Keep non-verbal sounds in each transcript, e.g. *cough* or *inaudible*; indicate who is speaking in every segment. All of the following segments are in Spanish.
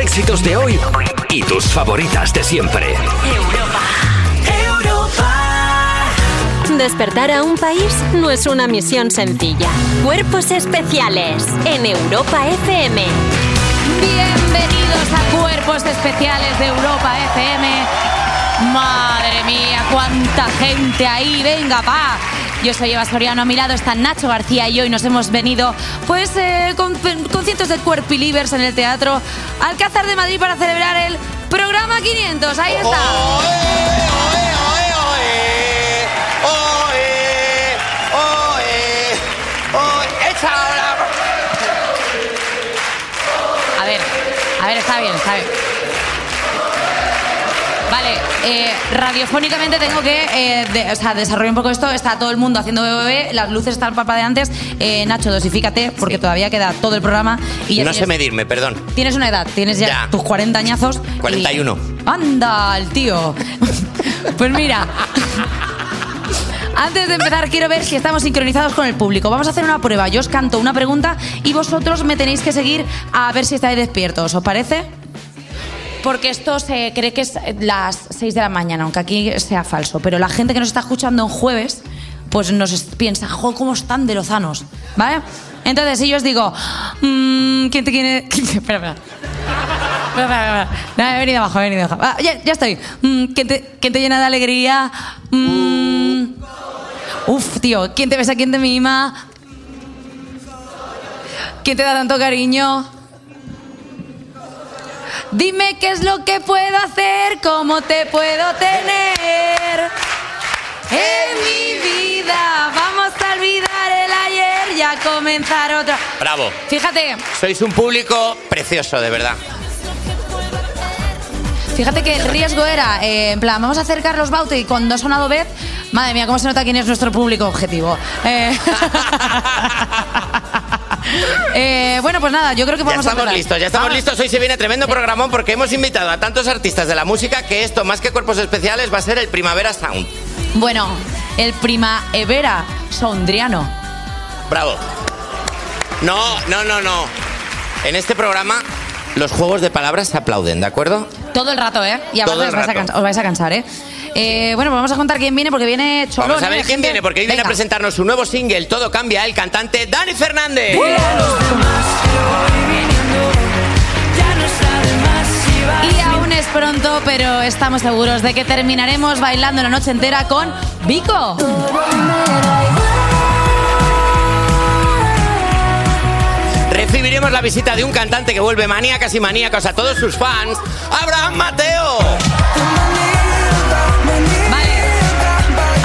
Speaker 1: éxitos de hoy y tus favoritas de siempre.
Speaker 2: Despertar a un país no es una misión sencilla. Cuerpos especiales en Europa FM.
Speaker 3: Bienvenidos a Cuerpos Especiales de Europa FM. Madre mía, cuánta gente ahí. Venga, va. Yo soy Eva Soriano, a mi lado está Nacho García y hoy nos hemos venido pues eh, con, con cientos de cuerpilivers en el Teatro Alcázar de Madrid para celebrar el programa 500. Ahí está. A ver, a ver, está bien, está bien. Vale, eh, radiofónicamente tengo que eh, de- o sea, desarrollar un poco esto. Está todo el mundo haciendo bebé, las luces están parpadeantes. Eh, Nacho, dosifícate porque todavía queda todo el programa. Y ya
Speaker 4: No
Speaker 3: tienes-
Speaker 4: sé medirme, perdón.
Speaker 3: Tienes una edad, tienes ya,
Speaker 4: Ya.
Speaker 3: tus 40 añazos. y-
Speaker 4: 41.
Speaker 3: ¡Anda, el *laughs* tío! Pues mira, antes de empezar quiero ver si estamos sincronizados con el público. Vamos a hacer una prueba. Yo os canto una pregunta y vosotros me tenéis que seguir a ver si estáis despiertos. ¿Os parece? Porque esto se cree que es las 6 de la mañana, aunque aquí sea falso. Pero la gente que nos está escuchando en jueves, pues nos es- piensa, jo, ¿cómo están de lozanos? ¿Vale? Entonces, si yo os digo, mm, ¿quién te quiere...? *laughs* quién te- espera, espera. Espera, espera, espera. No, he venido abajo, he venido abajo. Ah, ya, ya estoy. Mm, ¿quién, te, quién te llena de alegría? Mm, uf, tío, ¿quién te besa, quién te mima? ¿Quién te da tanto cariño? Dime qué es lo que puedo hacer, cómo te puedo tener en mi vida. Vamos a olvidar el ayer y a comenzar otro.
Speaker 4: Bravo.
Speaker 3: Fíjate,
Speaker 4: Sois un público precioso, de verdad.
Speaker 3: Fíjate que el riesgo era, eh, en plan, vamos a hacer Carlos Baute y cuando ha sonado Beth, madre mía, cómo se nota quién es nuestro público objetivo. Eh, *laughs* eh, bueno, pues nada, yo creo que
Speaker 4: Ya
Speaker 3: podemos
Speaker 4: estamos
Speaker 3: empezar. Ah.
Speaker 4: listos, ya estamos
Speaker 3: Vamos.
Speaker 4: listos. Hoy se viene tremendo programón porque hemos invitado a tantos artistas de la música que esto, más que cuerpos especiales, va a ser el Primavera Sound.
Speaker 3: Bueno, el primavera sondriano.
Speaker 4: Bravo. No, no, no, no. En este programa los juegos de palabras se aplauden, ¿de acuerdo?
Speaker 3: Todo el rato, ¿eh? Y
Speaker 4: Todo
Speaker 3: aparte
Speaker 4: el
Speaker 3: os vais, a
Speaker 4: rato.
Speaker 3: cansa- os vais a cansar, ¿eh? Eh, Bueno, pues vamos a contar quién viene porque viene Cholón.
Speaker 4: Vamos a
Speaker 3: ¿eh?
Speaker 4: ver
Speaker 3: De
Speaker 4: quién
Speaker 3: gente-
Speaker 4: viene, porque hoy viene a
Speaker 3: Venga.
Speaker 4: presentarnos su nuevo single, Todo Cambia, el cantante Dani Fernández.
Speaker 3: Y aún es pronto, pero estamos seguros de que terminaremos bailando la noche entera con Vico.
Speaker 4: Recibiremos la visita de un cantante que vuelve maníacas y maníacos a todos sus fans, Abraham Mateo.
Speaker 3: Vale.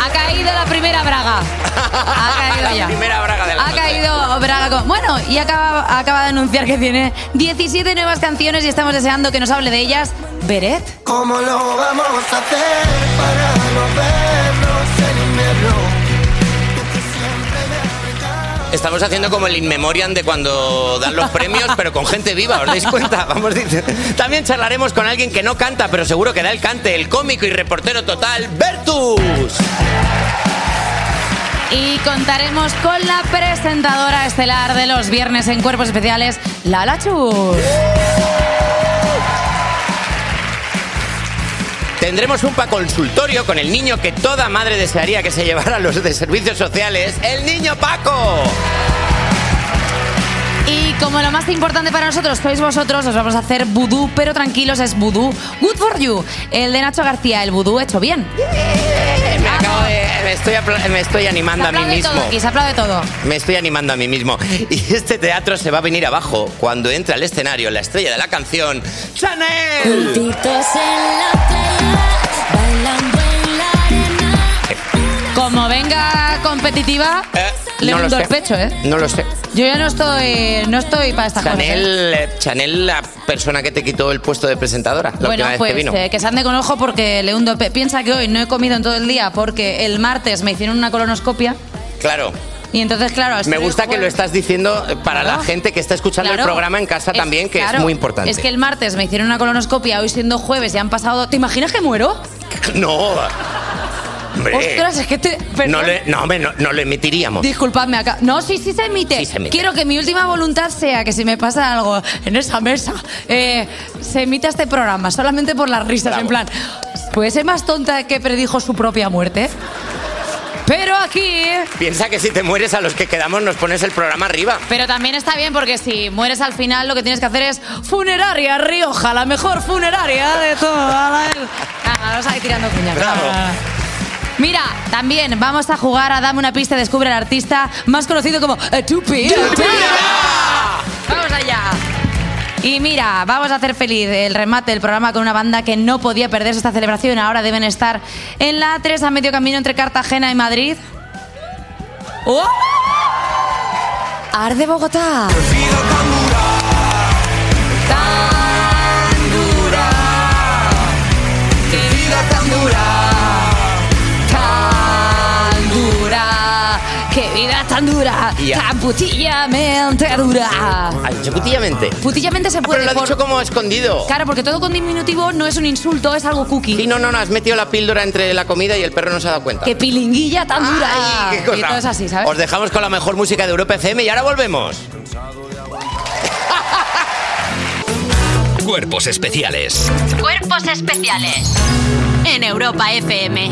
Speaker 3: Ha caído la primera braga.
Speaker 4: *laughs*
Speaker 3: Ha caído ya.
Speaker 4: La primera braga de la
Speaker 3: Ha
Speaker 4: noche.
Speaker 3: caído Braga con- Bueno, y acaba, acaba de anunciar que tiene 17 nuevas canciones y estamos deseando que nos hable de ellas. Beret.
Speaker 5: ¿Cómo lo vamos a hacer para no vernos en invierno?
Speaker 4: Estamos haciendo como el in memoriam de cuando dan los premios, pero con gente viva, ¿os dais cuenta? Vamos dice. También charlaremos con alguien que no canta, pero seguro que da el cante, el cómico y reportero total, Bertus.
Speaker 3: Y contaremos con la presentadora estelar de los viernes en Cuerpos Especiales, Lala Chus.
Speaker 4: Tendremos un pa consultorio con el niño que toda madre desearía que se llevara a los de servicios sociales, el niño Paco.
Speaker 3: Y como lo más importante para nosotros sois vosotros, os vamos a hacer vudú, pero tranquilos, es vudú good for you. El de Nacho García, el vudú hecho bien.
Speaker 4: Eh, Me, acabo de- me estoy, apla- me estoy
Speaker 3: Se
Speaker 4: animando a mí
Speaker 3: aplaude todo
Speaker 4: mismo.
Speaker 3: aquí, se aplaude todo.
Speaker 4: Me estoy animando a mí mismo. Y este teatro se va a venir abajo cuando entra al escenario la estrella de la canción, Chanel.
Speaker 3: Como venga competitiva,
Speaker 4: Eh,
Speaker 3: le
Speaker 4: no lo
Speaker 3: hundo el
Speaker 4: sé.
Speaker 3: pecho, ¿eh?
Speaker 4: No lo sé.
Speaker 3: Yo ya no estoy, no estoy para estas cosas. ¿eh?
Speaker 4: Chanel, eh, Chanel, la persona que te quitó el puesto de presentadora la
Speaker 3: Bueno,
Speaker 4: última vez
Speaker 3: pues
Speaker 4: que vino.
Speaker 3: eh, que se ande con ojo porque le hundo el pecho. Piensa que hoy no he comido en todo el día porque el martes me hicieron una colonoscopia
Speaker 4: Claro.
Speaker 3: y entonces, claro... al
Speaker 4: Me
Speaker 3: ser el
Speaker 4: gusta que lo
Speaker 3: jueves-
Speaker 4: estás diciendo eh, para
Speaker 3: Claro.
Speaker 4: la gente que está escuchando el
Speaker 3: Claro.
Speaker 4: programa en casa
Speaker 3: Es-
Speaker 4: también, que
Speaker 3: claro,
Speaker 4: es muy importante.
Speaker 3: Es que el martes me
Speaker 4: *laughs*
Speaker 3: hicieron una colonoscopia, hoy siendo jueves, ya han pasado. ¿Te imaginas que muero?
Speaker 4: No. hombre.
Speaker 3: Ostras, es que te. perdón.
Speaker 4: no, le- no, hombre, no, no lo emitiríamos.
Speaker 3: Disculpadme acá. No, sí, sí se, emite.
Speaker 4: Sí se emite.
Speaker 3: Quiero que mi última voluntad sea que si me pasa algo en esa mesa, eh, se emita este programa solamente por las risas.
Speaker 4: Bravo.
Speaker 3: En plan, puede ser más tonta que predijo su propia muerte. Pero aquí.
Speaker 4: Piensa que si te mueres a los que quedamos nos pones el programa arriba.
Speaker 3: Pero también está bien porque si mueres al final, lo que tienes que hacer es funeraria Rioja, la mejor funeraria de toda la. Nada, vamos a ir tirando cuñas.
Speaker 4: Bravo.
Speaker 3: Mira, también vamos a jugar a Dame una pista y descubre al artista más conocido como eh, Tupi. Vamos allá. Y mira, vamos a hacer feliz el remate del programa con una banda que no podía perderse esta celebración. Ahora deben estar en la A3 a medio camino entre Cartagena y Madrid. ¡Oh! Arde Bogotá. Tan dura. Qué vida tan dura. Tan dura. Qué vida tan dura.
Speaker 4: Ya.
Speaker 3: Tan putillamente dura.
Speaker 4: Ha dicho putillamente.
Speaker 3: Putillamente se
Speaker 4: Ah,
Speaker 3: puede.
Speaker 4: pero lo ha
Speaker 3: por-
Speaker 4: dicho como escondido.
Speaker 3: Claro, porque todo con diminutivo no es un insulto, es algo cookie.
Speaker 4: Sí, no, no, no, has metido la píldora entre la comida y el perro no se ha dado cuenta.
Speaker 3: Que pilinguilla tan dura.
Speaker 4: Ay, qué cosa.
Speaker 3: Y todo es así, ¿sabes?
Speaker 4: Os dejamos con la mejor música de Europa FM y ahora volvemos.
Speaker 1: Cuerpos especiales.
Speaker 2: Cuerpos especiales en Europa FM.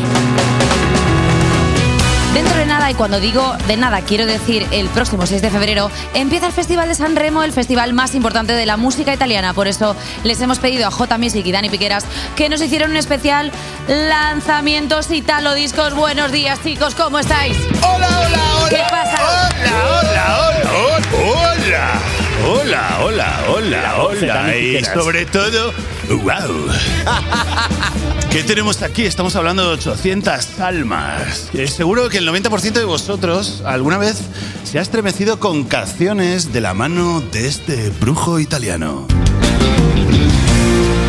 Speaker 3: Dentro de nada, y cuando digo de nada, quiero decir el próximo 6 de febrero, empieza el Festival de San Remo, el festival más importante de la música italiana. Por eso les hemos pedido a J Music y Dani Piqueras que nos hicieran un especial lanzamientos italo discos. Buenos días, chicos, ¿cómo estáis?
Speaker 6: Hola, hola, hola.
Speaker 3: ¿Qué pasa?
Speaker 6: Hola, hola, hola, hola, hola, hola, hola, hola. Y sobre todo, wow. *laughs* ¿Qué tenemos aquí? Estamos hablando de 800 almas. Eh, Seguro que el 90% de vosotros alguna vez se ha estremecido con canciones de la mano de este brujo italiano.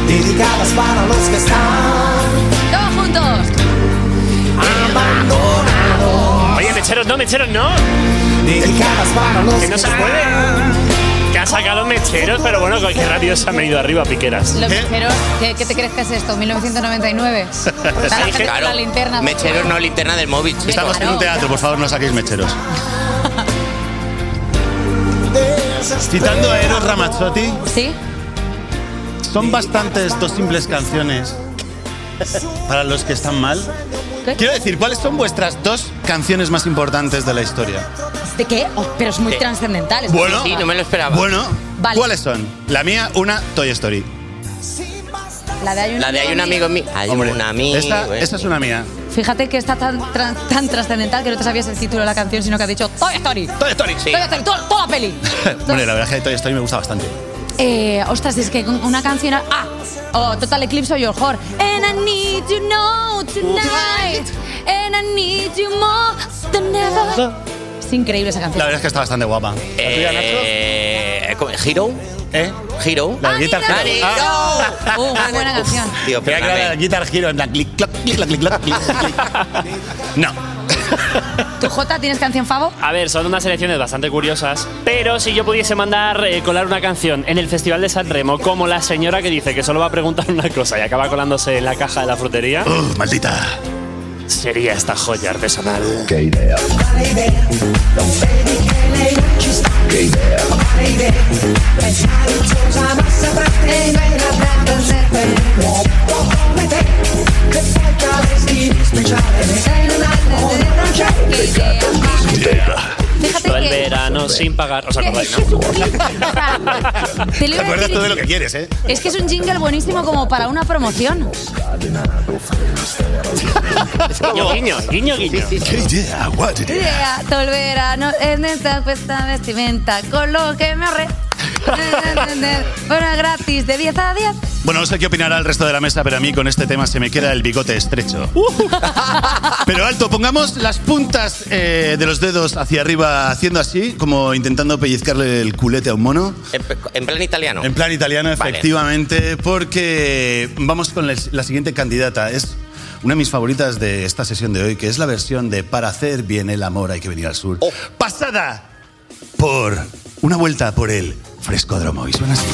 Speaker 5: Dedicadas para los que están
Speaker 3: Todos juntos.
Speaker 5: abandonados.
Speaker 7: Oye, mecheros no, mecheros no.
Speaker 5: Dedicadas para los que,
Speaker 7: Que no se
Speaker 5: están.
Speaker 7: puede. Que ha sacado mecheros, pero bueno, con qué radio se han venido arriba, piqueras.
Speaker 3: Los
Speaker 6: ¿Qué?
Speaker 3: mecheros, ¿qué, qué te crees que es esto? ¿1999? Está
Speaker 4: Pues
Speaker 3: la gente con la linterna.
Speaker 4: Mecheros no, linterna del móvil, chicos.
Speaker 3: Claro.
Speaker 6: Estamos en un teatro, por favor, no saquéis
Speaker 3: *laughs*
Speaker 6: mecheros. Citando a Eros Ramazzotti,
Speaker 3: ¿Sí?
Speaker 6: Son bastantes dos simples canciones para los que están mal.
Speaker 3: ¿Qué?
Speaker 6: Quiero decir, ¿cuáles son vuestras dos canciones más importantes de la historia?
Speaker 3: ¿De qué? Oh, pero es muy
Speaker 4: Sí.
Speaker 3: trascendental. es
Speaker 6: Bueno.
Speaker 4: Sí, no me lo esperaba.
Speaker 6: Bueno,
Speaker 3: Vale.
Speaker 6: ¿cuáles son? La mía, una Toy Story.
Speaker 3: La de hay un
Speaker 4: La de hay un amigo mío. Hay
Speaker 6: Hombre,
Speaker 4: un amigo.
Speaker 6: esta,
Speaker 4: eh.
Speaker 6: esta es una mía.
Speaker 3: Fíjate que está tan, tran- tan trascendental que no te sabías el título de la canción, sino que has dicho Toy Story. Toy
Speaker 4: Toy Story, sí.
Speaker 3: Story, to- toda la peli.
Speaker 6: Hombre, la verdad es que Toy Story me gusta bastante.
Speaker 3: Eh, ostras, es que con una canción. Ah, oh, Total Eclipse of Your Heart. And I need you now tonight. And I need you more than ever. Es increíble esa
Speaker 6: La
Speaker 3: canción.
Speaker 6: verdad es que está bastante guapa.
Speaker 4: Eh, ¿cómo- ¿Hero?
Speaker 6: ¿Eh?
Speaker 4: ¿Hero?
Speaker 6: La de Guitar
Speaker 4: Guitar
Speaker 6: Hero.
Speaker 4: Hero.
Speaker 6: Ah.
Speaker 3: Uh, muy buena canción.
Speaker 6: Mira
Speaker 4: Tío,
Speaker 6: que
Speaker 4: perdóname.
Speaker 6: era la Guitar Hero, en plan, clic, clac, clic, clac, clic, clac, clic,
Speaker 4: *laughs*
Speaker 6: clic. No.
Speaker 3: ¿Tú, Jota, tienes
Speaker 7: *laughs*
Speaker 3: canción favo?
Speaker 7: A ver, son unas elecciones bastante curiosas, pero si yo pudiese mandar eh, colar una canción en el Festival de San Remo, como la señora que dice que solo va a preguntar una cosa y acaba colándose en la caja de la frutería,
Speaker 6: Uf, maldita.
Speaker 7: sería esta joya artesanal.
Speaker 3: Fíjate
Speaker 7: Todo el
Speaker 3: que-
Speaker 7: verano sin pagar. ¿Os acordáis, no?
Speaker 3: Te
Speaker 6: *laughs*
Speaker 3: lo
Speaker 6: Te
Speaker 3: iba a
Speaker 6: acuerdas
Speaker 3: decir-
Speaker 6: tú de lo que quieres, ¿eh?
Speaker 3: Es que es un jingle buenísimo como para una promoción.
Speaker 7: Guiño, guiño, guiño, guiño.
Speaker 6: Qué idea, what it is.
Speaker 3: Idea, todo el verano en esta cuesta vestimenta con lo que me ahorré. Bueno, gratis de 10 a 10.
Speaker 6: Bueno, no sé qué opinará el resto de la mesa, pero a mí con este tema se me queda el bigote
Speaker 4: *laughs*
Speaker 6: estrecho. Pero alto, pongamos las puntas eh, de los dedos hacia arriba, haciendo así, como intentando pellizcarle el culete a un mono.
Speaker 4: En, en plan italiano.
Speaker 6: En plan italiano,
Speaker 4: Vale.
Speaker 6: efectivamente, porque vamos con la la siguiente candidata. Es una de mis favoritas de esta sesión de hoy, que es la versión de Para hacer bien el amor hay que venir al sur.
Speaker 4: Oh.
Speaker 6: Pasada por una vuelta por el frescódromo. Y suena así.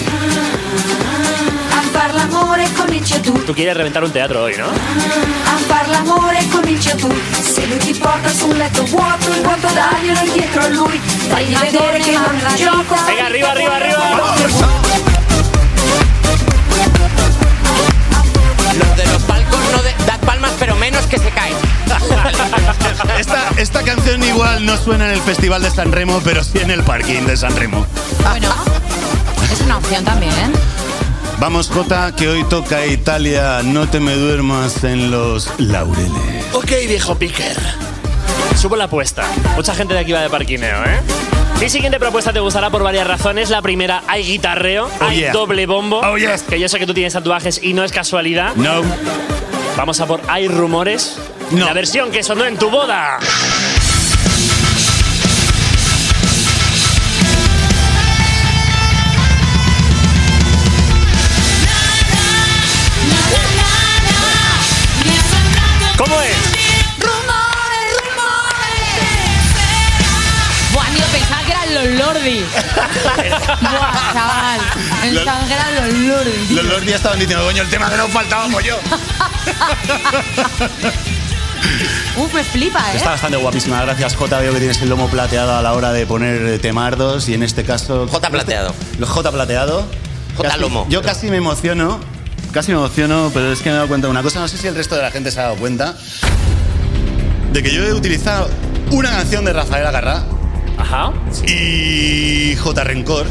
Speaker 8: A far l'amore comincia tu,
Speaker 7: Tú quieres reventar un teatro hoy, ¿no?
Speaker 8: a far l'amore comincia tu. Se lui ti porta su un letto vuoto, il vuoto daglielo dietro a lui. Fagli vedere che non è un gioco.
Speaker 7: Venga, arriba, arriba, arriba.
Speaker 4: Los de los palcos no de- dan palmas, pero menos que se caen.
Speaker 6: Esta, esta canción igual no suena en el Festival de San Remo, pero sí en el parking de San Remo.
Speaker 3: Bueno, es una opción también. ¿eh?
Speaker 6: Vamos, Jota, que hoy toca Italia. No te me duermas en los laureles.
Speaker 7: Ok, viejo Picker. Subo la apuesta. Mucha gente de aquí va de parquineo, ¿eh? Mi siguiente propuesta te gustará por varias razones. La primera, hay guitarreo,
Speaker 6: Oh,
Speaker 7: hay
Speaker 6: yeah.
Speaker 7: doble bombo.
Speaker 6: Oh, yes.
Speaker 7: Que yo sé que tú tienes tatuajes y no es casualidad.
Speaker 6: No.
Speaker 7: Vamos a por Hay rumores.
Speaker 6: No.
Speaker 7: La versión que sonó en tu boda. ¿Cómo es?
Speaker 3: Buah, amigo, pensaba que eran
Speaker 7: *laughs*
Speaker 3: los Lordi. Buah, chaval. Pensaba que eran los Lordi. tío.
Speaker 6: Los dos días estaban diciendo, coño, el tema que nos faltaba como yo.
Speaker 3: Uf, me
Speaker 7: Ah,
Speaker 3: flipa, ¿eh?
Speaker 6: Está bastante guapísima. Gracias, Jota. Veo que tienes el lomo plateado a la hora de poner eh, temardos y en este caso...
Speaker 4: Jota plateado.
Speaker 6: Los J plateado.
Speaker 4: Jota
Speaker 6: Casi-
Speaker 4: lomo.
Speaker 6: Yo casi me emociono. Casi me emociono, pero es que me he dado cuenta de una cosa. No sé si el resto de la gente se ha dado cuenta de que yo he utilizado una canción de Rafael Agarrá
Speaker 7: Ajá.
Speaker 6: y J Rencor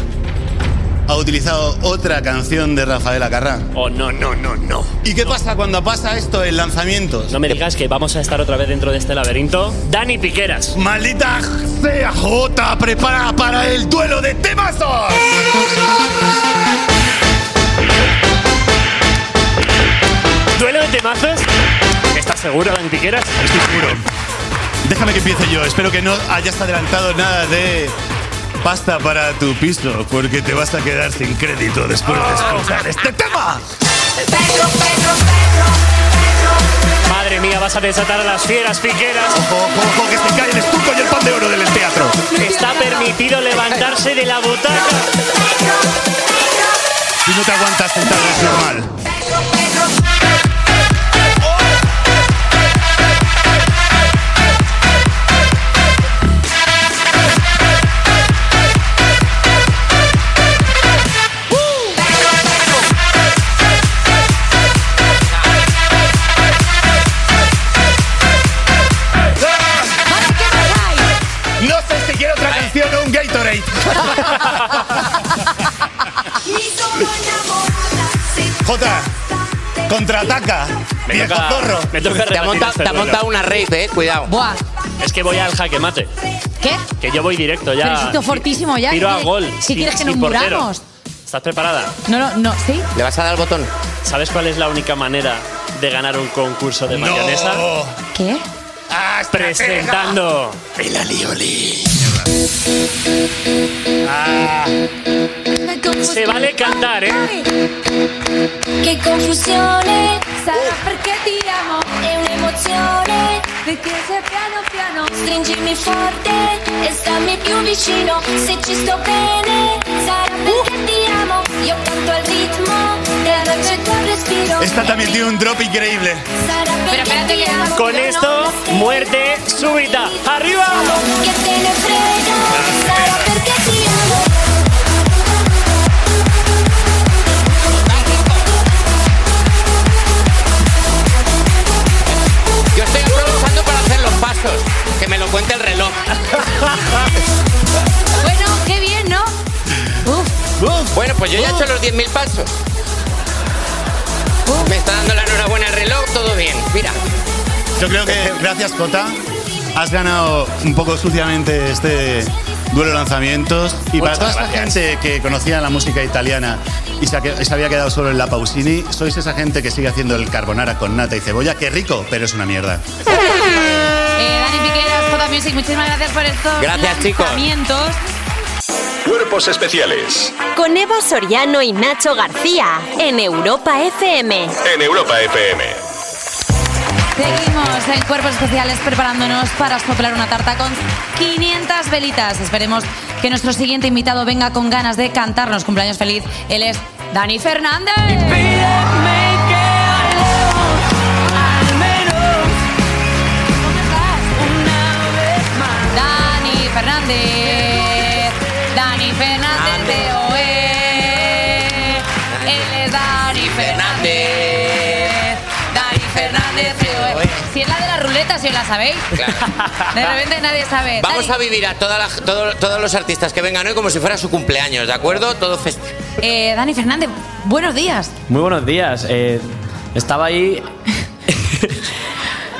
Speaker 6: ha utilizado otra canción de Rafael Agarrá.
Speaker 7: Oh, no, no, no, no.
Speaker 6: ¿Y qué pasa cuando pasa esto en lanzamientos?
Speaker 7: No me digas que vamos a estar otra vez dentro de este laberinto. Dani Piqueras.
Speaker 6: Maldita sea J, prepara para el duelo de temazos.
Speaker 7: ¿Duelo de temazos? ¿Estás seguro, Dani Piqueras?
Speaker 6: Estoy seguro. Déjame que empiece yo. Espero que no hayas adelantado nada de pasta para tu piso, porque te vas a quedar sin crédito después
Speaker 7: Ah.
Speaker 6: de escuchar este tema.
Speaker 7: Madre mía, vas a desatar a las fieras piqueras.
Speaker 6: Ojo, ojo, ojo, que se cae el estuco y el pan de oro del teatro.
Speaker 7: Está permitido levantarse de la butaca.
Speaker 6: Si no te aguantas sentado es normal. No sé si quiero otra canción o un Gatorade. *laughs* Jota, contraataca. Viejo zorro.
Speaker 7: me toca
Speaker 4: Te ha
Speaker 7: rebatir
Speaker 4: monta-
Speaker 7: este
Speaker 4: te ha montado,
Speaker 7: duelo.
Speaker 4: una raid, eh. Cuidado.
Speaker 3: Buah,
Speaker 7: Es que voy al jaque mate.
Speaker 3: ¿qué?
Speaker 7: Que yo voy directo ya.
Speaker 3: Pero sitio
Speaker 7: Sí,
Speaker 3: fortísimo ya. ¿eh?
Speaker 7: Tiro
Speaker 3: ¿Qué
Speaker 7: a
Speaker 3: quiere-
Speaker 7: gol.
Speaker 3: qué
Speaker 7: sin-
Speaker 3: quieres que
Speaker 7: sin
Speaker 3: nos
Speaker 7: portero.
Speaker 3: muramos?
Speaker 7: ¿Estás preparada?
Speaker 3: No, no, no, ¿sí?
Speaker 4: ¿Le vas a dar al botón?
Speaker 7: ¿Sabes cuál es la única manera de ganar un concurso de mayonesa?
Speaker 3: ¿Qué?
Speaker 6: Ah,
Speaker 7: Presentando.
Speaker 6: El alioli. Ah.
Speaker 7: Se vale cantar, ¿eh?
Speaker 8: Che confusione, sarà perché ti amo. È un'emozione, perché se piano piano stringimi forte e stammi più vicino. Se ci sto bene, sarà perché ti amo. Io canto al ritmo della voce del tuo respiro.
Speaker 6: Esta también tiene un drop increíble.
Speaker 8: Sarà perché
Speaker 3: espérate
Speaker 8: ti
Speaker 3: che-
Speaker 8: amo.
Speaker 7: Con
Speaker 8: Io
Speaker 7: esto,
Speaker 8: non lo so.
Speaker 7: muerte súbita. ¡Arriba!
Speaker 8: Che te ne frega, sarà perché ti amo.
Speaker 4: *laughs* Yo estoy aprovechando para hacer los pasos. Que me lo cuente el reloj.
Speaker 3: Bueno, qué bien, ¿no? Uf,
Speaker 4: Bueno, pues yo ya he hecho los 10.000 pasos. Me está dando la enhorabuena el reloj, todo bien. Mira,
Speaker 6: Yo creo que, gracias, Jota, has ganado un poco suciamente este duelo de lanzamientos. Y para
Speaker 7: Muchas
Speaker 6: toda esa
Speaker 7: gracias.
Speaker 6: gente que conocía la música italiana y se, ha que- se había quedado solo en la Pausini, sois esa gente que sigue haciendo el carbonara con nata y cebolla. Qué rico, pero es una mierda.
Speaker 3: eh, Dani Piqueras, Jota Music, muchísimas gracias por estos
Speaker 4: Gracias, chicos.
Speaker 3: lanzamientos.
Speaker 9: Cuerpos especiales
Speaker 2: Con Eva Soriano y Nacho García en Europa FM.
Speaker 9: en Europa FM.
Speaker 3: Seguimos en Cuerpos Especiales preparándonos para soplar una tarta con 500 velitas. Esperemos que nuestro siguiente invitado venga con ganas de cantarnos cumpleaños feliz. Él es Dani Fernández. Dani Fernández. Dani Fernández de OE. Él es Dani Fernández. Dani Fernández de E. OE. Si es la de la ruleta, si os la sabéis.
Speaker 6: *laughs*
Speaker 3: De repente nadie *laughs* sabe.
Speaker 4: Vamos a
Speaker 3: Dani,
Speaker 4: vivir a toda la- todo- todos los artistas que vengan hoy como si fuera su cumpleaños, ¿de acuerdo? Todo fest-
Speaker 3: eh, Dani Fernández, buenos días.
Speaker 10: Muy buenos días. eh, estaba
Speaker 3: *laughs*
Speaker 10: ahí.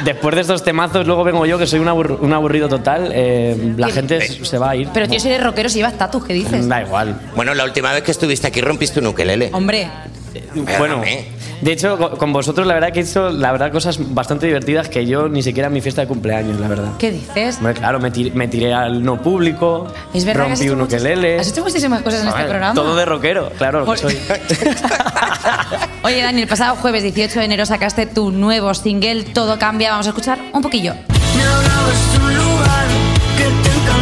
Speaker 10: Después de estos temazos, luego vengo yo, que soy un, abur- un aburrido total. eh, la gente s- se va a ir. Mm,
Speaker 3: Pero tío, si eres rockero, si llevas tatus, ¿qué dices?
Speaker 10: Da igual.
Speaker 4: Bueno, la última vez que estuviste aquí rompiste un ukelele.
Speaker 3: Hombre,
Speaker 10: Bueno,
Speaker 4: Perdóname.
Speaker 10: de hecho, co- con vosotros la verdad que he hecho la verdad, cosas bastante divertidas que yo ni siquiera en mi fiesta de cumpleaños, la verdad.
Speaker 3: ¿qué dices?
Speaker 10: Hombre, claro, me, tir- me tiré al no público,
Speaker 3: Es verdad que has
Speaker 10: rompí
Speaker 3: hecho
Speaker 10: un
Speaker 3: muchas-
Speaker 10: ukelele.
Speaker 3: Has hecho muchísimas cosas en este
Speaker 10: Hombre,
Speaker 3: programa.
Speaker 10: Todo de rockero, claro. lo que
Speaker 3: Por-
Speaker 10: soy.
Speaker 3: Oye, Dani, el pasado jueves 18 de enero sacaste tu nuevo single Todo Cambia. Vamos a escuchar un poquillo.
Speaker 5: Me hablabas de un lugar que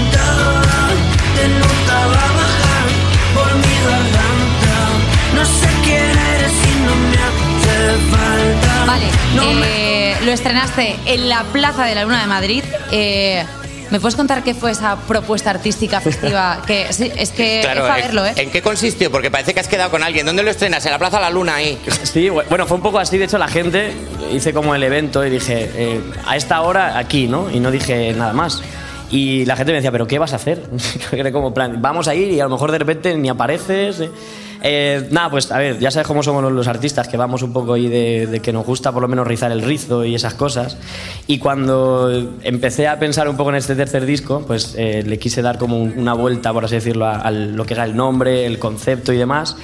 Speaker 5: te encantaba, te notaba bajar por mi garganta. No sé quién eres y no me hace falta.
Speaker 3: Vale,
Speaker 5: No me-
Speaker 3: eh, lo estrenaste en la Plaza de la Luna de Madrid. Eh, ¿Me puedes contar qué fue esa propuesta
Speaker 10: *laughs*
Speaker 3: artística festiva? que sí, es que es para
Speaker 4: ¿en-
Speaker 3: verlo, ¿eh?
Speaker 4: ¿En qué consistió? Porque parece que has quedado con alguien. ¿Dónde lo estrenas? En la Plaza La Luna ahí.
Speaker 10: Sí, bu- bueno, fue un poco así. De hecho, la gente hice como el evento y dije, eh, a esta hora aquí, ¿no? Y no dije nada más. Y la gente me decía, ¿pero qué vas a hacer? *laughs* Era como plan, vamos a ir y a lo mejor de repente ni apareces. eh. Eh, nada, pues a ver, ya sabes cómo somos los, los artistas, que vamos un poco ahí de, de que nos gusta por lo menos rizar el rizo y esas cosas. Y cuando empecé a pensar un poco en este tercer disco, pues eh, le quise dar como un- una vuelta, por así decirlo, a, a lo que era el nombre, el concepto y demás.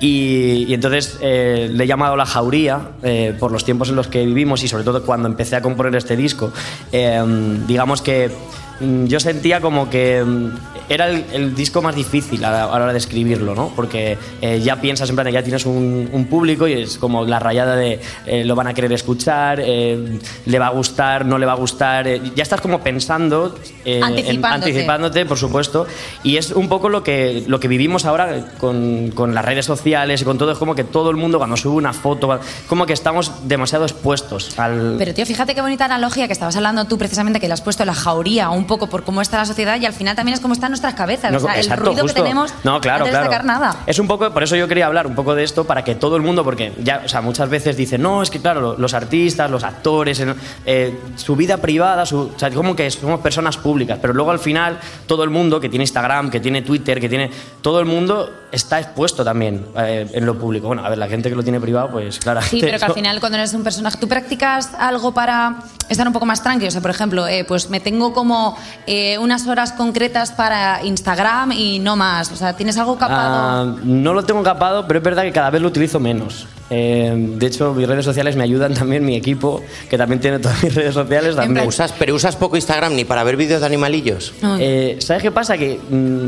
Speaker 10: Y, y entonces eh, le he llamado La Jauría eh, por los tiempos en los que vivimos y sobre todo cuando empecé a componer este disco. Eh, digamos que mm, yo sentía como que mm, era el, el disco más difícil a la, a la hora de escribirlo, ¿no? Porque eh, ya piensas en plan, de ya tienes un, un público y es como la rayada de eh, lo van a querer escuchar, eh, le va a gustar, no le va a gustar. eh, ya estás como pensando, eh, en-
Speaker 3: Anticipándote.
Speaker 10: anticipando apoyándote, por supuesto. Y es un poco lo que, lo que vivimos ahora con, con las redes sociales y con todo. Es como que todo el mundo, cuando sube una foto, como que estamos demasiado expuestos al.
Speaker 3: Pero tío, fíjate qué bonita analogía que estabas hablando tú precisamente, que le has puesto la jauría un poco por cómo está la sociedad y al final también es cómo están nuestras cabezas,
Speaker 10: No,
Speaker 3: o sea,
Speaker 10: exacto,
Speaker 3: el ruido
Speaker 10: justo.
Speaker 3: que tenemos
Speaker 10: no, claro,
Speaker 3: antes
Speaker 10: claro.
Speaker 3: de sacar nada.
Speaker 10: Es un poco, por eso yo quería hablar un poco de esto, para que todo el mundo, porque ya, o sea, muchas veces dicen, no, es que claro, lo- los artistas, los actores, en- eh, su vida privada, su, o sea, como que somos personas públicas, pero luego al final todo el mundo que tiene Instagram, que tiene Twitter, que tiene, todo el mundo está expuesto también eh, en lo público. Bueno, a ver, la gente que lo tiene privado, pues claro.
Speaker 3: Sí,
Speaker 10: *laughs*
Speaker 3: pero que al final cuando eres un personaje, ¿tú practicas algo para estar un poco más tranquilo? O sea, por ejemplo, eh, pues me tengo como eh, unas horas concretas para Instagram y no más. O sea, ¿tienes algo capado?
Speaker 10: Ah, no lo tengo capado, pero es verdad que cada vez lo utilizo menos. Eh, de hecho, mis redes sociales me ayudan también, mi equipo, que también tiene todas mis redes sociales, también.
Speaker 4: Usas, pero usas poco Instagram ni para ver vídeos de animalillos.
Speaker 3: No.
Speaker 10: Eh, ¿Sabes qué pasa? Que mm,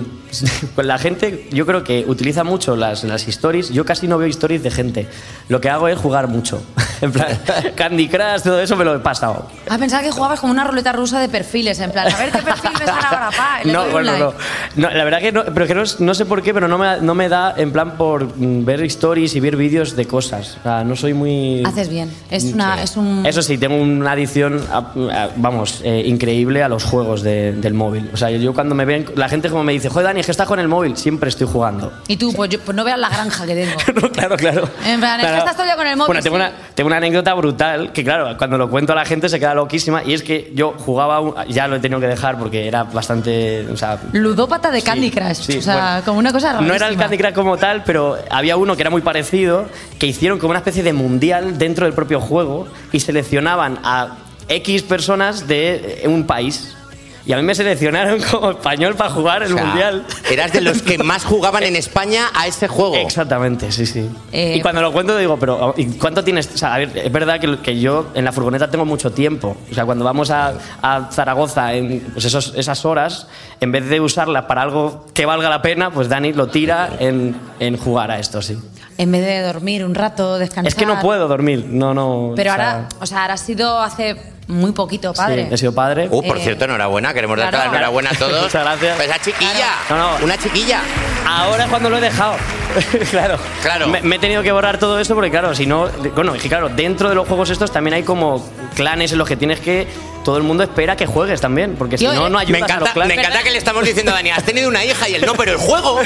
Speaker 10: *laughs* pues la gente, yo creo que utiliza mucho las, las stories. Yo casi no veo stories de gente. Lo que hago es jugar mucho. *laughs* en
Speaker 4: *laughs*
Speaker 10: plan, Candy Crush, todo eso me lo he pasado.
Speaker 3: Ah, pensaba que jugabas como una ruleta rusa de perfiles, en plan, a ver qué perfil me sale ahora, pa, y le
Speaker 10: no,
Speaker 3: doy un
Speaker 10: bueno,
Speaker 3: Ah, like.
Speaker 10: no. No, La verdad que no, pero que no, es- no sé por qué, pero no me, no me da en plan por mm, ver stories y ver vídeos de cosas. O sea, no soy muy.
Speaker 3: Haces bien. Es una, es un...
Speaker 10: Eso sí, tengo una adicción, a- a- vamos, eh, increíble a los juegos de- del móvil. O sea, yo cuando me ven, la gente como me dice, joder, Dani, es que estás con el móvil, siempre estoy jugando. *laughs*
Speaker 3: Y tú, pues, yo- pues no veas la granja que tengo.
Speaker 10: No, claro, claro.
Speaker 3: En plan, es que
Speaker 10: Claro.
Speaker 3: estás todo el día Eh, con el móvil,
Speaker 10: Bueno, tengo,
Speaker 3: sí.
Speaker 10: una, tengo una anécdota brutal que, claro, cuando lo cuento a la gente se queda loquísima. Y es que yo jugaba, un- ya lo he tenido que dejar porque era bastante. O sea,
Speaker 3: Ludópata de Candy Crush.
Speaker 10: sí,
Speaker 3: o sea,
Speaker 10: bueno.
Speaker 3: como una cosa Ah, rarísima.
Speaker 10: No era el Candy Crush como tal, pero había uno que era muy parecido, que hicieron como una especie de mundial dentro del propio juego y seleccionaban a X personas de eh, un país. Y a mí me seleccionaron *laughs* como español para jugar el
Speaker 4: O sea,
Speaker 10: mundial.
Speaker 4: Eras de los que más jugaban en España a ese juego.
Speaker 10: Exactamente, sí, sí.
Speaker 3: Eh,
Speaker 10: y cuando lo cuento digo, pero oh, ¿y ¿cuánto tienes? O sea, a ver, es verdad que, que yo en la furgoneta tengo mucho tiempo. O sea, cuando vamos a, a Zaragoza, en, pues esos, esas horas, en vez de usarlas para algo que valga la pena, pues Dani lo tira en, en jugar a esto, sí.
Speaker 3: En vez de dormir un rato, descansar...
Speaker 10: Es que no puedo dormir, no, no.
Speaker 3: Pero
Speaker 10: o sea,
Speaker 3: ahora, o sea, ahora ha sido hace muy poquito padre.
Speaker 10: Sí, he sido padre.
Speaker 4: Uh, por
Speaker 3: Eh,
Speaker 4: cierto, enhorabuena. Queremos darte
Speaker 3: claro.
Speaker 4: la enhorabuena a
Speaker 10: *laughs*
Speaker 4: todos.
Speaker 10: Muchas gracias.
Speaker 4: Pues a chiquilla.
Speaker 10: No, no.
Speaker 4: Una chiquilla.
Speaker 10: Ahora es cuando lo he dejado. *laughs* claro.
Speaker 4: Claro.
Speaker 10: Me, me he tenido que borrar todo eso porque, claro, si no. Bueno, es que, claro, dentro de los juegos estos también hay como clanes en los que tienes que. Todo el mundo espera que juegues también, porque si
Speaker 3: Yo- eh,
Speaker 10: no, no
Speaker 3: Me
Speaker 4: Me
Speaker 10: ayudas a los
Speaker 4: encanta, me
Speaker 10: clanes.
Speaker 4: encanta que le estamos diciendo a Dani, has tenido una hija y él no, pero el juego.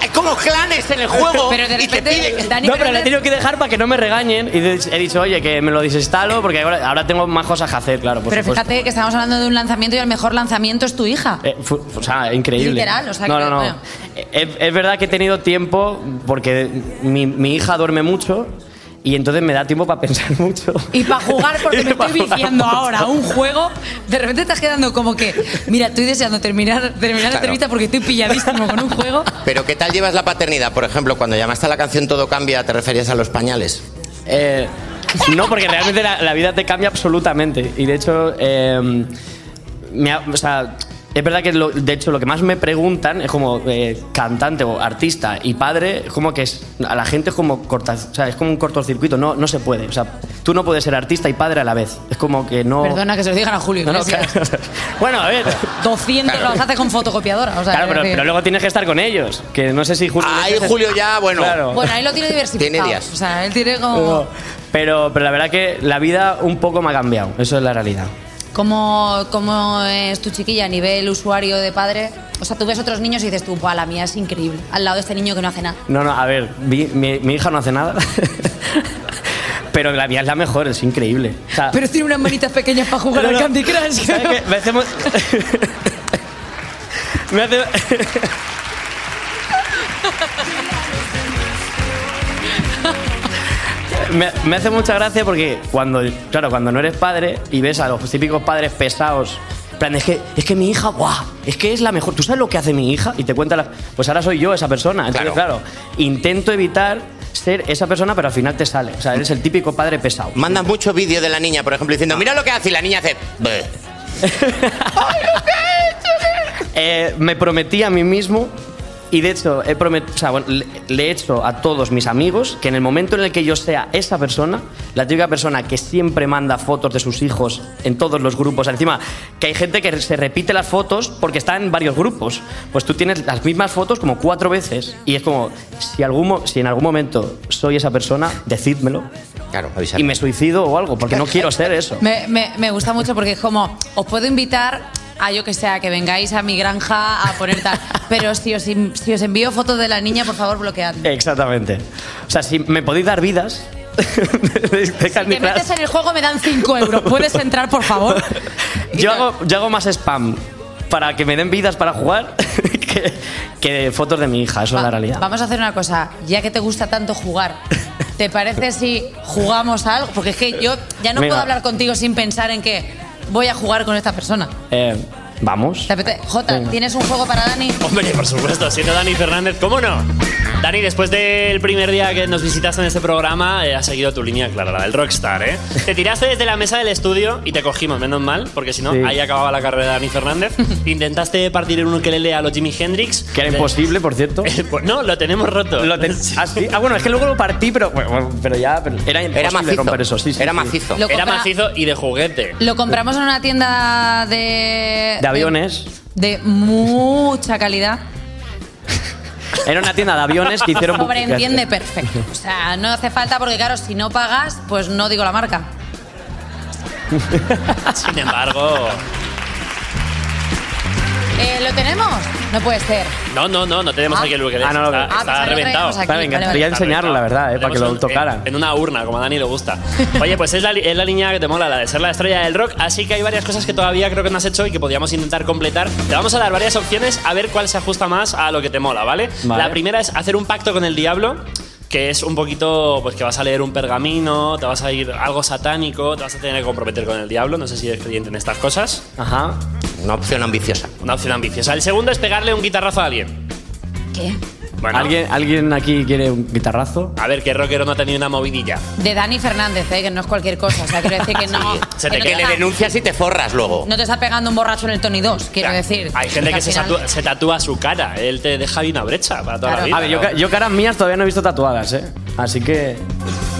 Speaker 4: Hay como clanes en el juego.
Speaker 3: Pero de
Speaker 4: y te
Speaker 3: repente,
Speaker 4: piden-
Speaker 3: Dani,
Speaker 10: No, pero le he
Speaker 3: Fernández-
Speaker 10: tenido que dejar para que no me regañen. Y de- he dicho, oye, que me lo desinstalo porque ahora, ahora tengo más cosas que hacer, claro. Por
Speaker 3: Pero
Speaker 10: supuesto.
Speaker 3: fíjate que estamos hablando de un lanzamiento y el mejor lanzamiento es tu hija.
Speaker 10: Eh, fu- o sea, increíble.
Speaker 3: Literal, o sea,
Speaker 10: No,
Speaker 3: que-
Speaker 10: no, no.
Speaker 3: bueno.
Speaker 10: Es, es verdad que he tenido tiempo porque mi, mi hija duerme mucho y entonces me da tiempo para pensar *laughs* mucho.
Speaker 3: Y para jugar, porque
Speaker 10: Y
Speaker 3: me
Speaker 10: pa'
Speaker 3: estoy
Speaker 10: jugar
Speaker 3: viciando
Speaker 10: mucho.
Speaker 3: ahora a un juego, de repente estás quedando como que, mira, estoy deseando terminar, terminar la entrevista porque estoy pilladísimo con un juego.
Speaker 4: Pero ¿qué tal llevas la paternidad? Por ejemplo, cuando llamaste a la canción Todo Cambia, ¿te referías a los pañales?
Speaker 10: Eh, no, porque realmente la, la vida te cambia absolutamente. Y de hecho, eh, me ha- o sea, es verdad que lo- de hecho lo que más me preguntan es como eh, cantante o artista y padre, es como que es, a la gente es como, corta, o sea, es como un cortocircuito, no, no se puede. O sea, tú no puedes ser artista y padre a la vez. Es como que no...
Speaker 3: Perdona que se lo digan a Julio
Speaker 10: No, no,
Speaker 3: Iglesias.
Speaker 10: claro. bueno, a ver.
Speaker 3: 200 los hace con fotocopiadora. O sea,
Speaker 10: Claro, pero,
Speaker 3: quiero decir-
Speaker 10: pero luego tienes que estar con ellos. Que no sé si Julio.
Speaker 4: Ahí
Speaker 10: Iglesias-
Speaker 4: Julio ya, bueno.
Speaker 10: Claro.
Speaker 3: Bueno, ahí lo tiene diversificado.
Speaker 4: Tiene días.
Speaker 3: O sea, él tiene como,
Speaker 10: Pero, pero, la verdad que la vida un poco me ha cambiado. Eso es la realidad.
Speaker 3: como, como es tu chiquilla a nivel usuario de padre. O sea, tú ves otros niños y dices tú, "Buah, la mía es increíble. Al lado de este niño que no hace nada.
Speaker 10: No, no, a ver, mi, mi- mi hija no hace nada. *laughs* pero la mía es la mejor, es increíble. O sea,
Speaker 3: Pero tiene unas manitas pequeñas para jugar
Speaker 10: No,
Speaker 3: al
Speaker 10: no.
Speaker 3: Candy Crush.
Speaker 10: ¿sabes qué? Me hacemos. *laughs* me hace. Me, me hace mucha gracia porque cuando, claro, cuando no eres padre y ves a los típicos padres pesados, en plan, es que, es que mi hija, guau, es que es la mejor. ¿Tú sabes lo que hace mi hija? Y te cuenta la- Pues ahora soy yo esa persona. Entonces, claro. intento evitar ser esa persona, pero al final te sale. O sea, eres el típico padre pesado.
Speaker 4: Mandas mucho vídeo de la niña, por ejemplo, diciendo, mira lo que hace y la niña hace... "Bleh".
Speaker 10: Eh, me prometí a mí mismo y de hecho he promet- o sea, bueno, le, le he hecho a todos mis amigos que en el momento en el que yo sea esa persona, la típica persona que siempre manda fotos de sus hijos en todos los grupos, encima que hay gente que se repite las fotos porque está en varios grupos, pues tú tienes las mismas fotos como cuatro veces y es como si algún mo- si en algún momento soy esa persona, decídmelo
Speaker 4: Claro,
Speaker 10: y
Speaker 4: avisarme.
Speaker 10: me suicido o algo porque no quiero ser eso.
Speaker 3: *laughs* Me, me- me gusta mucho porque es como, os puedo invitar a yo que sea, que vengáis a mi granja a poner
Speaker 10: *laughs*
Speaker 3: tal. Pero si os, in- si os envío fotos de la niña, por favor, bloqueadme.
Speaker 10: Exactamente. O sea, si me podéis dar vidas. *laughs* de- de Candy
Speaker 3: Te metes
Speaker 10: Crush.
Speaker 3: en el juego, me dan 5 euros. ¿Puedes entrar, por favor?
Speaker 10: Yo hago, yo hago más spam para que me den vidas para jugar *laughs* que, que fotos de mi hija, eso es la *laughs*
Speaker 3: Va-
Speaker 10: realidad.
Speaker 3: Vamos a hacer una cosa, ya que te gusta tanto jugar, ¿te parece si jugamos a algo? Porque es que yo ya no
Speaker 10: Venga.
Speaker 3: puedo hablar contigo sin pensar en que voy a jugar con esta persona.
Speaker 10: Eh, vamos.
Speaker 3: ¿Te apetece? Jota,
Speaker 10: Venga.
Speaker 3: ¿tienes un juego para Dani?
Speaker 7: Hombre, por supuesto, siendo Dani Fernández, ¿cómo no? Dani, después del primer día que nos visitaste en este programa, eh, has seguido tu línea clara, la del rockstar,
Speaker 10: *laughs*
Speaker 7: ¿eh? Te tiraste desde la mesa del estudio y te cogimos, menos mal, porque si no,
Speaker 10: Sí.
Speaker 7: ahí acababa la carrera de
Speaker 10: *laughs*
Speaker 7: Dani Fernández. Intentaste partir en un ukelele a los Jimi Hendrix.
Speaker 10: Que era imposible, por
Speaker 7: *laughs*
Speaker 10: cierto.
Speaker 7: Pues no, lo tenemos roto.
Speaker 10: Lo ten- ah, sí. Ah, bueno, es que luego lo partí, pero, bueno, bueno, pero ya pero era imposible
Speaker 4: Era macizo.
Speaker 10: romper eso. Sí, sí,
Speaker 4: Era
Speaker 10: sí.
Speaker 4: macizo.
Speaker 3: Lo
Speaker 7: Era
Speaker 3: compra-
Speaker 7: macizo y de juguete.
Speaker 3: Lo compramos en una tienda de...
Speaker 10: De aviones.
Speaker 3: De, de mucha calidad.
Speaker 10: Era una tienda de aviones que hicieron.
Speaker 3: Sobreentiende perfecto. O sea, no hace falta porque, claro, si no pagas, pues no digo la marca.
Speaker 7: *laughs* Sin embargo,
Speaker 3: Eh, ¿Lo tenemos? No puede ser.
Speaker 7: no, no, no, no tenemos
Speaker 3: Ah.
Speaker 7: aquí el ukelele.
Speaker 10: Ah, no lo-
Speaker 7: está
Speaker 10: Ah,
Speaker 7: está
Speaker 3: pensaba que lo
Speaker 7: reventado.
Speaker 3: traíamos aquí.
Speaker 10: Vale, venga,
Speaker 3: Vale, vale.
Speaker 10: quería enseñarlo, la verdad, eh, para que
Speaker 7: Tenemos
Speaker 10: lo
Speaker 7: un-
Speaker 10: tocaran.
Speaker 7: En, en una urna, como a Dani le
Speaker 3: *laughs*
Speaker 7: gusta. Oye, pues es la, li- es la línea que te mola, la de ser la estrella del rock. Así que hay varias cosas que todavía creo que no has hecho y que podríamos intentar completar. Te vamos a dar varias opciones a ver cuál se ajusta más a lo que te mola, ¿vale?
Speaker 10: Vale.
Speaker 7: La primera es hacer un pacto con el diablo. Que es un poquito, pues que vas a leer un pergamino, te vas a ir algo satánico, te vas a tener que comprometer con el diablo. No sé si eres creyente en estas cosas.
Speaker 10: Ajá.
Speaker 4: Una opción ambiciosa.
Speaker 7: Una opción ambiciosa. El segundo es pegarle un guitarrazo a alguien.
Speaker 3: ¿Qué?
Speaker 7: Bueno,
Speaker 10: ¿Alguien, ¿Alguien aquí quiere un guitarrazo?
Speaker 7: A ver, que rockero no ha tenido una movidilla.
Speaker 3: De Dani Fernández, eh, que no es cualquier cosa. O sea, quiero decir que no.
Speaker 7: *laughs* Sí, se te
Speaker 3: que
Speaker 7: quede
Speaker 3: no
Speaker 4: Que le
Speaker 3: está-
Speaker 4: denuncias y te forras luego.
Speaker 3: No te está pegando un borracho en el Tony 2, quiero
Speaker 7: Ya,
Speaker 3: decir.
Speaker 7: Hay gente que
Speaker 3: al
Speaker 7: se
Speaker 3: final-
Speaker 7: tatúa, se tatúa su cara. Él te deja ahí una brecha para toda
Speaker 3: Claro.
Speaker 7: la vida.
Speaker 10: A ver, yo,
Speaker 7: ¿no?
Speaker 10: ca- yo caras mías todavía no he visto tatuadas, ¿eh? Así que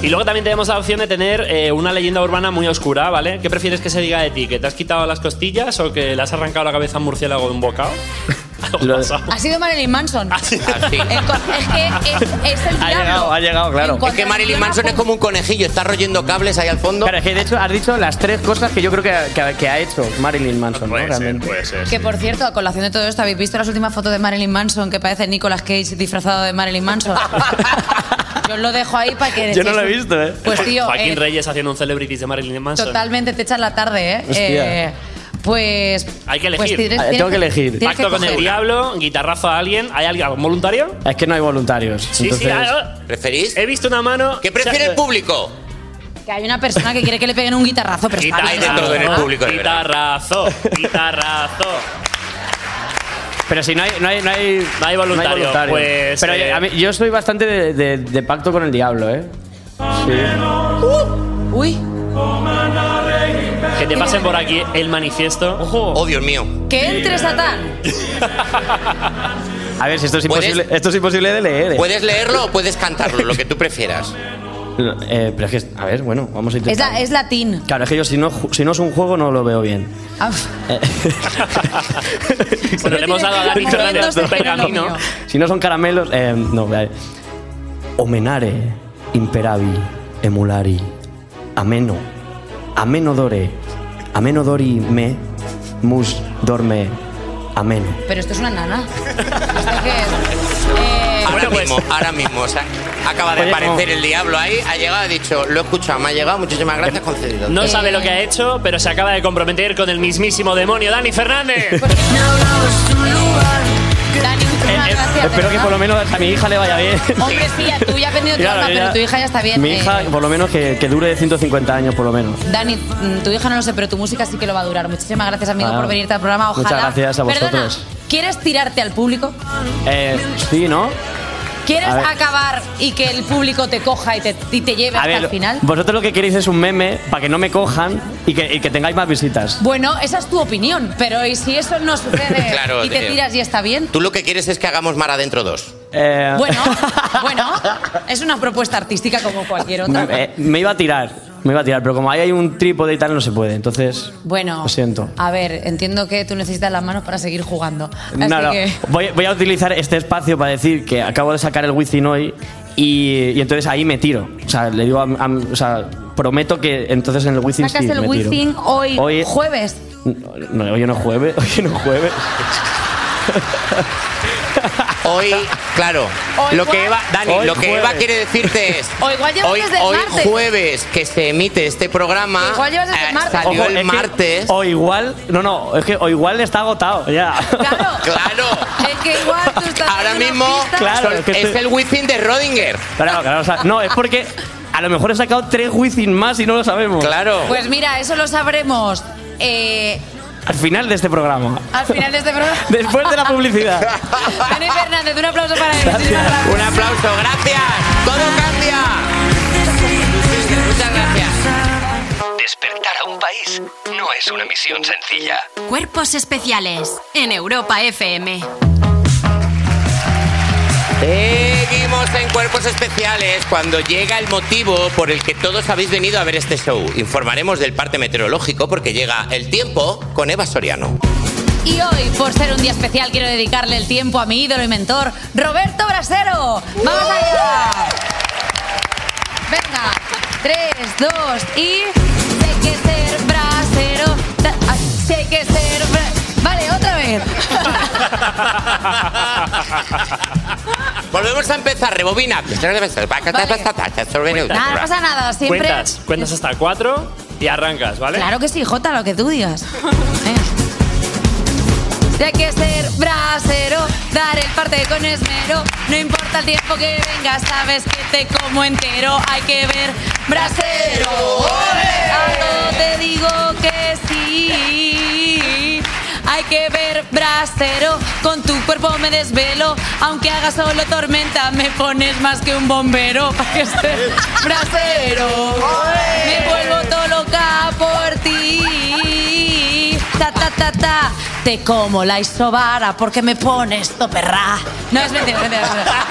Speaker 7: Y luego también tenemos la opción de tener eh, una leyenda urbana muy oscura, ¿vale? ¿Qué prefieres que se diga de ti? ¿Que te has quitado las costillas o que le has arrancado la cabeza a un murciélago de
Speaker 10: *laughs*
Speaker 7: un bocado? Algo pasado.
Speaker 3: Ha sido Marilyn Manson.
Speaker 7: Ah,
Speaker 3: *laughs* Es co- es que es, es el
Speaker 10: ha llegado,
Speaker 3: diablo.
Speaker 10: ha llegado, claro.
Speaker 4: Es que Marilyn Manson es como un conejillo, está royendo cables ahí al fondo.
Speaker 10: Claro, es que de hecho has dicho las tres cosas que yo creo que, que- que ha hecho Marilyn Manson, ¿no?
Speaker 6: Puede ser,
Speaker 10: Realmente.
Speaker 6: puede ser.
Speaker 3: Que por cierto, a colación de todo esto, ¿habéis visto las últimas fotos de Marilyn Manson que parece Nicolas Cage disfrazado de
Speaker 10: *laughs*
Speaker 3: Marilyn Manson? Yo os lo dejo ahí para que.
Speaker 10: Yo no lo he visto, ¿eh?
Speaker 3: Pues tío,
Speaker 7: Joaquín
Speaker 3: eh,
Speaker 7: Reyes haciendo un celebrities de Marilyn Manson.
Speaker 3: totalmente te echan la tarde, ¿eh?
Speaker 10: Hostia.
Speaker 3: Eh, pues.
Speaker 7: Hay que
Speaker 3: pues
Speaker 7: elegir.
Speaker 3: tienes-
Speaker 10: Ah,
Speaker 3: tienes
Speaker 10: tengo que elegir.
Speaker 3: tienes que
Speaker 7: Pacto con el
Speaker 3: coger.
Speaker 7: diablo, guitarrazo a alguien. ¿Hay alguien, algún voluntario?
Speaker 10: Es que no hay voluntarios.
Speaker 7: Sí, sí,
Speaker 10: entonces-
Speaker 7: claro.
Speaker 4: ¿Referís?
Speaker 7: He visto una mano.
Speaker 4: ¿Qué prefiere el público?
Speaker 3: Que hay una persona que quiere que le peguen un guitarrazo, pero está
Speaker 4: Guitarra-
Speaker 3: bien.
Speaker 4: dentro del público, de verdad.
Speaker 7: Guitarrazo, guitarrazo.
Speaker 10: Pero si no hay, no hay, no hay,
Speaker 7: No hay voluntario, pues,
Speaker 10: Pero
Speaker 7: eh,
Speaker 10: a mí- yo soy bastante de, de- de pacto con el diablo, ¿eh?
Speaker 3: *laughs* Uy,
Speaker 7: uh, Que te pasen por aquí el manifiesto.
Speaker 4: Oh, Dios mío.
Speaker 3: que entre Satán. Pues
Speaker 10: A ver, si esto es
Speaker 4: ¿Puedes?
Speaker 10: imposible, esto es imposible de leer. ¿eh?
Speaker 4: Puedes leerlo o puedes cantarlo, lo que tú
Speaker 10: *laughs*
Speaker 4: prefieras.
Speaker 10: Eh, pero es que, a ver, bueno, vamos a
Speaker 3: Es,
Speaker 10: intentar.
Speaker 3: la, es latín.
Speaker 10: Claro, es que yo si no, ju- si no es un juego no lo veo bien.
Speaker 3: Ah,
Speaker 10: Eh,
Speaker 4: Pues
Speaker 7: Bueno, le hemos dado a Dani
Speaker 3: Momentos
Speaker 7: Fernández
Speaker 3: de
Speaker 7: un pergamino.
Speaker 3: fenómeno.
Speaker 10: si no son caramelos, eh, no. vale. Omenare, imperavi, emulari, ameno, ameno dore, ameno dori me, mus dorme, ameno.
Speaker 3: Pero esto es una nana. ¿Esto qué es?
Speaker 10: *laughs*
Speaker 3: Eh,
Speaker 7: Bueno,
Speaker 4: Ahora
Speaker 7: pues.
Speaker 4: mismo, ahora mismo. O sea, acaba de
Speaker 10: Oye,
Speaker 4: aparecer
Speaker 10: Pues no.
Speaker 4: el diablo ahí, ha llegado, ha dicho, lo he escuchado, me ha llegado, muchísimas gracias, concedido. Eh.
Speaker 7: No sabe lo que ha hecho, pero se acaba de comprometer con el mismísimo demonio, Dani
Speaker 4: *laughs*
Speaker 7: Fernández.
Speaker 3: Dani, muchísimas
Speaker 10: Eh,
Speaker 3: gracias. de
Speaker 10: espero que
Speaker 3: verdad.
Speaker 10: por lo menos a mi hija le vaya bien.
Speaker 3: Hombre, sí, ya- tú ya has vendido tu
Speaker 10: Claro,
Speaker 3: alma,
Speaker 10: yo
Speaker 3: pero
Speaker 10: ya-
Speaker 3: tu hija ya está
Speaker 10: *laughs*
Speaker 3: bien.
Speaker 10: Mi
Speaker 3: eh.
Speaker 10: hija, por lo menos, que, que dure 150 años, por lo menos.
Speaker 3: Dani, mm, tu hija no lo sé, pero tu música sí que lo va a durar. Muchísimas gracias, amigo,
Speaker 10: Ah,
Speaker 3: por venirte al programa. Ojalá.
Speaker 10: muchas gracias a vosotros.
Speaker 3: Perdona, ¿quieres tirarte al público?
Speaker 10: Eh, sí, ¿no?
Speaker 3: ¿Quieres
Speaker 10: A ver.
Speaker 3: acabar y que el público te coja y te, y te lleve
Speaker 10: A
Speaker 3: hasta
Speaker 10: ver,
Speaker 3: el final?
Speaker 10: vosotros lo que queréis es un meme para que no me cojan y que, y que tengáis más visitas.
Speaker 3: Bueno, esa es tu opinión, pero ¿y si eso no
Speaker 10: Eh,
Speaker 4: *laughs*
Speaker 3: sucede
Speaker 4: Claro,
Speaker 3: y te
Speaker 4: tío.
Speaker 3: tiras y está bien?
Speaker 4: Tú lo que quieres es que hagamos Mar Adentro 2.
Speaker 10: Eh,
Speaker 3: Bueno, bueno, es una propuesta artística como cualquier otra.
Speaker 10: eh, me iba a tirar, me iba a tirar, pero como ahí hay un trípode y tal, no se puede. Entonces,
Speaker 3: Bueno,
Speaker 10: lo siento.
Speaker 3: a ver, entiendo que tú necesitas las manos para seguir jugando. Así
Speaker 10: No, no,
Speaker 3: que...
Speaker 10: Voy, voy a utilizar este espacio para decir que acabo de sacar el Wizzing hoy y, y entonces ahí me tiro. O sea, le digo a, a- o sea, prometo que entonces en el Wizzing
Speaker 3: Sacas
Speaker 10: sí,
Speaker 3: el
Speaker 10: me tiro.
Speaker 3: Wizzing hoy,
Speaker 10: Hoy-
Speaker 3: jueves.
Speaker 10: No, no, hoy no es jueves, *laughs* hoy no es jueves.
Speaker 4: Hoy, claro,
Speaker 3: Hoy
Speaker 4: lo que
Speaker 3: jueves.
Speaker 4: Eva, Dani,
Speaker 10: Hoy
Speaker 4: lo que
Speaker 10: jueves.
Speaker 4: Eva quiere
Speaker 10: *laughs*
Speaker 4: decirte es
Speaker 3: O igual llevas
Speaker 4: hoy,
Speaker 3: desde el
Speaker 4: hoy
Speaker 3: martes.
Speaker 4: jueves que se emite este programa,
Speaker 3: O igual llevas desde el
Speaker 4: eh,
Speaker 3: martes.
Speaker 4: salió
Speaker 10: Ojo, es
Speaker 4: el
Speaker 10: que-
Speaker 4: martes.
Speaker 10: o igual, no, no, es que o igual está agotado ya. *laughs*
Speaker 3: Claro.
Speaker 4: Claro.
Speaker 3: Es que igual tú estás
Speaker 4: Ahora
Speaker 3: haciendo
Speaker 4: mismo
Speaker 3: unas pistas.
Speaker 10: Claro, es que
Speaker 4: es
Speaker 10: estoy-
Speaker 4: el Within de Rodinger.
Speaker 10: Claro, claro, o sea, no, es porque a lo mejor he sacado tres Wizzing más y no lo sabemos.
Speaker 4: Claro.
Speaker 3: Pues mira, eso lo sabremos eh,
Speaker 10: Al final de este programa.
Speaker 3: al final de este programa.
Speaker 10: Después de la publicidad.
Speaker 3: Dani Fernández, un aplauso para él. Muchísimas
Speaker 4: *laughs*
Speaker 3: gracias.
Speaker 4: Un aplauso, gracias. Todo cambia. Muchas gracias.
Speaker 1: Despertar a un país no es una misión sencilla.
Speaker 2: Cuerpos especiales en Europa FM.
Speaker 4: Seguimos en Cuerpos Especiales cuando llega el motivo por el que todos habéis venido a ver este show. Informaremos del parte meteorológico porque llega el tiempo con Eva
Speaker 11: *laughs*
Speaker 4: Soriano.
Speaker 3: Y hoy, por ser un día especial, quiero dedicarle el tiempo a mi ídolo y mentor, Roberto Brasero. ¡Vamos allá! Venga, tres, dos y. Sé que ser brasero. ta- ah, Sé que ser. bra- Vale, otra vez.
Speaker 4: Volvemos a empezar, rebobina.
Speaker 3: Nada, no pasa nada, siempre.
Speaker 7: Cuentas, cuentas hasta cuatro y arrancas, ¿vale?
Speaker 3: Claro que sí, Jota, lo que tú digas. Eh. Hay que ser brasero, dar el parte con esmero. No importa el tiempo que venga, sabes que te como entero. Hay que ver brasero. A todo te digo que sí. Hay que ver brasero, con tu cuerpo me desvelo. Aunque haga solo tormenta, me pones más que un bombero. *laughs* Hay que ser brasero. Me vuelvo todo loca por ti. Ta, ta, ta, ta. Te como la isobara porque me pones toperra. No, es mentira, es mentira. es mentira.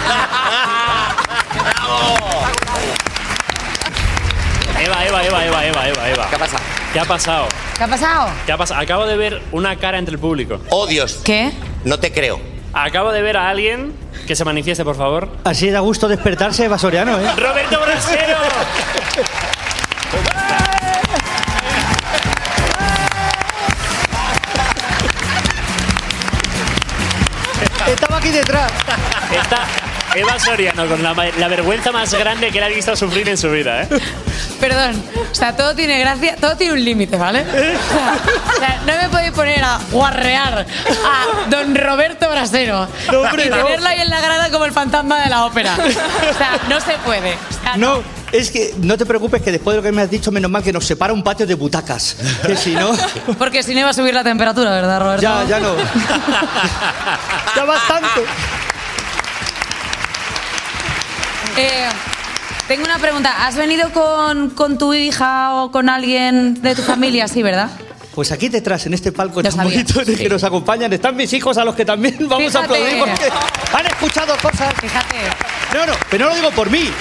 Speaker 7: Eva, Eva, Eva, Eva, Eva, Eva, Eva.
Speaker 4: ¿Qué ha pasado?
Speaker 7: ¿Qué ha pasado?
Speaker 3: ¿Qué ha pasado?
Speaker 7: ¿Qué ha pasado? Acabo de ver una cara entre el público.
Speaker 4: Oh, Dios.
Speaker 3: ¿Qué?
Speaker 4: No te creo.
Speaker 7: Acabo de ver a alguien que se manifieste, por favor.
Speaker 11: Así da gusto despertarse, Eva Soriano, ¿eh?
Speaker 7: ¡Roberto
Speaker 4: *laughs*
Speaker 7: Brasero!
Speaker 11: Estaba aquí detrás.
Speaker 7: Está Eva Soriano con la, ma- la vergüenza más grande que la ha visto sufrir en su vida, ¿eh?
Speaker 3: Perdón, o sea, todo tiene gracia, todo tiene un límite, ¿vale? O sea, o sea, no me podéis poner a guarrear a don Roberto Brasero
Speaker 11: No, hombre,
Speaker 3: y
Speaker 11: no.
Speaker 3: tenerlo ahí en la grada como el fantasma de la ópera. O sea, no se puede. O sea,
Speaker 11: No, es que no te preocupes que después de lo que me has dicho, menos mal que nos separa un patio de butacas. Que si no,
Speaker 3: Porque si no iba a subir la temperatura, ¿verdad, Roberto?
Speaker 11: ya, ya no. Ya bastante.
Speaker 3: Eh, tengo una pregunta. ¿Has venido con, con tu hija o con alguien de tu familia? Sí, ¿verdad?
Speaker 11: Pues aquí detrás, en este palco
Speaker 3: Lo
Speaker 11: tan
Speaker 3: sabía.
Speaker 11: bonito en el que nos acompañan, están mis hijos a los que también vamos
Speaker 3: Fíjate.
Speaker 11: a aplaudir porque han escuchado cosas.
Speaker 3: Fíjate.
Speaker 11: No, no, pero no lo digo por mí.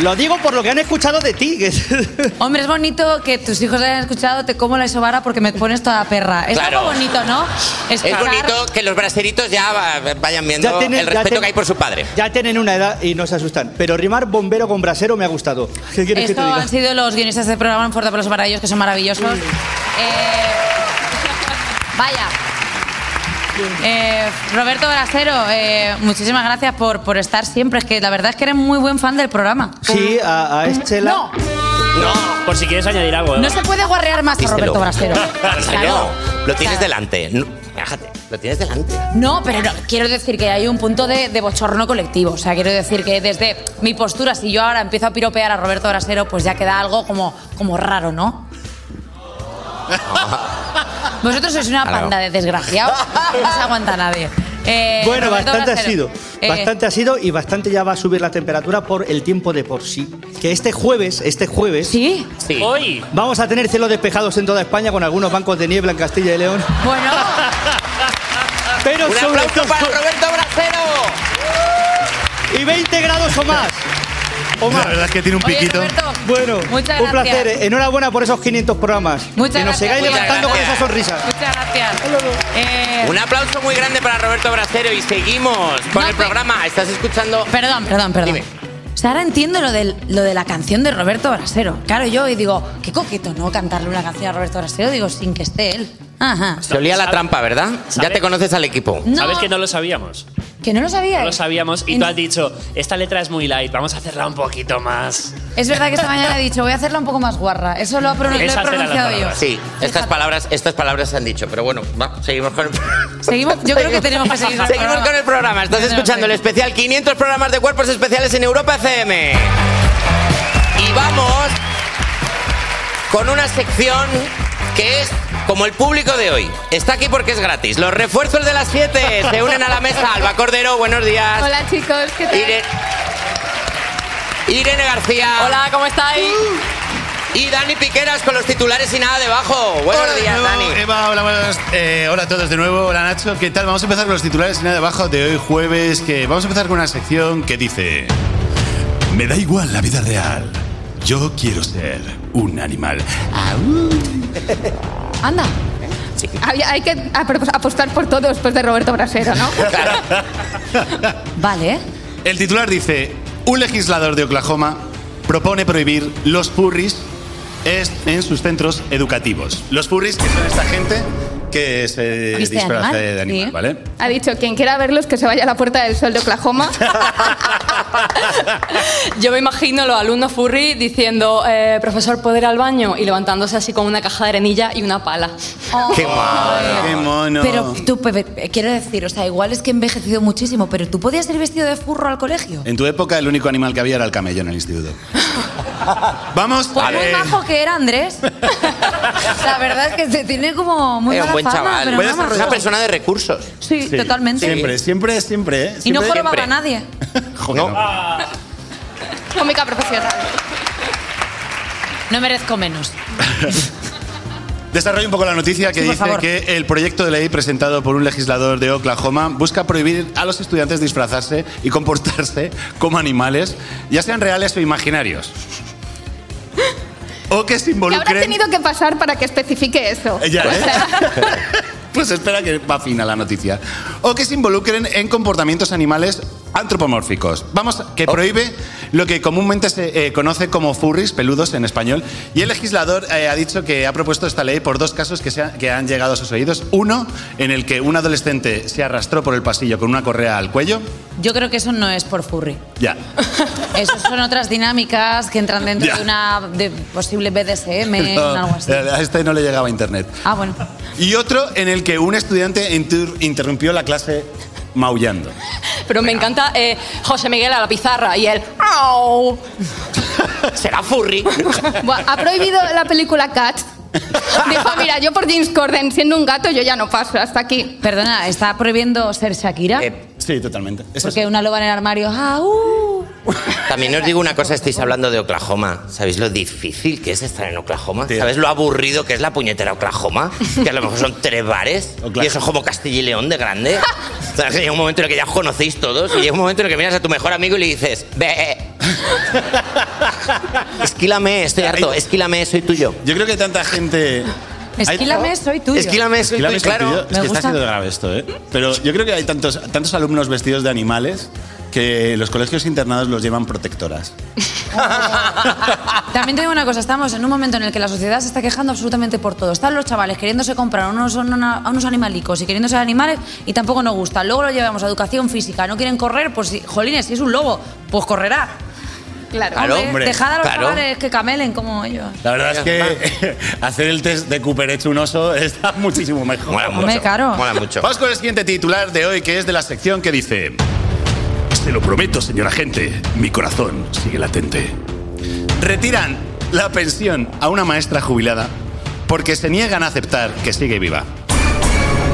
Speaker 11: Lo digo por lo que han escuchado de ti. que es- *laughs*
Speaker 3: Hombre, es bonito que tus hijos hayan escuchado Te como la isobara porque me pones toda perra. Es
Speaker 4: Claro.
Speaker 3: algo bonito, ¿no?
Speaker 4: Es
Speaker 3: Escuchar-
Speaker 4: bonito que los braseritos ya va- vayan viendo
Speaker 11: Ya tienen-
Speaker 4: el
Speaker 11: ya
Speaker 4: respeto
Speaker 11: tienen-
Speaker 4: que hay por su padre.
Speaker 11: Ya tienen una edad y no se asustan. Pero rimar bombero con brasero me ha gustado. ¿Qué quieres que
Speaker 3: Esto
Speaker 11: te diga?
Speaker 3: han sido los guionistas del programa. Un fuerte aplauso para ellos, que son maravillosos. Eh, *laughs* vaya. Eh, Roberto Brasero, eh, muchísimas gracias por, por estar siempre. Es que la verdad es que eres muy buen fan del programa.
Speaker 11: Sí, ah, a, a Estela.
Speaker 3: No,
Speaker 7: Por si quieres añadir algo, Eva.
Speaker 3: no se puede guarrear más a
Speaker 4: Díselo.
Speaker 3: Roberto
Speaker 4: *laughs*
Speaker 3: Brasero.
Speaker 4: Díselo. Lo tienes
Speaker 3: Claro. Eh.
Speaker 4: delante. No, Fíjate, lo tienes delante.
Speaker 3: No, pero no, quiero decir que hay un punto de, de bochorno colectivo. O sea, quiero decir que desde mi postura, si yo ahora empiezo a piropear a Roberto Brasero, pues ya queda algo como, como raro, ¿no? Vosotros sois
Speaker 11: Ah,
Speaker 3: una
Speaker 4: Ahora no.
Speaker 3: panda de desgraciados. No se aguanta nadie. Eh,
Speaker 11: Bueno,
Speaker 3: Roberto
Speaker 11: bastante ha sido.
Speaker 3: Brasero, eh,
Speaker 11: Bastante ha sido y bastante ya va a subir la temperatura por el tiempo de por sí. Que este jueves, este jueves,
Speaker 3: ¿Sí?
Speaker 4: Sí.
Speaker 7: Hoy.
Speaker 11: vamos a tener cielos despejados en toda España con algunos bancos de niebla en Castilla y León.
Speaker 3: Bueno,
Speaker 11: Pero
Speaker 4: ¡Un
Speaker 11: sobre
Speaker 4: aplauso
Speaker 11: todo-
Speaker 4: para Roberto Brasero!
Speaker 11: Y 20 grados o más. O
Speaker 6: La
Speaker 11: más.
Speaker 6: verdad es que tiene un
Speaker 3: oye,
Speaker 6: piquito.
Speaker 3: Roberto,
Speaker 11: Bueno,
Speaker 3: muchas
Speaker 11: un
Speaker 3: gracias.
Speaker 11: placer. eh. Enhorabuena por esos 500 programas.
Speaker 3: Muchas
Speaker 11: que nos
Speaker 3: gracias.
Speaker 11: sigáis
Speaker 3: Muchas
Speaker 11: levantando
Speaker 4: gracias.
Speaker 11: con esa sonrisa.
Speaker 3: Muchas gracias. Eh,
Speaker 4: Un aplauso muy grande para Roberto Brasero y seguimos con
Speaker 3: No,
Speaker 4: el
Speaker 3: pe-
Speaker 4: programa. ¿Estás escuchando?
Speaker 3: Perdón, perdón, perdón.
Speaker 4: Dime.
Speaker 3: O sea, ahora entiendo lo, del- lo de la canción de Roberto Brasero. Claro, yo hoy digo, qué coqueto, ¿no? Cantarle una canción a Roberto Brasero, digo, sin que esté él. Ajá.
Speaker 4: Se olía la
Speaker 7: ¿Sabe-
Speaker 4: trampa, Ah, ¿verdad? Ya
Speaker 7: sabe-
Speaker 4: te conoces al equipo.
Speaker 3: No,
Speaker 7: ¿Sabes que no lo sabíamos?
Speaker 3: que no lo sabía.
Speaker 7: No lo
Speaker 3: eh.
Speaker 7: sabíamos y
Speaker 3: En-
Speaker 7: tú has dicho, esta letra es muy light, vamos a hacerla un poquito más.
Speaker 3: Es verdad que esta mañana he dicho, voy a hacerla un poco más guarra. Eso lo, ha pronun- lo he
Speaker 7: Esas eran las
Speaker 3: pronunciado yo.
Speaker 7: palabras.
Speaker 4: Sí, estas
Speaker 3: Fíjate.
Speaker 4: palabras, estas palabras se han dicho, pero bueno, va, seguimos con el *laughs*
Speaker 3: Seguimos, yo creo que tenemos que seguir con el
Speaker 4: Seguimos
Speaker 3: programa.
Speaker 4: con el programa. Estás
Speaker 3: Yo no
Speaker 4: escuchando el
Speaker 3: sé.
Speaker 4: especial 500 programas de cuerpos especiales en Europa FM. Y vamos con una sección que es como el público de hoy. Está aquí porque es gratis. Los refuerzos de las 7 se unen a la mesa. Alba Cordero, buenos días.
Speaker 12: Hola chicos, ¿qué tal?
Speaker 4: Irene, Irene García.
Speaker 12: Hola, ¿cómo estáis?
Speaker 4: Y Dani Piqueras con los titulares y nada debajo. Oh, Buenos
Speaker 6: Hola de
Speaker 4: días,
Speaker 6: nuevo, em-
Speaker 4: Dani.
Speaker 6: Eva, hola, buenas, eh, hola a todos de nuevo. Hola, Nacho. ¿Qué tal? Vamos a empezar con los titulares y nada debajo de hoy jueves. Que vamos a empezar con una sección que dice: Me da igual la vida real. Yo quiero ser un animal.
Speaker 3: Anda.
Speaker 12: Había- hay que ap- apostar por todo después de Roberto Brasero,
Speaker 4: *laughs*
Speaker 12: ¿no?
Speaker 3: Vale.
Speaker 6: El titular dice: Un legislador de Oklahoma propone prohibir los furries es- en sus centros educativos. Los furries, que son esta gente que se
Speaker 3: Viste de
Speaker 6: disfraza
Speaker 3: animal,
Speaker 6: de animal,
Speaker 3: sí.
Speaker 6: ¿vale?
Speaker 12: Ha dicho, quien quiera verlos que se vaya a la Puerta del Sol de
Speaker 6: *laughs*
Speaker 12: Oklahoma.
Speaker 13: Yo me imagino los alumnos furry diciendo, eh, profesor, ¿puedo ir al baño? Y levantándose así con una caja de arenilla y una pala.
Speaker 6: ¡Qué mono! ¡Qué mono!
Speaker 3: Oh. Pero tú, Pepe, eh, quiero decir, o sea, igual es que he envejecido muchísimo, pero tú podías ir vestido de furro al colegio.
Speaker 6: En tu época el único animal que había era el camello en el instituto. Vamos
Speaker 3: Pues
Speaker 6: a
Speaker 3: muy
Speaker 6: ver.
Speaker 3: majo que
Speaker 4: *laughs*
Speaker 3: era Andrés. La verdad es que se tiene como muy
Speaker 4: Era un
Speaker 3: mala
Speaker 4: buen
Speaker 3: fama,
Speaker 4: chaval.
Speaker 3: pero
Speaker 4: Bueno,
Speaker 3: no majo.
Speaker 4: es una persona de recursos.
Speaker 3: Sí, totalmente.
Speaker 6: Siempre, siempre, siempre, ¿eh?
Speaker 3: Y no
Speaker 6: Siempre-
Speaker 3: jorobaba a
Speaker 4: siempre.
Speaker 3: nadie.
Speaker 6: Joder, no.
Speaker 12: Cómica profesional.
Speaker 3: No merezco menos.
Speaker 6: Desarrollo un poco la noticia que
Speaker 3: Sí, por
Speaker 6: dice
Speaker 3: favor.
Speaker 6: que el proyecto de ley presentado por un legislador de Oklahoma busca prohibir a los estudiantes disfrazarse y comportarse como animales, ya sean reales o imaginarios. o que se
Speaker 12: ¿Qué habrá
Speaker 6: involucren.
Speaker 12: tenido que pasar para que especifique eso?
Speaker 6: Ya, ¿eh? Pues espera que va fina la noticia. O que se involucren en comportamientos animales antropomórficos. Vamos, que prohíbe lo que comúnmente se eh, conoce como furries, peludos en español. Y el legislador eh, ha dicho que ha propuesto esta ley por dos casos que, se ha- que han llegado a sus oídos. Uno, en el que un adolescente se arrastró por el pasillo con una correa al cuello.
Speaker 3: Yo creo que eso no es por furry.
Speaker 6: Ya.
Speaker 3: Eso son otras dinámicas que entran dentro
Speaker 6: Ya.
Speaker 3: de una de posible
Speaker 6: *laughs*
Speaker 3: BDSM
Speaker 6: No,
Speaker 3: o algo así.
Speaker 6: a este no le llegaba internet.
Speaker 3: Ah, bueno.
Speaker 6: Y otro en el que un estudiante inter- interrumpió la clase maullando.
Speaker 13: Pero me encanta eh, José Miguel a la pizarra y él.
Speaker 6: *laughs*
Speaker 13: "Au".
Speaker 4: Será furry.
Speaker 12: Buah, ha prohibido la película Cats. Dijo, mira, yo por James Corden siendo un gato yo ya no paso hasta aquí.
Speaker 3: Perdona, ¿está prohibiendo ser Shakira?
Speaker 6: Sí, totalmente. Eh, Eso
Speaker 3: Porque una loba en el armario. ¡Ah, uh!
Speaker 4: También os digo una cosa, estáis hablando de Oklahoma. ¿Sabéis lo difícil que es estar en Oklahoma? ¿Sabéis lo aburrido que es la puñetera Oklahoma? Que a lo mejor son tres bares y eso es como Castilla y León de grande. O sea, que llega un momento en el que ya os conocéis todos y llega un momento en el que miras a tu mejor amigo y le dices,
Speaker 6: *laughs*
Speaker 4: ve, esquílame, estoy harto, esquílame, soy tuyo.
Speaker 6: Yo creo que tanta gente...
Speaker 3: Esquílame, soy tuyo.
Speaker 4: Esquílame, soy
Speaker 6: Esquílame, soy
Speaker 4: tuyo,
Speaker 6: tuyo. Es
Speaker 4: claro.
Speaker 3: Me
Speaker 6: que está
Speaker 3: gusta.
Speaker 6: siendo grave esto, ¿eh? Pero yo creo que hay tantos, tantos alumnos vestidos de animales que los colegios internados los llevan protectoras.
Speaker 3: También te digo una cosa, estamos en un momento en el que la sociedad se está quejando absolutamente por todo. Están los chavales queriéndose comprar unos, una- a unos animalicos y queriendo ser animales y tampoco nos gusta. Luego lo llevamos a educación física, no quieren correr, pues si- jolines, si es un lobo, pues correrá.
Speaker 12: Claro.
Speaker 6: hombre,
Speaker 3: dejad a los
Speaker 6: claro.
Speaker 3: chavales que camelen como ellos.
Speaker 6: La verdad es que *laughs* hacer el test de Cooper hecho un oso está muchísimo mejor. Mola
Speaker 3: Hombre, mucho. claro. Mola
Speaker 4: mucho.
Speaker 6: Vamos con el siguiente titular de hoy, que es de la sección que dice... Se lo prometo, señora gente, mi corazón sigue latente. Retiran la pensión a una maestra jubilada porque se niegan a aceptar que sigue viva.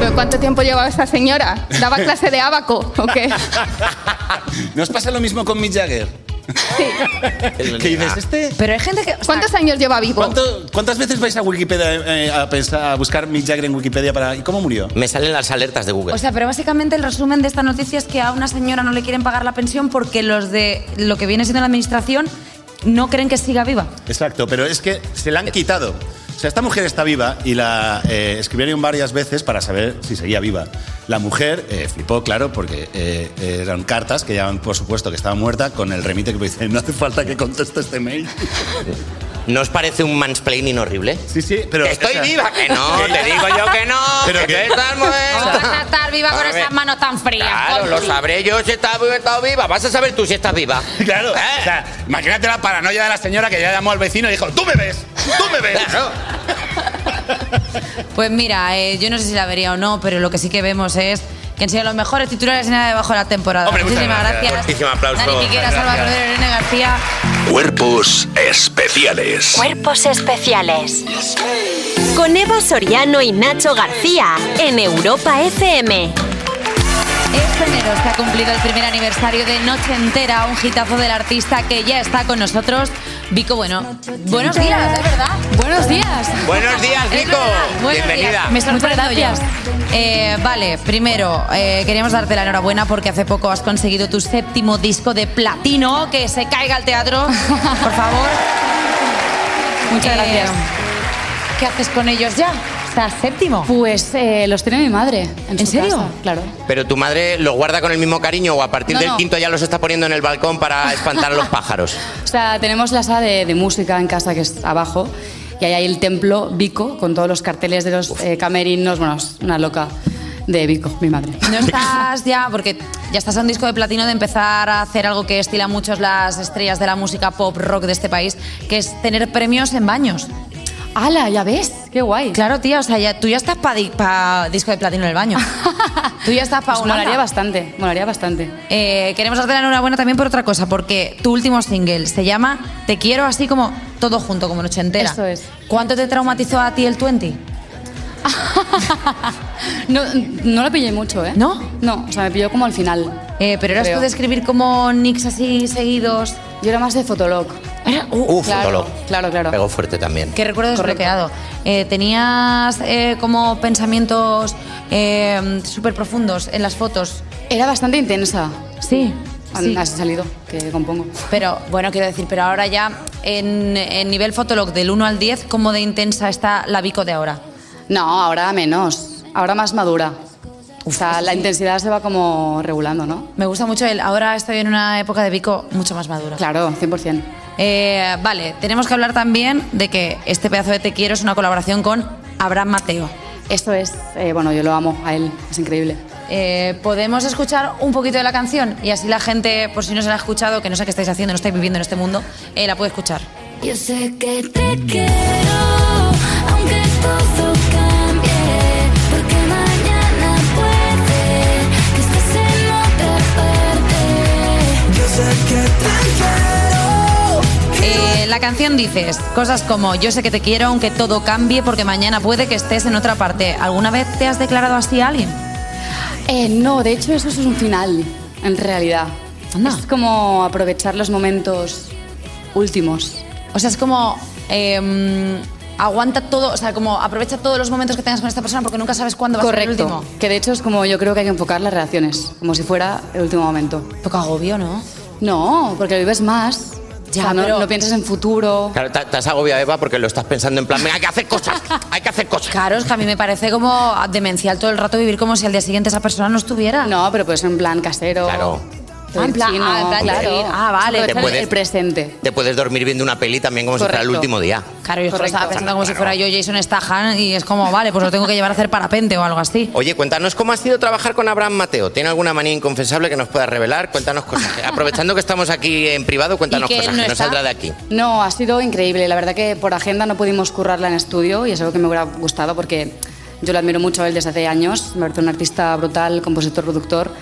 Speaker 12: ¿Pero cuánto tiempo llevaba esta señora?
Speaker 6: *laughs*
Speaker 12: ¿Daba clase de abaco o qué?
Speaker 6: ¿Nos pasa lo mismo con Mick Jagger? *laughs* ¿Qué dices? ¿Este?
Speaker 3: Pero hay gente que...
Speaker 12: ¿Cuántos años lleva vivo?
Speaker 6: ¿Cuánto- ¿Cuántas veces vais a Wikipedia eh, a, pensar, a buscar Mick Jagger en Wikipedia para... ¿Y cómo murió?
Speaker 4: Me salen las alertas de Google.
Speaker 3: O sea, pero básicamente el resumen de esta noticia es que a una señora no le quieren pagar la pensión porque los de lo que viene siendo la administración no creen que siga viva.
Speaker 6: Exacto, pero es que se la han quitado. O sea, esta mujer está viva y la eh, escribieron varias veces para saber si seguía viva. La mujer eh, flipó, claro, porque eh, eran cartas que ya, por supuesto, que estaba muerta con el remite que me dice, no hace falta que conteste este mail.
Speaker 4: ¿No os parece un mansplaining horrible?
Speaker 6: Sí, sí, pero...
Speaker 4: Estoy
Speaker 6: o sea-
Speaker 4: viva, que no, te digo yo que no.
Speaker 6: *laughs* Pero
Speaker 4: que
Speaker 6: que-
Speaker 4: te estás
Speaker 3: *laughs*
Speaker 4: moviendo.
Speaker 3: No vas a estar viva
Speaker 4: A
Speaker 3: con
Speaker 4: ver.
Speaker 3: esas manos tan frías.
Speaker 4: Claro, lo
Speaker 3: Conchi.
Speaker 4: sabré yo si estás viva, estás viva. Vas a saber tú si estás viva.
Speaker 6: *laughs*
Speaker 4: ¿Eh?
Speaker 6: Claro, o sea, imagínate la paranoia de la señora que ya llamó al vecino y dijo, tú me ves, tú me ves.
Speaker 3: Pues mira, eh, yo no sé si la vería o no, pero lo que sí que vemos es que han sido los mejores titulares en la debajo de la temporada.
Speaker 9: Hombre, muchas
Speaker 3: Muchísimas
Speaker 9: gracias.
Speaker 3: gracias.
Speaker 9: Fortísimo aplauso.
Speaker 3: Dani Piquera,
Speaker 9: Gracias.
Speaker 3: Salvador Irene García.
Speaker 9: Cuerpos especiales.
Speaker 2: Cuerpos especiales. Con Evo Soriano y Nacho García en Europa FM.
Speaker 3: Este enero se ha cumplido el primer aniversario de Noche Entera, un hitazo del artista que ya está con nosotros, Vico Bueno. Buenos días, es verdad.
Speaker 13: Buenos días.
Speaker 4: Buenos días,
Speaker 3: Es
Speaker 4: Vico.
Speaker 3: verdad, buenos
Speaker 4: Bienvenida.
Speaker 3: días. Me sorprendo ya. Eh, vale, primero, eh, queríamos darte la enhorabuena porque hace poco has conseguido tu séptimo disco de platino. Que se caiga al *laughs* teatro, por favor. Eh,
Speaker 14: Muchas gracias.
Speaker 3: ¿Qué haces con ellos ya? ¿Estás séptimo?
Speaker 14: Pues eh, los tiene mi madre. ¿En, su
Speaker 3: serio?
Speaker 14: casa, claro.
Speaker 4: Pero tu madre los guarda con el mismo cariño o a partir
Speaker 14: No,
Speaker 4: del
Speaker 14: no.
Speaker 4: quinto ya los está poniendo en el balcón
Speaker 14: *laughs*
Speaker 4: para espantar a los pájaros.
Speaker 14: O sea, tenemos la sala de, de música en casa que es abajo y ahí hay el templo Vico con todos los carteles de los eh, camerinos. Bueno, es una loca de Vico, mi madre.
Speaker 3: *laughs* No estás ya, porque ya estás a un disco de platino de empezar a hacer algo que estila muchos las estrellas de la música pop rock de este país, que es tener premios en baños.
Speaker 14: ¡Hala! Ya ves, qué guay.
Speaker 3: Claro, tía, o sea, ya, tú ya estás para disco de platino en el baño. tú ya estás para
Speaker 14: Pues molaría bastante, molaría bastante.
Speaker 3: Eh, queremos darte la enhorabuena también por otra cosa, porque tu último single se llama Te quiero así como todo junto, como noche entera.
Speaker 14: Eso es.
Speaker 3: ¿Cuánto te traumatizó a ti el 20?
Speaker 14: No, no lo pillé mucho, ¿eh?
Speaker 3: ¿No? Eh,
Speaker 14: No, o sea, me pilló como al final.
Speaker 3: pero eras tú de escribir como nicks así seguidos.
Speaker 14: Yo era más de Fotolog.
Speaker 4: Uf,
Speaker 14: uh, claro,
Speaker 4: Fotolog.
Speaker 14: Claro, claro.
Speaker 4: Pegó fuerte también.
Speaker 3: ¿Qué recuerdo desbloqueado? Eh, ¿Tenías eh, como pensamientos eh, súper profundos en las fotos?
Speaker 14: Era bastante intensa.
Speaker 3: Sí.
Speaker 14: Has salido, que compongo.
Speaker 3: Pero bueno, quiero decir, pero ahora ya en, en nivel fotolog del 1 al 10, ¿cómo de intensa está la Vico de ahora?
Speaker 14: No, ahora menos. Ahora más madura. o sea,
Speaker 3: pues
Speaker 14: la intensidad se va como regulando, ¿no?
Speaker 3: Me gusta mucho el. Ahora estoy en una época de Vico mucho más madura.
Speaker 14: Claro, 100%.
Speaker 3: Eh, vale, tenemos que hablar también de que este pedazo de Te Quiero es una colaboración con Abraham Mateo.
Speaker 14: Esto es, eh, bueno, yo lo amo a él, es increíble.
Speaker 3: Eh, ¿Podemos escuchar un poquito de la canción? Y así la gente, por si no se la ha escuchado, que no sé qué estáis haciendo, no estáis viviendo en este mundo, eh, la puede escuchar.
Speaker 5: Yo sé que te quiero, aunque todo cambie, porque mañana puede que estés en otra parte. Yo sé que te quiero.
Speaker 3: Eh, la canción dices cosas como yo sé que te quiero aunque todo cambie porque mañana puede que estés en otra parte. ¿Alguna vez te has declarado así a alguien?
Speaker 14: Eh, no, de hecho eso es un final, en realidad. Es como aprovechar los momentos últimos.
Speaker 3: O sea, es como eh, aguanta todo, o sea, como aprovecha todos los momentos que tengas con esta persona porque nunca sabes cuándo va a ser el
Speaker 14: Correcto.
Speaker 3: último.
Speaker 14: Que de hecho es como yo creo que hay que enfocar las relaciones, como si fuera el último momento.
Speaker 3: Poco agobio, ¿no?
Speaker 14: No, porque lo vives más. Ya, no, no piensas en futuro.
Speaker 4: Claro, te, te has agobiado, Eva, porque lo estás pensando en plan, "Venga, hay que hacer cosas, hay que hacer cosas.
Speaker 3: Claro, es que a mí me parece como demencial todo el rato vivir como si al día siguiente esa persona no estuviera.
Speaker 14: No, pero pues en plan casero.
Speaker 4: Claro.
Speaker 14: Todo
Speaker 3: Ah, en plan-
Speaker 14: chino,
Speaker 3: ah, en plan
Speaker 14: claro.
Speaker 3: chino. Ah, vale.
Speaker 14: Aprovechar
Speaker 4: Te puedes-
Speaker 14: el presente.
Speaker 4: Te puedes dormir viendo una peli también como si fuera el
Speaker 14: Correcto.
Speaker 4: último día.
Speaker 3: Claro, yo esto lo
Speaker 14: Correcto.
Speaker 3: estaba pensando como si fuera yo Jason Statham y es como, vale, pues lo tengo que llevar a hacer parapente o algo así.
Speaker 4: Oye, cuéntanos cómo ha sido trabajar con Abraham Mateo. ¿Tiene alguna manía inconfesable que nos pueda revelar? Cuéntanos cosas.
Speaker 14: *laughs*
Speaker 4: Aprovechando que estamos aquí en privado, cuéntanos
Speaker 14: que
Speaker 4: cosas
Speaker 14: él no
Speaker 4: que no
Speaker 14: está?
Speaker 4: saldrá de aquí.
Speaker 14: No, ha sido increíble. La verdad que por agenda no pudimos currarla en estudio y es algo que me hubiera gustado porque yo lo admiro mucho a él desde hace años. Me parece un artista brutal, compositor, productor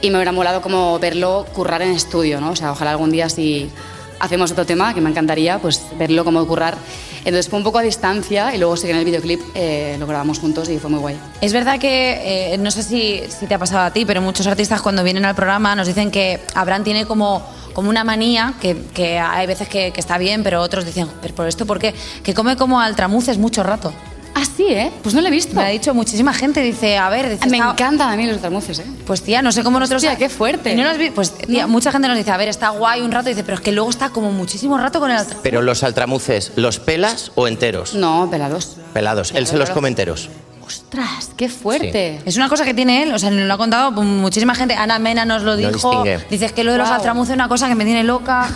Speaker 14: y me hubiera molado como verlo currar en estudio, ¿no? O sea, ojalá algún día si hacemos otro tema, que me encantaría, pues verlo como currar. Entonces fue un poco a distancia y luego sí que en el videoclip eh, lo grabamos juntos y fue muy guay.
Speaker 3: Es verdad que, eh, no sé si, si te ha pasado a ti, pero muchos artistas cuando vienen al programa nos dicen que Abraham tiene como, como una manía, que, que hay veces que, que está bien, pero otros dicen, pero por esto, ¿por qué? Que come como altramuces mucho rato.
Speaker 14: Ah, sí, ¿eh? Pues no lo he visto.
Speaker 3: Me ha dicho muchísima gente, dice, a ver, dice,
Speaker 14: Me
Speaker 3: está-
Speaker 14: encantan *laughs* a mí los almuces, ¿eh?
Speaker 3: Pues tía, no sé cómo nosotros...
Speaker 14: Hostia, qué fuerte.
Speaker 3: Y no nos vi- pues tía, mucha gente nos dice, a ver, está guay un rato, dice, pero es que luego está como muchísimo rato con el altramuces.
Speaker 4: Pero los altramuces, ¿los pelas o enteros?
Speaker 14: No, pelados.
Speaker 4: Pelados. Él se los
Speaker 3: Claro.
Speaker 4: come enteros.
Speaker 14: ¡Ostras, qué fuerte!
Speaker 3: Es una cosa que tiene él, o sea, nos lo ha contado muchísima gente. Ana Mena nos lo
Speaker 4: Lo
Speaker 3: dijo.
Speaker 4: distingue.
Speaker 3: Dices que lo de los
Speaker 14: Guau.
Speaker 3: altramuces es una cosa que me tiene loca.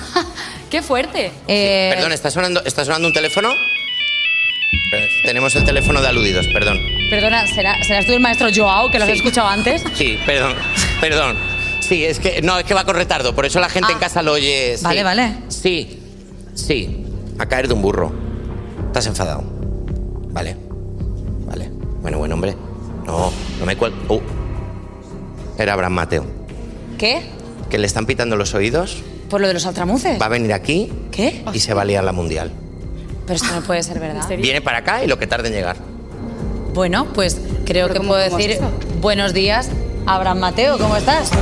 Speaker 14: ¡Qué fuerte!
Speaker 3: Eh,
Speaker 4: Perdón, ¿está sonando, ¿está sonando un teléfono? Eh, Tenemos el teléfono de aludidos, perdón.
Speaker 3: Perdona, ¿será- ¿serás tú el maestro Joao, que lo has escuchado antes?
Speaker 4: Sí, perdón, perdón. Sí, es que no, es que va con retardo, por eso la gente en casa lo oye. sí.
Speaker 3: Ah. Vale, vale.
Speaker 4: Sí, sí, a caer de un burro. Estás enfadado. Vale, vale. Bueno, buen hombre. No, no me cuel... Uh. Era Abraham Mateo.
Speaker 3: ¿Qué?
Speaker 4: Que le están pitando los oídos,
Speaker 3: ¿Por lo de los altramuces?
Speaker 4: va a venir aquí
Speaker 3: ¿Qué?
Speaker 4: y se va a liar la mundial.
Speaker 3: Pero esto no puede ser verdad.
Speaker 4: Viene para acá y lo que tarde en llegar.
Speaker 3: Bueno, pues creo que puedo
Speaker 14: cómo has
Speaker 3: decir buenos días. Abraham Mateo, ¿cómo estás? Tío?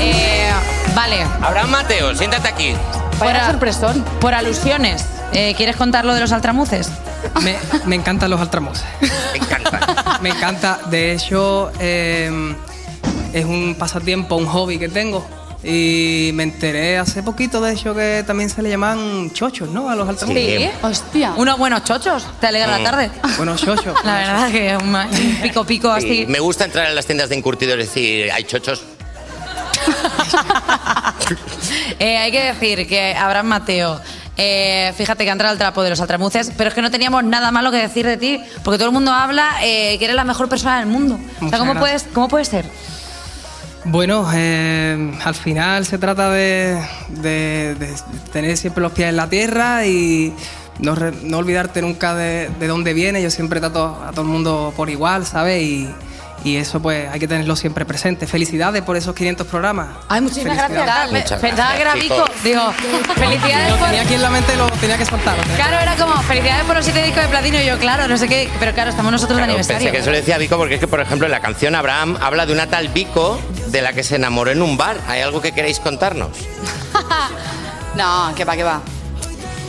Speaker 3: Eh, vale,
Speaker 4: Abraham Mateo, siéntate aquí.
Speaker 3: Fuera.
Speaker 14: sorpresón.
Speaker 3: por alusiones, eh, ¿quieres contar lo de los altramuces?
Speaker 15: Me, me encantan los altramuses.
Speaker 4: Me encanta.
Speaker 15: Me encanta. De hecho, eh, es un pasatiempo, un hobby que tengo. Y me enteré hace poquito, de hecho, que también se le llaman chochos, ¿no? A los altramuses.
Speaker 14: Hostia.
Speaker 3: Unos buenos chochos, te alegra
Speaker 4: Mm.
Speaker 3: la tarde.
Speaker 15: Buenos chochos.
Speaker 3: La verdad que un ma- un pico pico
Speaker 4: Sí,
Speaker 3: así.
Speaker 4: Me gusta entrar en las tiendas de encurtido y decir, hay chochos.
Speaker 3: Eh, hay que decir que Abraham Mateo, eh, fíjate que ha entrado al trapo de los altramuces, pero es que no teníamos nada malo que decir de ti, porque todo el mundo habla eh, que eres la mejor persona del mundo. o sea,
Speaker 15: Muchas
Speaker 3: ¿cómo
Speaker 15: gracias.
Speaker 3: puedes, ¿cómo puedes ser?
Speaker 15: Bueno, eh, al final se trata de, de- de tener siempre los pies en la tierra y no, re- no olvidarte nunca de, de dónde viene. Yo siempre trato a todo el mundo por igual, ¿sabes? Y, y eso pues hay que tenerlo siempre presente. Felicidades por esos 500 programas.
Speaker 3: Ay, muchísimas gracias.
Speaker 15: Felicidades.
Speaker 3: Pe-
Speaker 15: Muchas
Speaker 3: Pensaba que era
Speaker 15: gracias,
Speaker 3: Vico.
Speaker 15: chicos.
Speaker 3: Digo, felicidades
Speaker 15: Lo
Speaker 3: por.
Speaker 15: tenía aquí en la mente y lo tenía que soltar. lo tenía que
Speaker 3: Claro, era como, felicidades por los siete discos de platino. Y yo, claro, no sé qué. Pero claro, estamos nosotros de
Speaker 4: Claro,
Speaker 3: aniversario.
Speaker 4: pensé que eso le decía Vico porque es que, por ejemplo, en la canción Abraham habla de una tal Vico de la que se enamoró en un bar. ¿Hay algo que queréis contarnos?
Speaker 14: No, que va, que va.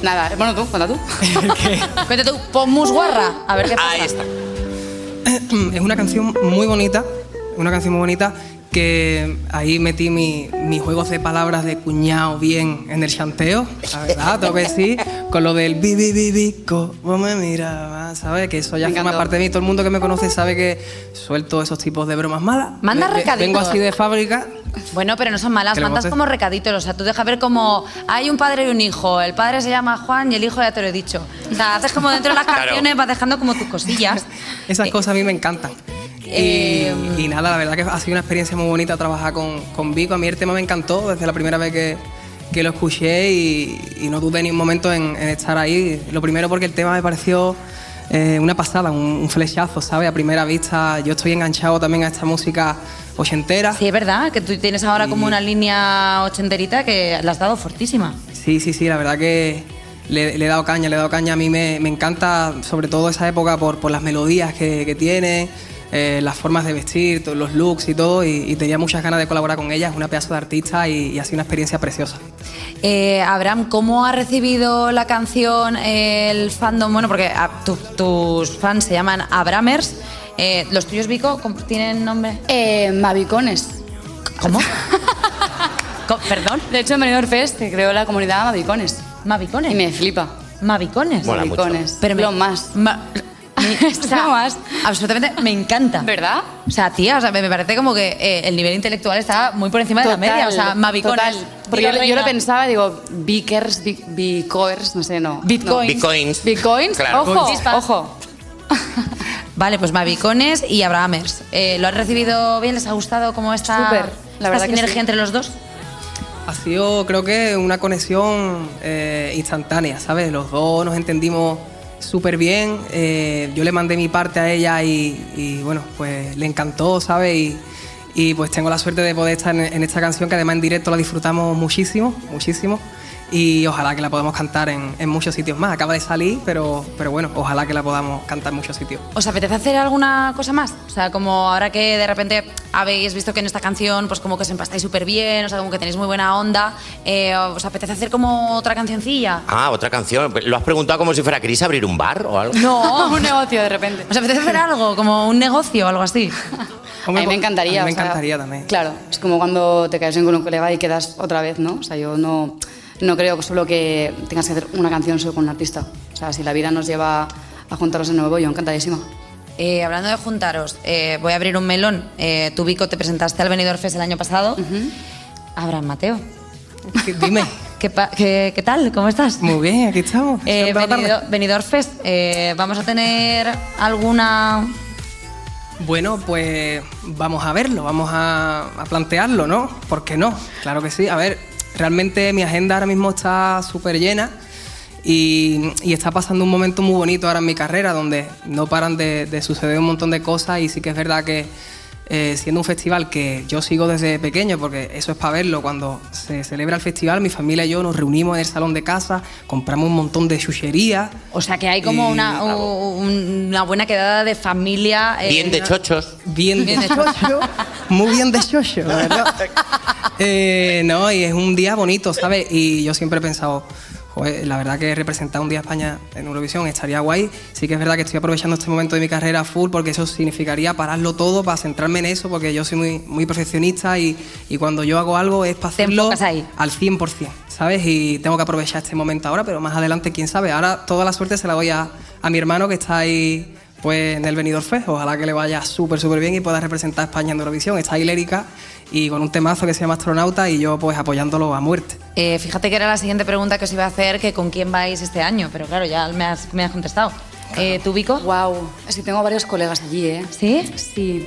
Speaker 14: Nada, bueno, tú,
Speaker 3: *laughs*
Speaker 14: cuenta tú.
Speaker 3: Vete tú, pon musguarra. A ver qué pasa. Ahí está.
Speaker 15: *clears throat* Es una canción muy bonita, una canción muy bonita que ahí metí mi- mis juegos de palabras de cuñado bien en el chanteo, la verdad, tengo que decir, con lo del bibi bibico, vos me mirabas, ¿sabes? Que eso ya
Speaker 3: Me
Speaker 15: forma
Speaker 3: encantó.
Speaker 15: parte de mí, todo el mundo que me conoce sabe que suelto esos tipos de bromas malas.
Speaker 3: Manda
Speaker 15: Ve- ve-
Speaker 3: recaditos.
Speaker 15: Vengo así de fábrica,
Speaker 3: Bueno, pero no son malas,
Speaker 15: Que lo
Speaker 3: mandas
Speaker 15: votes.
Speaker 3: como recaditos. O sea, tú dejas ver como hay un padre y un hijo. El padre se llama Juan y el hijo ya te lo he dicho. O sea, haces como dentro de las
Speaker 15: Claro.
Speaker 3: canciones, vas dejando como tus cosillas.
Speaker 15: Esas
Speaker 3: Eh,
Speaker 15: cosas a mí me encantan. Y,
Speaker 3: em,
Speaker 15: y nada, la verdad que ha sido una experiencia muy bonita trabajar con, con Vico. A mí el tema me encantó desde la primera vez que, que lo escuché y, y no dudé ni un momento en, en estar ahí. Lo primero porque el tema me pareció eh, una pasada, un, un flechazo, ¿sabes? A primera vista yo estoy enganchado también a esta música ochentera.
Speaker 3: Sí, es verdad, que tú tienes ahora como una línea ochenterita que la has dado fortísima.
Speaker 15: Sí, sí, sí, la verdad que le, le he dado caña, le he dado caña. A mí me, me encanta sobre todo esa época por, por las melodías que, que tiene, eh, las formas de vestir, to- los looks y todo. Y, y tenía muchas ganas de colaborar con ella. Es una pedazo de artista y, y ha sido una experiencia preciosa.
Speaker 3: Eh, Abraham, ¿cómo ha recibido la canción eh, el fandom? Bueno, porque ah, tu- tus fans se llaman Abramers. Eh, ¿Los tuyos, Vico, com- tienen nombre?
Speaker 14: Eh, Mavicones. *laughs*
Speaker 3: ¿Cómo? ¿Perdón?
Speaker 14: De hecho, en Benidorm Fest se creó la comunidad Mavicones.
Speaker 3: ¿Mavicones?
Speaker 14: Y me flipa.
Speaker 3: Mavicones.
Speaker 14: Mola mucho. Mavicones. Lo
Speaker 3: más.
Speaker 14: *laughs*
Speaker 3: más. Absolutamente, me encanta. ¿Verdad? O sea, tía, o sea, me me parece como que eh, el nivel intelectual está muy por encima de la
Speaker 14: Total,
Speaker 3: media. O sea, mavicones.
Speaker 14: total. Porque yo, yo lo pensaba, digo, bikers, bi- bicoers, no sé, no.
Speaker 3: Bitcoins.
Speaker 14: No.
Speaker 4: Bitcoins.
Speaker 14: Bitcoins,
Speaker 3: Claro.
Speaker 14: ojo,
Speaker 3: Chispas.
Speaker 14: ojo.
Speaker 3: *laughs* Vale, pues Mavicones y Abrahamers. Eh, ¿Lo han recibido bien? ¿Les ha gustado cómo está
Speaker 15: Súper, la
Speaker 3: esta
Speaker 15: verdad que
Speaker 3: sinergia
Speaker 15: sí.
Speaker 3: entre los dos?
Speaker 15: Ha sido, creo que, una conexión eh, instantánea, ¿sabes? Los dos nos entendimos súper bien. eh, yo le mandé mi parte a ella y, y, bueno, pues le encantó, ¿sabes? Y, y, pues tengo la suerte de poder estar en, en esta canción, que además en directo la disfrutamos muchísimo, muchísimo. Y ojalá que la podamos cantar en, en muchos sitios más. Acaba de salir, pero, pero bueno, ojalá que la podamos cantar en muchos sitios.
Speaker 3: ¿Os apetece hacer alguna cosa más? O sea, como ahora que de repente habéis visto que en esta canción, pues como que os empastáis súper bien, o sea, como que tenéis muy buena onda, eh, ¿os apetece hacer como otra cancioncilla?
Speaker 4: Ah, otra canción. ¿Lo has preguntado como si fuera Cris a abrir un bar o algo?
Speaker 14: *laughs*
Speaker 3: No,
Speaker 14: un negocio de repente.
Speaker 3: ¿Os apetece hacer algo? Como un negocio o algo así.
Speaker 14: *laughs* A mí me encantaría.
Speaker 3: a mí me
Speaker 14: o sea,
Speaker 3: encantaría
Speaker 15: también.
Speaker 14: Claro, es como cuando te caes bien con un colega y quedas otra vez, ¿no? O sea, yo no, no creo que solo que tengas que hacer una canción solo con un artista. O sea, si la vida nos lleva a juntarnos de nuevo, yo encantadísima.
Speaker 3: Eh, hablando de juntaros, eh, voy a abrir un melón. Eh, tú, Vico, te presentaste al Benidorm Fest el año pasado. Abraham Mateo.
Speaker 15: Dime.
Speaker 3: ¿Qué, pa- qué- qué tal? ¿Cómo estás?
Speaker 15: Muy bien, aquí estamos.
Speaker 3: Eh,
Speaker 15: Siempre a la tarde.
Speaker 3: Benidorm- Benidorm Fest, eh, vamos a tener alguna...
Speaker 15: Bueno, pues vamos a verlo, vamos a, a plantearlo, ¿no? ¿Por qué no? Claro que sí. A ver, realmente mi agenda ahora mismo está súper llena y, y está pasando un momento muy bonito ahora en mi carrera donde no paran de, de suceder un montón de cosas y sí que es verdad que eh, siendo un festival que yo sigo desde pequeño, porque eso es para verlo, cuando se celebra el festival, mi familia y yo nos reunimos en el salón de casa, compramos un montón de chucherías.
Speaker 3: O sea, que hay como
Speaker 15: Y-
Speaker 14: Mm,
Speaker 3: una, un- una buena quedada de familia. eh, una-
Speaker 4: chochos.
Speaker 15: Bien de
Speaker 3: Bien de
Speaker 15: chochos. Muy bien de chochos, la verdad. *laughs* Eh, no, y es un día bonito, ¿sabes? Y yo siempre he pensado, "Joder, la verdad que representar un día a España en Eurovisión estaría guay. Sí que es verdad que estoy aprovechando este momento de mi carrera full porque eso significaría pararlo todo para centrarme en eso porque yo soy muy, muy perfeccionista y, y cuando yo hago algo es para hacerlo al 100%, ¿sabes? Y tengo que aprovechar este momento ahora, pero más adelante, quién sabe. Ahora toda la suerte se la voy a, a mi hermano que está ahí pues en el Benidorm Fest. Ojalá que le vaya súper, súper bien y pueda representar a España en Eurovisión. Está ahí Lérica y con un temazo que se llama Astronauta y yo pues apoyándolo a muerte.
Speaker 3: *laughs* Eh, fíjate que era la siguiente pregunta que os iba a hacer, que con quién vais este año, pero claro, ya me has, me has contestado. Eh, ¿Tú, Vico?
Speaker 14: Wow, es que tengo varios colegas allí, ¿eh?
Speaker 3: ¿Sí?
Speaker 14: Sí.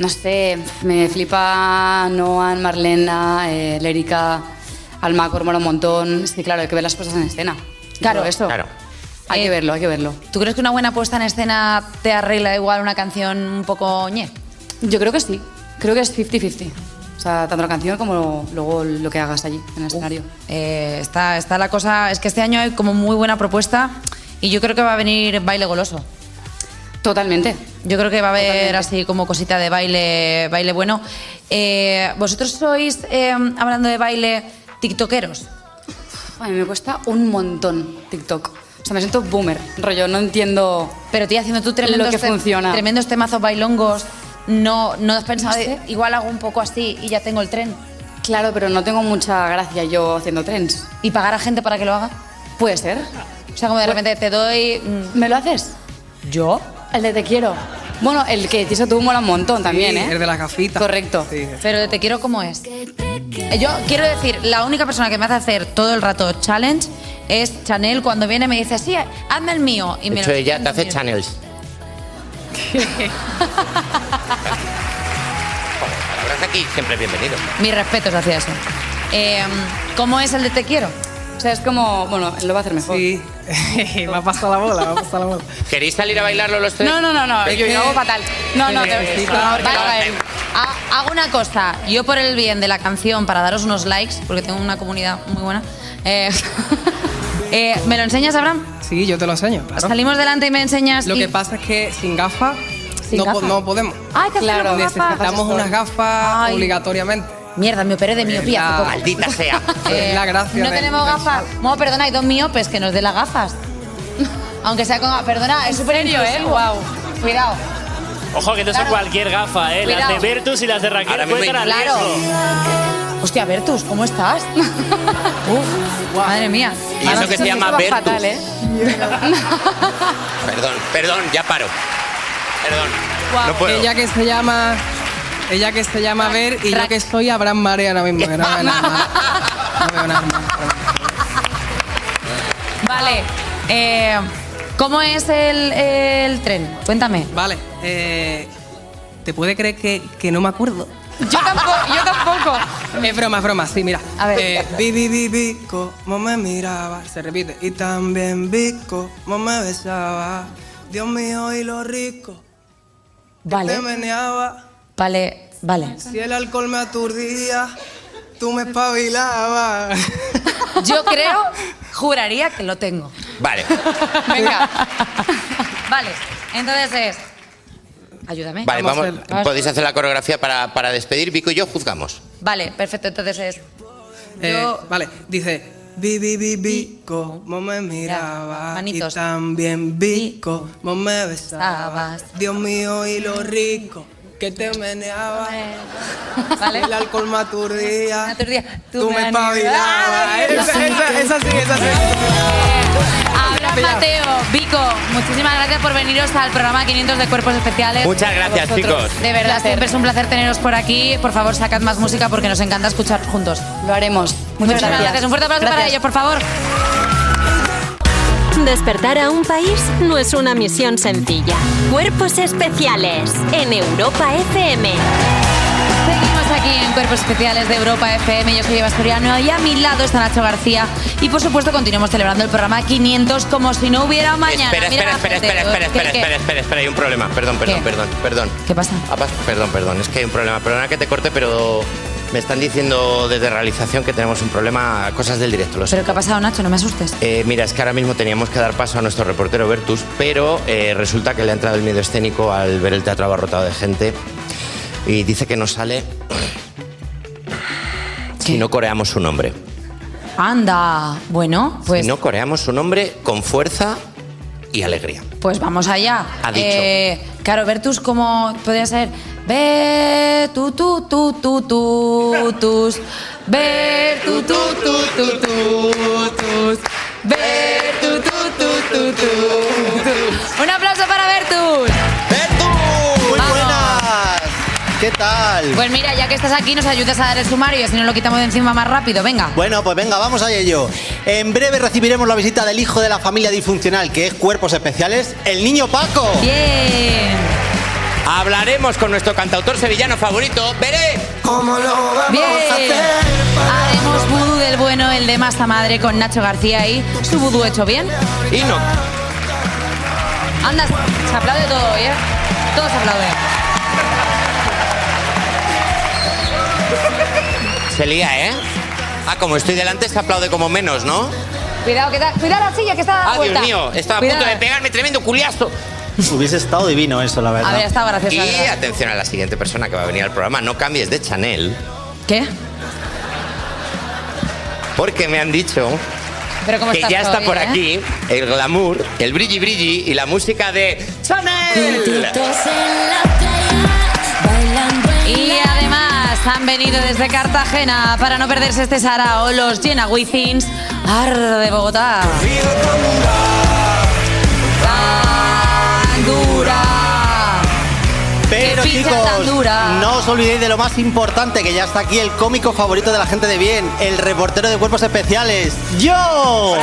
Speaker 14: No sé, me flipa Noan, Marlena, eh, Lérica, Almacor, mola un montón. Es que claro, hay que ver las cosas en escena.
Speaker 3: Claro. Eh.
Speaker 14: Todo eso.
Speaker 3: Claro.
Speaker 14: Hay que verlo, hay que verlo.
Speaker 3: ¿Tú crees que una buena puesta en escena te arregla igual una canción un poco ñe?
Speaker 14: Yo creo que sí. Creo que es 50-50. O sea, tanto la canción como luego lo que hagas allí, en el escenario.
Speaker 3: Eh, está, está la cosa, es que este año hay como muy buena propuesta y yo creo que va a venir baile goloso.
Speaker 14: Totalmente.
Speaker 3: Yo creo que va a haber así como cosita de baile, baile bueno. Eh, ¿Vosotros sois, eh, hablando de baile, tiktokeros?
Speaker 14: a mí me cuesta un montón TikTok. O sea, me siento boomer, rollo, no entiendo.
Speaker 3: Pero estoy haciendo tú tremendos
Speaker 14: Lo que
Speaker 3: tem-
Speaker 14: funciona.
Speaker 3: Tremendos temazos bailongos. No, no has pensado, de- igual hago un poco así y ya tengo el tren.
Speaker 14: Claro, pero no tengo mucha gracia yo haciendo trends.
Speaker 3: ¿Y pagar a gente para que lo haga?
Speaker 14: Puede ser.
Speaker 3: O sea, como de repente te doy. mm,
Speaker 14: ¿Me lo haces?
Speaker 3: ¿Yo?
Speaker 14: El de te quiero. Bueno, el que te hizo tú mola un montón también, ¿eh?
Speaker 15: el de las gafitas.
Speaker 14: Correcto.
Speaker 3: Pero de te quiero como es. Eh, Yo quiero decir, la única persona que me hace hacer todo el rato challenge es Chanel cuando viene y me dice, sí, hazme el mío. Y
Speaker 4: De
Speaker 3: me
Speaker 4: hecho,
Speaker 3: lo-
Speaker 4: ella te hace channels.
Speaker 3: *laughs*
Speaker 4: Ahora está aquí siempre bienvenido.
Speaker 3: Mis respetos hacia eso. Eh, ¿Cómo es el de te quiero?
Speaker 14: O sea, es como, bueno, lo va a hacer mejor.
Speaker 15: Sí, *laughs* me ha pasado la bola, me ha pasado la bola.
Speaker 4: ¿Queréis salir a bailarlo los tres?
Speaker 14: No, no, no, no,
Speaker 4: Es
Speaker 14: yo
Speaker 4: que-
Speaker 14: lo hago fatal. No, no,
Speaker 4: Sí,
Speaker 14: te-
Speaker 4: sí,
Speaker 14: por favor, que
Speaker 4: claro,
Speaker 14: lo hagas.
Speaker 4: claro.
Speaker 3: Ha- Hago una cosa, yo por el bien de la canción, para daros unos likes, porque tengo una comunidad muy buena. eh, *laughs* eh, ¿Me lo enseñas, Abraham?
Speaker 15: Sí, yo te lo enseño. claro.
Speaker 3: Salimos delante y me enseñas.
Speaker 15: Lo
Speaker 3: y-
Speaker 15: que pasa es que sin gafas no, po-
Speaker 3: gafas?
Speaker 15: no podemos.
Speaker 3: Ah, hay que hacerlo con gafas.
Speaker 15: Necesitamos unas gafas
Speaker 3: Ay.
Speaker 15: obligatoriamente.
Speaker 3: Mierda, me operé de miopía. hace poco. *laughs*
Speaker 4: Maldita sea.
Speaker 15: *laughs* Es la gracia.
Speaker 3: Eh, No
Speaker 15: de-
Speaker 3: tenemos gafas. No, perdona, hay dos miopes que nos dé las gafas. *laughs* Aunque sea con gafas. Perdona, es súper
Speaker 13: serio, eh?
Speaker 3: inclusivo. Cuidado.
Speaker 7: *laughs* Ojo, que no son
Speaker 3: Claro.
Speaker 7: cualquier gafa, ¿eh? Las
Speaker 3: Cuidado.
Speaker 7: de Vertus y las de Raquel
Speaker 4: Ahora mismo
Speaker 7: pueden estar
Speaker 3: Claro. Hostia, Bertus, ¿cómo
Speaker 15: *laughs*
Speaker 3: estás? Uf, madre mía.
Speaker 4: Y eso que se llama Bertus.
Speaker 3: ¿eh?
Speaker 4: Perdón, perdón, ya paro. Perdón.
Speaker 15: Guau. Ella que se llama. Ella que se llama Ver y yo que soy Abraham Mare ahora mismo.
Speaker 3: *laughs*
Speaker 15: que no veo nada más. No veo nada más.
Speaker 3: Vale. eh, ¿Cómo es el, el tren? Cuéntame.
Speaker 15: Vale. eh, ¿Te puede creer que, que no me acuerdo?
Speaker 3: Yo tampoco, yo tampoco.
Speaker 15: Es broma, es broma, sí, mira.
Speaker 3: A ver.
Speaker 15: Eh, vi, vi, vi, vi cómo me miraba, se repite. Y también vi cómo me besaba. Dios mío, y lo rico.
Speaker 3: Vale.
Speaker 15: Te meneaba.
Speaker 3: Vale, vale.
Speaker 15: Si el alcohol me aturdía, tú me espabilabas.
Speaker 3: Yo creo, juraría que lo tengo.
Speaker 4: Vale.
Speaker 3: Venga. Vale, entonces es. Ayúdame.
Speaker 4: Vale, vamos. Podéis hacer la coreografía para, para despedir. Vico y yo juzgamos.
Speaker 3: Vale, perfecto, entonces es.
Speaker 15: Eh,
Speaker 3: Yo-
Speaker 15: vale, dice. Vi, vi, vi, vi cómo me miraba.
Speaker 3: manitos.
Speaker 15: Y también vi cómo me besaba. Dios mío, y lo rico que te meneaba. *laughs*
Speaker 3: Vale.
Speaker 15: El alcohol me aturdía.
Speaker 3: Tú,
Speaker 15: Tú me espabilabas. Esa, esa, esa sí, esa sí.
Speaker 3: Abraham Mateo, Vico, muchísimas gracias por veniros al programa 500 de Cuerpos Especiales.
Speaker 4: Muchas gracias,
Speaker 3: A vosotros.
Speaker 4: chicos.
Speaker 3: De verdad, siempre es un placer teneros por aquí. Por favor, sacad más música porque nos encanta escuchar juntos.
Speaker 14: Lo haremos.
Speaker 3: Muchas
Speaker 14: Muchas
Speaker 3: gracias.
Speaker 14: gracias.
Speaker 3: Un fuerte aplauso para
Speaker 14: Gracias.
Speaker 3: ellos, por favor.
Speaker 2: Despertar a un país no es una misión sencilla. Cuerpos especiales en Europa FM.
Speaker 3: Seguimos aquí en Cuerpos Especiales de Europa FM. Yo soy Eva Soriano y a mi lado está Nacho García. Y por supuesto, continuamos celebrando el programa 500 como si no hubiera mañana.
Speaker 4: espera, espera,
Speaker 3: Mira la
Speaker 4: espera,
Speaker 3: gente.
Speaker 4: espera, espera,
Speaker 3: ¿Qué,
Speaker 4: espera,
Speaker 3: qué?
Speaker 4: espera, espera, espera, hay un problema. Perdón, perdón,
Speaker 3: ¿Qué?
Speaker 4: perdón, perdón.
Speaker 3: ¿Qué pasa?
Speaker 4: Ah, pas- Perdón, perdón, es que hay un problema. Perdona que te corte, pero me están diciendo desde realización que tenemos un problema, cosas del directo. Lo
Speaker 3: ¿Pero qué ha pasado, Nacho? No me asustes.
Speaker 4: Eh, mira, es que ahora mismo teníamos que dar paso a nuestro reportero Bertus, pero eh, resulta que le ha entrado el miedo escénico al ver el teatro abarrotado de gente y dice que no sale si no coreamos su nombre.
Speaker 3: Anda. Bueno, pues,
Speaker 4: Si no coreamos su nombre con fuerza y alegría.
Speaker 3: pues vamos allá.
Speaker 4: Ha dicho.
Speaker 3: Eh, claro, Bertus, ¿cómo podría ser? Ve, tú, tú, tú, tú, tú, tus. Ver, tú, tú, tú, tú, tú, tus. Ver, tú, tú, tú, tú, tú, tus. Un aplauso para Bertus.
Speaker 16: Muy
Speaker 3: Vamos.
Speaker 16: buenas. ¿Qué tal?
Speaker 3: Pues mira, ya que estás aquí, nos ayudas a dar el sumario y así nos lo quitamos de encima más rápido. Venga.
Speaker 16: Bueno, pues venga, vamos a ello. En breve recibiremos la visita del hijo de la familia disfuncional, que es Cuerpos Especiales, el niño Paco.
Speaker 3: Bien.
Speaker 4: Hablaremos con nuestro cantautor sevillano favorito, Veré.
Speaker 5: ¿Cómo lo vamos
Speaker 3: Bien. Haremos vudú del bueno, el de masa madre con Nacho García y su vudú hecho bien.
Speaker 4: Y no.
Speaker 3: Anda, se aplaude todo hoy, ¿eh? Todo se aplaude.
Speaker 4: Se lía, ¿eh? Ah, como estoy delante se aplaude como menos, ¿no?
Speaker 3: Cuidado, que da- cuidado la silla que está a la
Speaker 4: Ah,
Speaker 3: vuelta.
Speaker 4: Dios mío, estaba a
Speaker 3: Cuidado.
Speaker 4: punto de pegarme tremendo culiazo.
Speaker 16: Hubiese estado divino eso, la verdad.
Speaker 3: A ver, estaba gracioso.
Speaker 4: Y
Speaker 3: la verdad.
Speaker 4: atención a la siguiente persona que va a venir al programa. No cambies de
Speaker 3: ¿eh?
Speaker 4: Chanel,
Speaker 3: ¿Qué?
Speaker 4: porque me han dicho
Speaker 3: Pero ¿cómo
Speaker 4: que
Speaker 3: estás
Speaker 4: ya está
Speaker 3: hoy,
Speaker 4: por
Speaker 3: eh?
Speaker 4: aquí el glamour, el brilli brilli y la música de Chanel.
Speaker 3: Y además han venido desde Cartagena para no perderse este sarao los Llena Withins Ar de Bogotá. Tan dura.
Speaker 16: Pero
Speaker 3: Qué ficha
Speaker 16: chicos,
Speaker 3: tan dura.
Speaker 16: no os olvidéis de lo más importante, que ya está aquí el cómico favorito de la gente de bien, el reportero de cuerpos especiales, yo.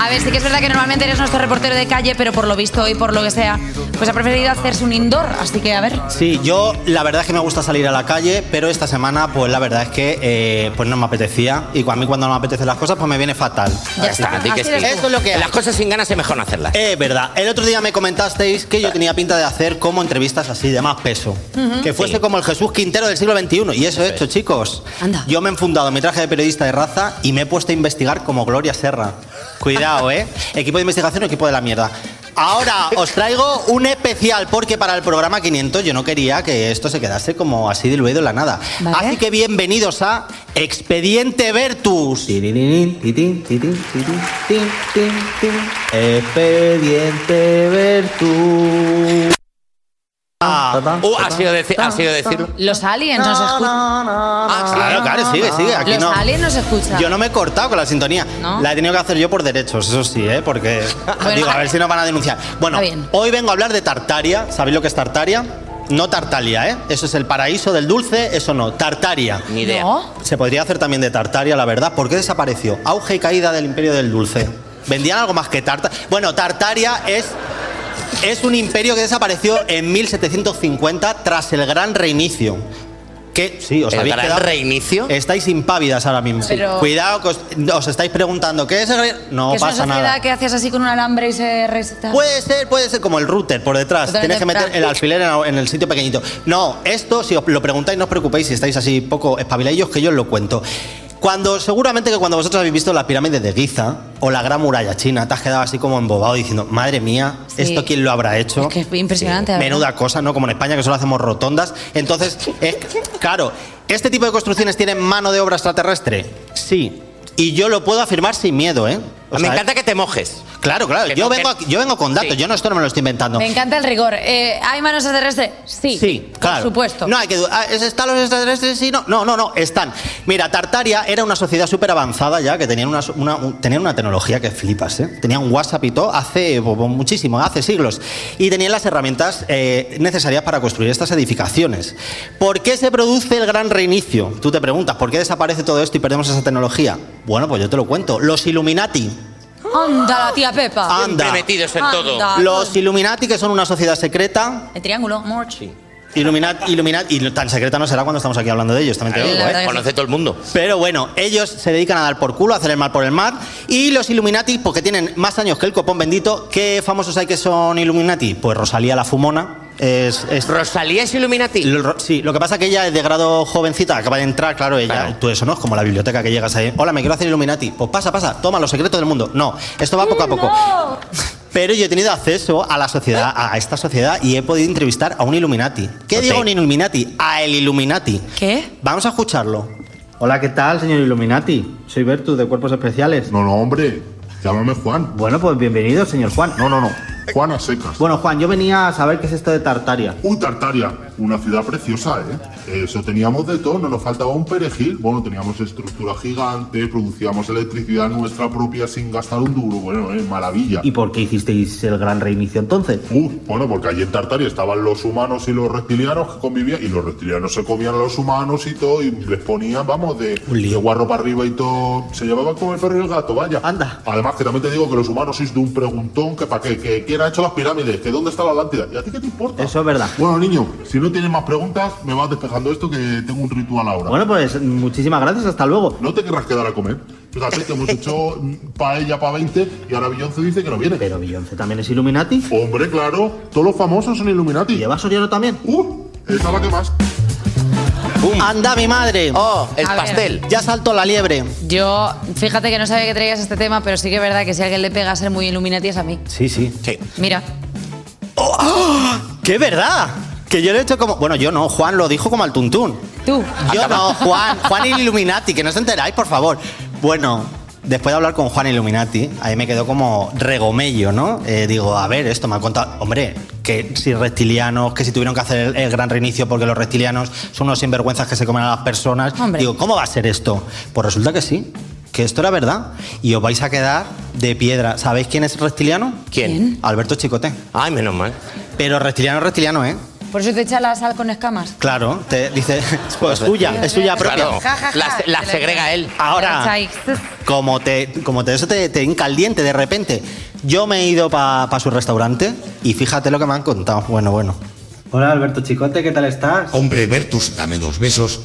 Speaker 3: A ver, sí que es verdad que normalmente eres nuestro reportero de calle, pero por lo visto y por lo que sea, pues ha preferido hacerse un indoor. Así que, a ver.
Speaker 16: Sí, yo la verdad es que me gusta salir a la calle, pero esta semana pues la verdad es que eh, pues no me apetecía y a mí cuando no me apetecen las cosas pues me viene fatal.
Speaker 4: Ya está, di que sí.
Speaker 16: Esto es lo que hay.
Speaker 4: Las cosas sin ganas es mejor no hacerlas.
Speaker 16: Es verdad. El otro día me comentasteis que yo tenía pinta de hacer como entrevistas así de más peso.
Speaker 11: Ujú.
Speaker 16: Que fuese
Speaker 11: Sí.
Speaker 16: como el Jesús Quintero del siglo XXI. Y eso he hecho, chicos. Yo me he enfundado en mi traje de periodista de raza y me he puesto a investigar como Gloria Serra. Cuidado, *laughs* ¿eh? Equipo de investigación o equipo de la mierda. Ahora os traigo un especial porque para el programa 500 yo no quería que esto se quedase como así diluido en la nada. Así que bienvenidos a Expediente Vertus. Expediente Vertu.
Speaker 4: Ah, uh, ha sido decir, ha sido decirlo.
Speaker 3: Los aliens nos escuchan.
Speaker 16: Ah, Claro, claro, sigue, sigue. Aquí
Speaker 3: Los
Speaker 16: no.
Speaker 3: aliens nos escuchan.
Speaker 16: Yo no me he cortado con la sintonía.
Speaker 3: ¿No?
Speaker 16: La he tenido que hacer yo por derechos, eso sí, ¿eh? Porque. *laughs* digo, a ver si nos van a denunciar. Bueno,
Speaker 3: Está bien.
Speaker 16: hoy vengo a hablar de Tartaria. ¿Sabéis lo que es Tartaria? No Tartalia, ¿eh? Eso es el paraíso del dulce, eso no. Tartaria.
Speaker 4: Ni idea.
Speaker 16: Se podría hacer también de Tartaria, la verdad. ¿Por qué desapareció? Auge y caída del imperio del dulce. ¿Vendían algo más que Tartaria? Bueno, Tartaria es. Es un imperio que desapareció en 1750 tras el gran reinicio. Que sí, os
Speaker 4: ¿El
Speaker 16: habéis
Speaker 4: gran
Speaker 16: quedado-
Speaker 4: reinicio?
Speaker 16: Estáis impávidas ahora mismo.
Speaker 3: Pero-
Speaker 16: Cuidado, que os, os estáis preguntando qué es el gran- No
Speaker 3: que es una
Speaker 16: pasa
Speaker 3: sociedad
Speaker 16: nada. Pues,
Speaker 3: que haces así con un alambre y se reseta.
Speaker 16: Puede ser, puede ser como el router por detrás.
Speaker 3: Totalmente
Speaker 16: Tienes que meter
Speaker 3: práctico.
Speaker 16: el alfiler en el- en el sitio pequeñito. No, esto, si os lo preguntáis, no os preocupéis si estáis así poco espabiladillos, que yo os lo cuento. Cuando, seguramente que cuando vosotros habéis visto las pirámides de Giza o la gran muralla china, te has quedado así como embobado diciendo, madre mía,
Speaker 3: Sí.
Speaker 16: ¿esto quién lo habrá hecho?
Speaker 3: Es que es impresionante. la verdad.
Speaker 16: Menuda cosa, ¿no? Como en España que solo hacemos rotondas. Entonces, eh, claro, ¿este tipo de construcciones tienen mano de obra extraterrestre? Sí. Y yo lo puedo afirmar sin miedo, ¿eh?
Speaker 4: Me encanta que te mojes.
Speaker 16: Claro, claro.
Speaker 4: Que
Speaker 16: Yo,
Speaker 4: no, que-
Speaker 16: vengo, aquí- yo vengo con datos. Yo no, esto no me lo estoy inventando.
Speaker 3: Me encanta el rigor. Eh, ¿Hay manos extraterrestres? Sí.
Speaker 16: Sí, claro.
Speaker 3: Por supuesto.
Speaker 16: No hay que dudar. Ah, ¿es- ¿Están los extraterrestres? Sí, no. No, no, no, están. Mira, Tartaria era una sociedad súper avanzada ya, que tenían una, una- un- tenían una tecnología que flipas, ¿eh? Tenían WhatsApp y todo hace bo- bo- muchísimo, hace siglos. Y tenían las herramientas eh, necesarias para construir estas edificaciones. ¿Por qué se produce el gran reinicio? Tú te preguntas, ¿por qué desaparece todo esto y perdemos esa tecnología? Bueno, pues yo te lo cuento. Los Illuminati.
Speaker 3: Anda la tía Pepa.
Speaker 16: Anda.
Speaker 3: Anda.
Speaker 16: Los Illuminati, que son una sociedad secreta,
Speaker 3: El triángulo, Morch.
Speaker 16: Iluminat, Iluminat, y tan secreta no será cuando estamos aquí hablando de ellos, también te
Speaker 4: Claro,
Speaker 16: digo,
Speaker 4: la
Speaker 16: ¿eh?
Speaker 4: verdad que Conoce sí. todo el mundo.
Speaker 16: Pero bueno, ellos se dedican a dar por culo, a hacer el mal por el mal. Y los Illuminati, porque tienen más años que el copón bendito, ¿qué famosos hay que son Illuminati? Pues Rosalía la Fumona. Es,
Speaker 4: ¿Rosalía es Illuminati?
Speaker 16: sí, lo que pasa es que ella es de grado jovencita, acaba de entrar, claro, ella, tú eso no es como la biblioteca que llegas ahí, hola, me quiero hacer Illuminati, pues pasa, pasa, toma los secretos del mundo. No, esto va poco a poco. Pero yo he tenido acceso a la sociedad, a esta sociedad, y he podido entrevistar a un Illuminati. ¿Qué digo un Illuminati? A el Illuminati.
Speaker 3: ¿Qué?
Speaker 16: Vamos a escucharlo. Hola, ¿qué tal, señor Illuminati? Soy Bertus, de Cuerpos Especiales. No, no, hombre. Llámame Juan. Bueno, pues bienvenido, señor Juan. No, no, no. Juan a secas. Bueno, Juan, yo venía a saber qué es esto de Tartaria.
Speaker 17: Un Tartaria, una ciudad preciosa, ¿eh? Eso teníamos de todo, no nos faltaba un perejil. Bueno, teníamos estructura gigante, producíamos electricidad nuestra propia sin gastar un duro. Bueno, ¿eh? maravilla.
Speaker 16: ¿Y por qué hicisteis el gran reinicio entonces?
Speaker 17: Uh, bueno, porque allí en Tartaria estaban los humanos y los reptilianos que convivían, y los reptilianos se comían a los humanos y todo, y les ponían, vamos, de, de guarro para arriba y todo. Se llevaban como el perro y el gato, vaya. Anda. Además, que también te digo que los humanos sois de un preguntón que para qué, que quién ha hecho las pirámides, que dónde está la Atlántida. ¿Y a ti qué te importa?
Speaker 16: Eso es verdad.
Speaker 17: Bueno, niño, si no tienes más preguntas, me vas despejando esto que tengo un ritual ahora.
Speaker 16: Bueno, pues muchísimas gracias, hasta luego.
Speaker 17: No te querrás quedar a comer. Fíjate que hemos hecho mm, paella para 20 y ahora Beyoncé dice que no viene.
Speaker 16: ¿Pero Beyoncé también es Illuminati?
Speaker 17: Hombre, claro. Todos los famosos son Illuminati.
Speaker 16: ¿Lleva Soriano también?
Speaker 17: ¡Uh! Esa es la que más.
Speaker 16: ¡Anda, mi madre!
Speaker 4: ¡Oh,
Speaker 3: el A ver. pastel.
Speaker 16: Ya saltó la liebre.
Speaker 3: Yo, fíjate que no sabía que traías este tema, pero sí que es verdad que si alguien le pega a ser muy Illuminati es a mí.
Speaker 16: Sí, sí.
Speaker 4: Sí.
Speaker 3: Mira.
Speaker 16: ¡Oh! ¡Qué verdad! Que yo lo he hecho como. Bueno, yo no, Juan lo dijo como al tuntún.
Speaker 3: Tú.
Speaker 16: Yo no, Juan, Juan Illuminati, que no os enteráis, por favor. Bueno, después de hablar con Juan Illuminati, ahí me quedó como regomello, ¿no? Eh, digo, a ver, esto me ha contado, hombre, que si reptilianos, que si tuvieron que hacer el, el gran reinicio porque los reptilianos son unos sinvergüenzas que se comen a las personas.
Speaker 3: Hombre.
Speaker 16: Digo, ¿cómo va a ser esto? Pues resulta que sí. Que esto era verdad y os vais a quedar de piedra. ¿Sabéis quién es reptiliano?
Speaker 4: ¿Quién?
Speaker 16: Alberto Chicote.
Speaker 4: Ay, menos mal.
Speaker 16: Pero reptiliano, reptiliano, ¿eh?
Speaker 3: Por eso te echa la sal con escamas.
Speaker 16: Claro, te
Speaker 4: *laughs*
Speaker 16: dice, pues suya, es suya propia.
Speaker 4: Claro, la, la segrega él.
Speaker 16: Ahora, como te, como te, eso te, te hinca el diente de repente. Yo me he ido para su restaurante y fíjate lo que me han contado. Bueno, bueno.
Speaker 11: Hola Alberto Chicote, ¿qué tal estás?
Speaker 18: Hombre, Bertus, dame dos besos.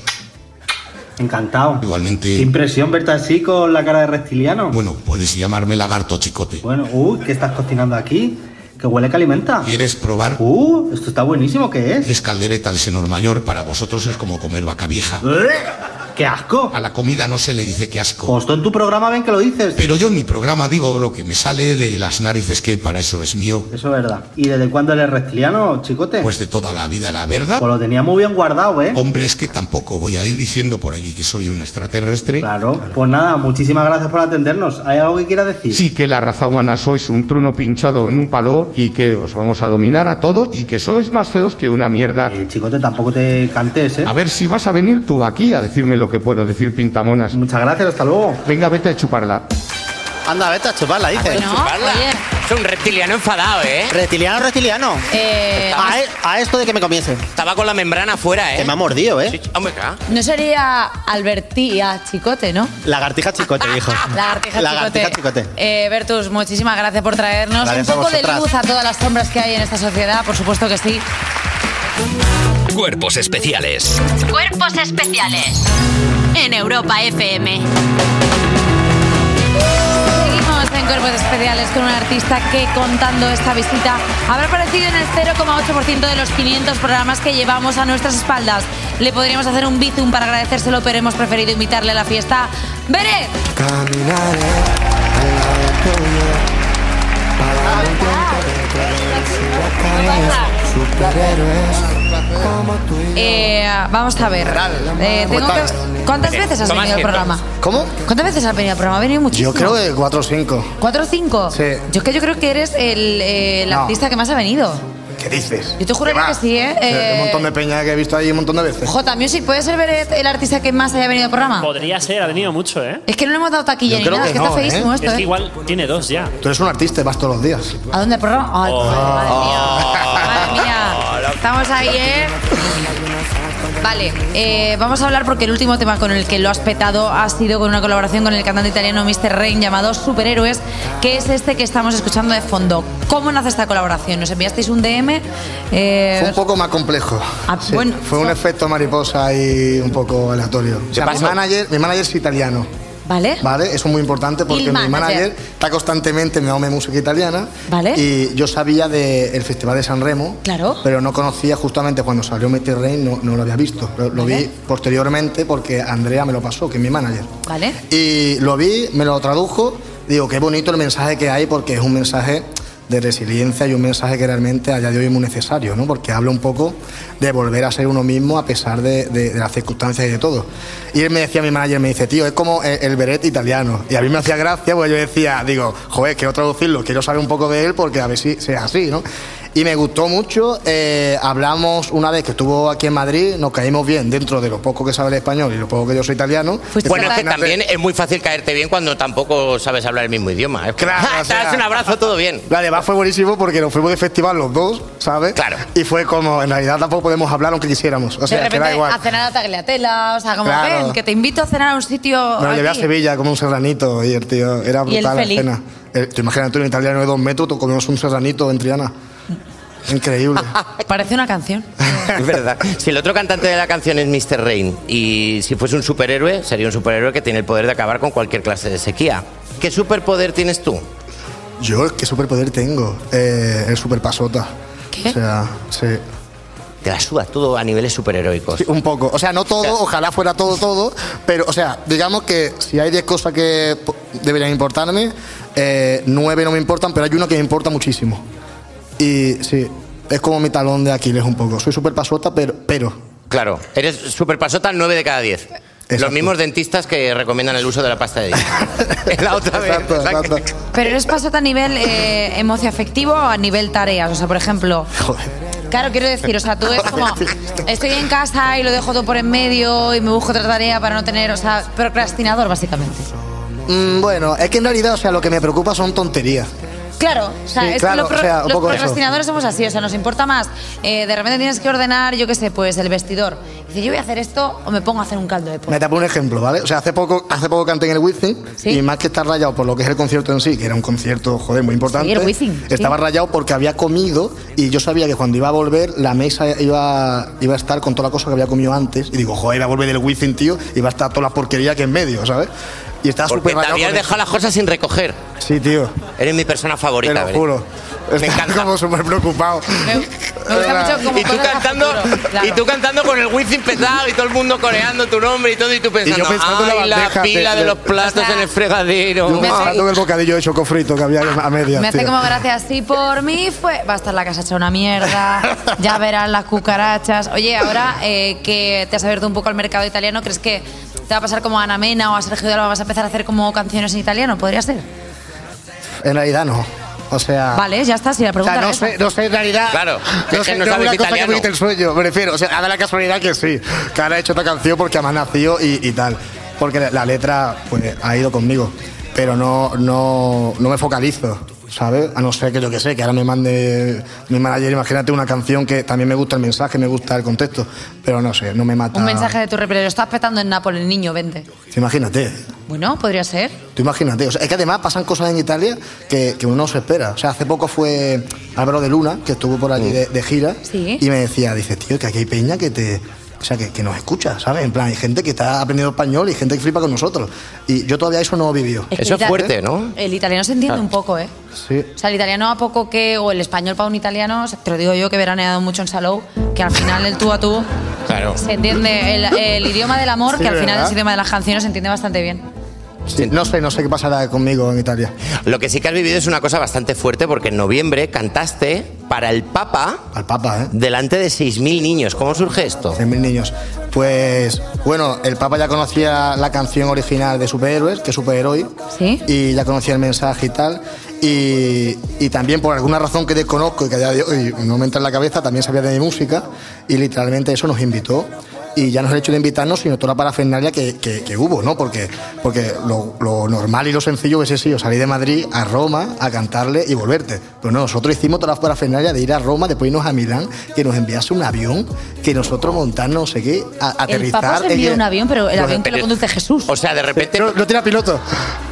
Speaker 11: Encantado.
Speaker 18: Igualmente.
Speaker 11: Qué impresión verte así con la cara de reptiliano.
Speaker 18: Bueno, puedes llamarme lagarto, chicote.
Speaker 11: Bueno, uy, ¿qué estás cocinando aquí? Que huele que alimenta.
Speaker 18: ¿Quieres probar?
Speaker 11: Uh, esto está buenísimo, ¿qué es?
Speaker 18: Es caldereta de senor mayor, para vosotros es como comer vaca vieja.
Speaker 11: ¡Eh! ¡Qué asco!
Speaker 18: A la comida no se le dice que asco.
Speaker 11: Pues tú en tu programa ven que lo dices.
Speaker 18: Pero yo en mi programa digo lo que me sale de las narices, que para eso es mío.
Speaker 11: Eso es verdad. ¿Y desde cuándo eres reptiliano, chicote?
Speaker 18: Pues de toda la vida, la verdad.
Speaker 11: Pues lo tenía muy bien guardado, ¿eh?
Speaker 18: Hombre, es que tampoco voy a ir diciendo por allí que soy un extraterrestre.
Speaker 11: Claro. Pues nada, muchísimas gracias por atendernos. ¿Hay algo que quieras decir?
Speaker 19: Sí que la raza humana sois un trueno pinchado en un palo y que os vamos a dominar a todos y que sois más feos que una mierda.
Speaker 11: Eh, chicote, tampoco te cantes, ¿eh?
Speaker 19: A ver si vas a venir tú aquí a decirme lo que puedo decir, pintamonas.
Speaker 11: Muchas gracias, hasta luego.
Speaker 19: Venga, vete a chuparla.
Speaker 16: Anda, vete a chuparla, dice.
Speaker 4: Bueno, Chuparla. Es un reptiliano enfadado, ¿eh?
Speaker 16: Reptiliano, reptiliano.
Speaker 3: Eh,
Speaker 16: a, e- a esto de que me comience.
Speaker 4: Estaba con la membrana afuera, ¿eh?
Speaker 16: Que me ha mordido, ¿eh?
Speaker 4: Sí, ch- hombre, claro.
Speaker 3: No sería Albertía Chicote, ¿no?
Speaker 16: Lagartija chicote, dijo.
Speaker 3: Lagartija
Speaker 16: Lagartija
Speaker 3: Chicote.
Speaker 16: chicote.
Speaker 3: Eh, Bertus, muchísimas gracias por traernos
Speaker 16: Gracias
Speaker 3: un
Speaker 16: a
Speaker 3: poco de
Speaker 16: vosotras.
Speaker 3: luz a todas las sombras que hay en esta sociedad, por supuesto que sí.
Speaker 1: Cuerpos especiales.
Speaker 2: Cuerpos especiales. En Europa FM.
Speaker 3: Seguimos en Cuerpos Especiales con un artista que contando esta visita habrá aparecido en el 0,8% de los 500 programas que llevamos a nuestras espaldas. Le podríamos hacer un bizum para agradecérselo, pero hemos preferido invitarle a la fiesta. ¡Beret! Eh, vamos a ver. Eh, tengo que- ¿Cuántas veces
Speaker 20: Eh,
Speaker 3: has
Speaker 20: Toma
Speaker 3: venido al
Speaker 20: asiento.
Speaker 3: programa?
Speaker 20: ¿Cómo?
Speaker 3: ¿Cuántas veces has venido al programa? Ha venido muchísimo.
Speaker 20: Yo creo que 4 o 5.
Speaker 3: ¿Cuatro o cinco?
Speaker 20: Sí.
Speaker 3: Yo es que yo creo que eres el, eh, el
Speaker 20: No.
Speaker 3: artista que más ha venido.
Speaker 20: ¿Qué dices?
Speaker 3: Yo te juro
Speaker 20: ¿Qué va?
Speaker 3: que sí, ¿eh?
Speaker 20: Pero Un
Speaker 3: Eh,
Speaker 20: montón de peña que he visto ahí un montón de veces.
Speaker 3: J Music, ¿puede ser Beret el artista que más haya venido al programa?
Speaker 7: Podría ser, ha venido mucho, ¿eh?
Speaker 3: Es que no le hemos dado taquilla
Speaker 20: Yo
Speaker 3: ni
Speaker 20: creo
Speaker 3: nada,
Speaker 20: que
Speaker 3: es que
Speaker 20: no,
Speaker 3: está feísimo
Speaker 20: ¿eh?
Speaker 3: esto,
Speaker 7: Es que
Speaker 3: ¿eh?
Speaker 7: igual tiene dos ya.
Speaker 20: Tú eres un artista y vas todos los días. Ah,
Speaker 3: ¿A dónde el programa? Ay,
Speaker 20: Oh.
Speaker 3: madre mía. Madre mía. Estamos ahí, ¿eh? Vale, eh, vamos a hablar porque el último tema con el que lo has petado ha sido con una colaboración con el cantante italiano Mr. Rain llamado Superhéroes, que es este que estamos escuchando de fondo. ¿Cómo nace esta colaboración? Nos enviasteis un DM. eh, ah,
Speaker 20: Fue un poco más complejo. Sí, fue un efecto mariposa y un poco aleatorio. O sea, mi
Speaker 3: pasó?
Speaker 20: manager, mi manager es italiano.
Speaker 3: ¿Vale?
Speaker 20: ¿Vale? Eso es muy importante porque
Speaker 3: Il
Speaker 20: mi
Speaker 3: manager.
Speaker 20: manager está constantemente me come música italiana.
Speaker 3: ¿Vale?
Speaker 20: Y yo sabía del Festival de San Remo.
Speaker 3: Claro.
Speaker 20: Pero no conocía justamente cuando salió Mr. Rain, no, no lo había visto. Lo, lo vi posteriormente porque Andrea me lo pasó, que es mi manager.
Speaker 3: ¿Vale?
Speaker 20: Y lo vi, me lo tradujo. Digo, qué bonito el mensaje que hay porque es un mensaje de resiliencia y un mensaje que realmente a día de hoy es muy necesario, ¿no? Porque habla un poco de volver a ser uno mismo a pesar de, de- de las circunstancias y de todo. Y él me decía, mi manager me dice, tío, es como el, el beret italiano. Y a mí me hacía gracia porque yo decía, digo, joder, quiero traducirlo, quiero saber un poco de él porque a ver si, si es así, ¿no? Y me gustó mucho. eh, hablamos una vez que estuvo aquí en Madrid, nos caímos bien dentro de lo poco que sabe el español y lo poco que yo soy italiano.
Speaker 4: Bueno, es que
Speaker 20: Imagínate-
Speaker 4: también es muy fácil caerte bien cuando tampoco sabes hablar el mismo idioma. Es como, *laughs* ¡Ja!
Speaker 20: o sea-
Speaker 4: Te das un abrazo, todo
Speaker 20: *laughs*
Speaker 4: bien.
Speaker 20: La de Bach fue buenísimo porque nos fuimos de festival los dos, ¿sabes? Claro. Y fue como, en realidad tampoco podemos hablar aunque quisiéramos. O sea, que da
Speaker 3: de repente ah,
Speaker 20: igual.
Speaker 3: a cenar a Tagliatella, o sea, como
Speaker 20: Claro.
Speaker 3: ven, que te invito a cenar a un sitio.
Speaker 20: Me lo llevé a
Speaker 3: aquí.
Speaker 20: Sevilla como un serranito y el tío, era
Speaker 3: Y el
Speaker 20: brutal la
Speaker 3: feliz.
Speaker 20: escena. El- Te imaginas tú, un italiano de dos metros, tú comemos un serranito en Triana. Increíble.
Speaker 3: *laughs* Parece una canción.
Speaker 4: Es verdad. Si el otro cantante de la canción es Mr. Rain y si fuese un superhéroe, sería un superhéroe que tiene el poder de acabar con cualquier clase de sequía. ¿Qué superpoder tienes tú?
Speaker 20: Yo, ¿qué superpoder tengo? Eh, el superpasota. ¿Qué? O sea, sí.
Speaker 4: Te la sudas todo a niveles superheroicos.
Speaker 20: Sí, un poco. O sea, no todo, ojalá fuera todo, todo. Pero, o sea, digamos que si hay 10 cosas que po- deberían importarme, eh, 9 no me importan, pero hay una que me importa muchísimo. Y sí, es como mi talón de Aquiles un poco. Soy súper pasota, pero, pero
Speaker 4: Claro, eres superpasota 9 de cada 10. Los mismos dentistas que recomiendan el uso de la pasta de dientes. la otra vez. o sea que-
Speaker 3: Pero eres pasota a nivel eh, emocio-afectivo o a nivel tareas. O sea, por ejemplo. Claro, quiero decir, o sea, tú es como. Estoy en casa y lo dejo todo por en medio y me busco otra tarea para no tener. O sea, procrastinador, básicamente.
Speaker 20: Mm, bueno, es que en realidad, o sea, lo que me preocupa son tonterías.
Speaker 3: Claro, o sea,
Speaker 20: Sí,
Speaker 3: es
Speaker 20: claro,
Speaker 3: que los pro-
Speaker 20: o sea, un
Speaker 3: los
Speaker 20: poco eso.
Speaker 3: procrastinadores somos así, o sea, nos importa más. eh, de repente tienes que ordenar, yo qué sé, pues el vestidor. Dice, yo voy a hacer esto o me pongo a hacer un caldo de pollo.
Speaker 20: Me tapo un ejemplo, ¿vale? O sea, hace poco, hace poco canté en el Wizzing y más que estar rayado por lo que es el concierto en sí, que era un concierto, joder, muy importante.
Speaker 3: Sí, el Wizzing, sí.
Speaker 20: Estaba rayado porque había comido y yo sabía que cuando iba a volver la mesa iba, iba a estar con toda la cosa que había comido antes. Y digo, joder, iba a volver del Wizzing, tío, y va a estar toda la porquería que en medio, ¿sabes? Y estaba
Speaker 4: Porque
Speaker 20: súper
Speaker 4: te
Speaker 20: rayado.
Speaker 4: habías
Speaker 20: con eso.
Speaker 4: dejado las cosas sin recoger.
Speaker 20: Sí, tío.
Speaker 4: Eres mi persona favorita.
Speaker 20: Te lo
Speaker 4: Belén.
Speaker 20: juro. Estaba como súper preocupado.
Speaker 4: y tú cantando y tú cantando con el wifi petado y todo el mundo coreando tu nombre y todo y tú pensando,
Speaker 20: yo pensando en la
Speaker 4: ay la,
Speaker 20: bandeja
Speaker 4: pila
Speaker 20: de-
Speaker 4: de, los platos en el fregadero
Speaker 20: Yo pensando en el bocadillo de chocofrito que había a medias.
Speaker 3: Me hace
Speaker 20: tío.
Speaker 3: como gracia, si por mí fue... Va a estar la casa hecha una mierda, ya verán las cucarachas. Oye, ahora eh, que te has abierto un poco al mercado italiano, ¿crees que te va a pasar como a Ana Mena o a Sergio Dalma? ¿Vas a empezar a hacer como canciones en italiano? ¿Podría ser?
Speaker 20: En realidad no. O sea.
Speaker 3: Vale, ya está, si la pregunta
Speaker 20: Ah. O sea, no
Speaker 3: era esa.
Speaker 20: sé, no sé en realidad.
Speaker 4: Claro,
Speaker 20: No
Speaker 4: es
Speaker 20: sé,
Speaker 4: que no
Speaker 20: no
Speaker 4: sabes
Speaker 20: es una cosa que me
Speaker 4: italiano.
Speaker 20: quite el sueño, me refiero. O sea, a la casualidad que sí. Que ahora he hecho esta canción porque me ha nacido y, y tal. Porque la, la letra pues, ha ido conmigo. Pero no, no, no me focalizo, ¿sabes? A no ser que yo que sé, que ahora me mande mi manager, imagínate una canción que también me gusta el mensaje, me gusta el contexto. Pero no sé, no me mata.
Speaker 3: Un mensaje de tu repelero, estás petando en Nápoles, niño, vente.
Speaker 20: Imagínate.
Speaker 3: Bueno, podría ser.
Speaker 20: Tú imagínate, o sea, es que además pasan cosas en Italia que, que uno no se espera. O sea, hace poco fue Álvaro de Luna, que estuvo por allí de, de gira,
Speaker 3: Mm. Sí.
Speaker 20: y me decía, dice, tío, que aquí hay peña que te... O sea, que, que nos escucha, ¿sabes? En plan, hay gente que está aprendiendo español y gente que flipa con nosotros. Y yo todavía eso no he vivido.
Speaker 3: que el ita- El italiano se entiende
Speaker 20: Claro.
Speaker 3: un poco, ¿eh?
Speaker 20: Sí.
Speaker 3: O sea, el italiano a poco que, o el español para un italiano, o sea, te lo digo yo que he veraneado mucho en Salou, que al final el tú a tú
Speaker 4: claro
Speaker 3: se entiende el, el idioma del amor,
Speaker 20: Sí,
Speaker 3: que al final
Speaker 20: ¿verdad?
Speaker 3: es el idioma de las canciones, se entiende bastante bien.
Speaker 20: Sí, no sé, no sé qué pasará conmigo en Italia.
Speaker 4: lo que sí que has vivido es una cosa bastante fuerte porque en noviembre cantaste para el Papa
Speaker 20: al Papa ¿eh?
Speaker 4: delante de 6.000 niños ¿cómo surge esto?
Speaker 20: 100.000 niños. Pues bueno, el Papa ya conocía la canción original de Superhéroes, que es Superhéroe, y ya conocía el mensaje y tal. Y, y también por alguna razón que desconozco y que a día de hoy no me entra en la cabeza, también sabía de mi música y literalmente eso nos invitó. Y ya no es el hecho de invitarnos, sino toda la parafernalia que, que- que hubo, ¿no? Porque, porque lo, lo normal y lo sencillo hubiese sido salir de Madrid a Roma a cantarle y volverte. Pero no, nosotros hicimos toda la parafernalia de ir a Roma, después irnos a Milán, que nos enviase un avión, que nosotros montarnos, no sé qué, a-
Speaker 3: El
Speaker 20: aterrizar.
Speaker 3: Papa se
Speaker 20: en
Speaker 3: envió
Speaker 20: el-
Speaker 3: un avión, pero el
Speaker 20: Los
Speaker 3: avión que lo
Speaker 20: imperios-
Speaker 3: conduce Jesús.
Speaker 4: O sea, de repente.
Speaker 20: No, no tenía piloto.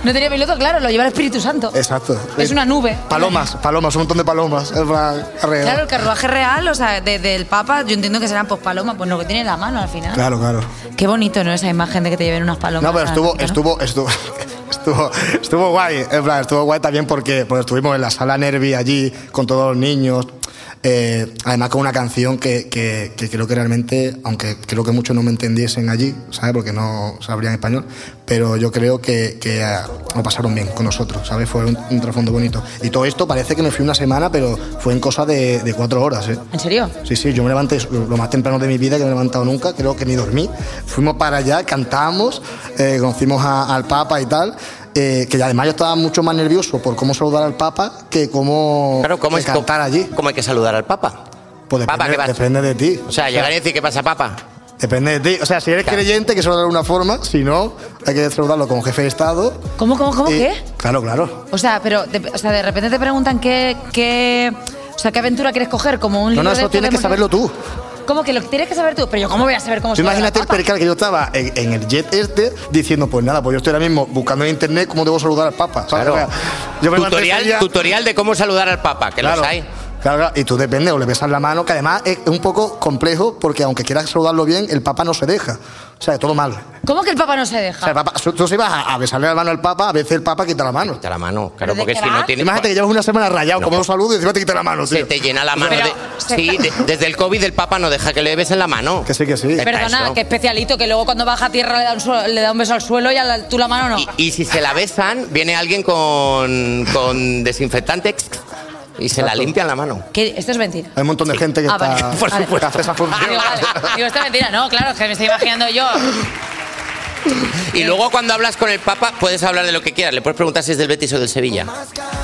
Speaker 3: No tenía piloto, claro, lo lleva el Espíritu Santo.
Speaker 20: Exacto.
Speaker 3: Es una nube.
Speaker 20: Palomas, palomas, un montón de palomas. en plan, alrededor.
Speaker 3: Claro, el carruaje real, o sea, de- del Papa, yo entiendo que serán pues palomas, pues lo que tiene en la mano al final.
Speaker 20: Claro, claro.
Speaker 3: Qué bonito, ¿no? Esa imagen de que te lleven unas palomas.
Speaker 20: No, pero
Speaker 3: a la
Speaker 20: estuvo,
Speaker 3: América,
Speaker 20: estuvo,
Speaker 3: ¿no?
Speaker 20: estuvo, estuvo, estuvo guay. En plan, estuvo guay también porque, porque estuvimos en la sala Nervi allí con todos los niños. eh, además con una canción que, que- que creo que realmente, aunque creo que muchos no me entendiesen allí, ¿sabes? Porque no sabrían español, pero yo creo que, que eh, lo pasaron bien con nosotros, ¿sabes? Fue un, un trasfondo bonito. Y todo esto parece que me fui una semana, pero fue en cosa de, de cuatro horas, ¿eh?
Speaker 3: ¿En serio?
Speaker 20: Sí, sí, yo me levanté lo más temprano de mi vida que me he levantado nunca, creo que ni dormí. Fuimos para allá, cantamos, eh, conocimos a- al Papa y tal. eh, que además yo estaba mucho más nervioso por cómo saludar al Papa que cómo,
Speaker 4: claro ¿cómo
Speaker 20: que
Speaker 4: es
Speaker 20: cantar allí.
Speaker 4: ¿cómo hay que saludar al Papa?
Speaker 20: Pues depende,
Speaker 4: Papa, ¿qué vas?
Speaker 20: depende de ti.
Speaker 4: o sea llegar y decir ¿qué pasa Papa?
Speaker 20: Depende de ti. O sea, si eres creyente, hay que saludarlo de una forma. Si no, hay que saludarlo como jefe de Estado.
Speaker 3: ¿Cómo, cómo, cómo?
Speaker 20: Y-
Speaker 3: ¿Qué?
Speaker 20: Claro, claro.
Speaker 3: O sea, pero de, o sea, de repente te preguntan qué, qué, o sea, qué aventura quieres coger, como un
Speaker 20: No,
Speaker 3: libro
Speaker 20: no,
Speaker 3: de
Speaker 20: eso
Speaker 3: estos
Speaker 20: tienes
Speaker 3: de
Speaker 20: que saberlo tú.
Speaker 3: ¿Cómo que lo tienes que saber tú? Pero yo, ¿cómo voy a saber cómo
Speaker 20: Tú
Speaker 3: se llama?
Speaker 20: imagínate el percal que yo estaba en, en el jet este diciendo, pues nada, pues yo estoy ahora mismo buscando en internet cómo debo saludar al Papa. ¿sabes? O sea, yo me levanté ese
Speaker 4: tutorial
Speaker 20: día-
Speaker 4: tutorial de cómo saludar al Papa que
Speaker 20: Claro.
Speaker 4: los hay
Speaker 20: Claro, claro, y tú depende, o le besas la mano, que además es un poco complejo porque aunque quieras saludarlo bien, el Papa no se deja. O sea, todo mal.
Speaker 3: ¿Cómo que el Papa no se
Speaker 20: O sea,
Speaker 3: deja?
Speaker 20: el Papa, tú- tú si vas a, a besarle la mano al Papa, a veces el Papa quita la mano. Quita
Speaker 4: la mano, claro, porque si no tiene
Speaker 20: Imagínate que llevas una semana rayado, como un saludo y encima te quita la mano,
Speaker 4: se
Speaker 20: tío.
Speaker 4: te llena la mano
Speaker 20: Pero-
Speaker 4: de- sí de- desde el COVID el Papa no deja que le besen la mano que
Speaker 20: sí que sí
Speaker 3: Perdona, que especialito, que luego cuando baja a tierra le da un, su- le da un beso al suelo y a la- tú la mano no.
Speaker 4: Y si se la besan, viene alguien con, con desinfectante Y se la limpian la mano.
Speaker 3: ¿Qué? Esto
Speaker 20: *laughs*
Speaker 3: es mentira.
Speaker 20: Hay un montón de gente que
Speaker 3: Ah,
Speaker 4: *laughs*
Speaker 20: está.
Speaker 3: vale. Por
Speaker 20: que
Speaker 3: supuesto.
Speaker 20: hace esa función.
Speaker 3: Digo, vale. Digo, esto es mentira. No, claro, es que me estoy imaginando yo.
Speaker 4: Y luego cuando hablas con el Papa puedes hablar de lo que quieras. Le puedes preguntar si es del Betis o del Sevilla.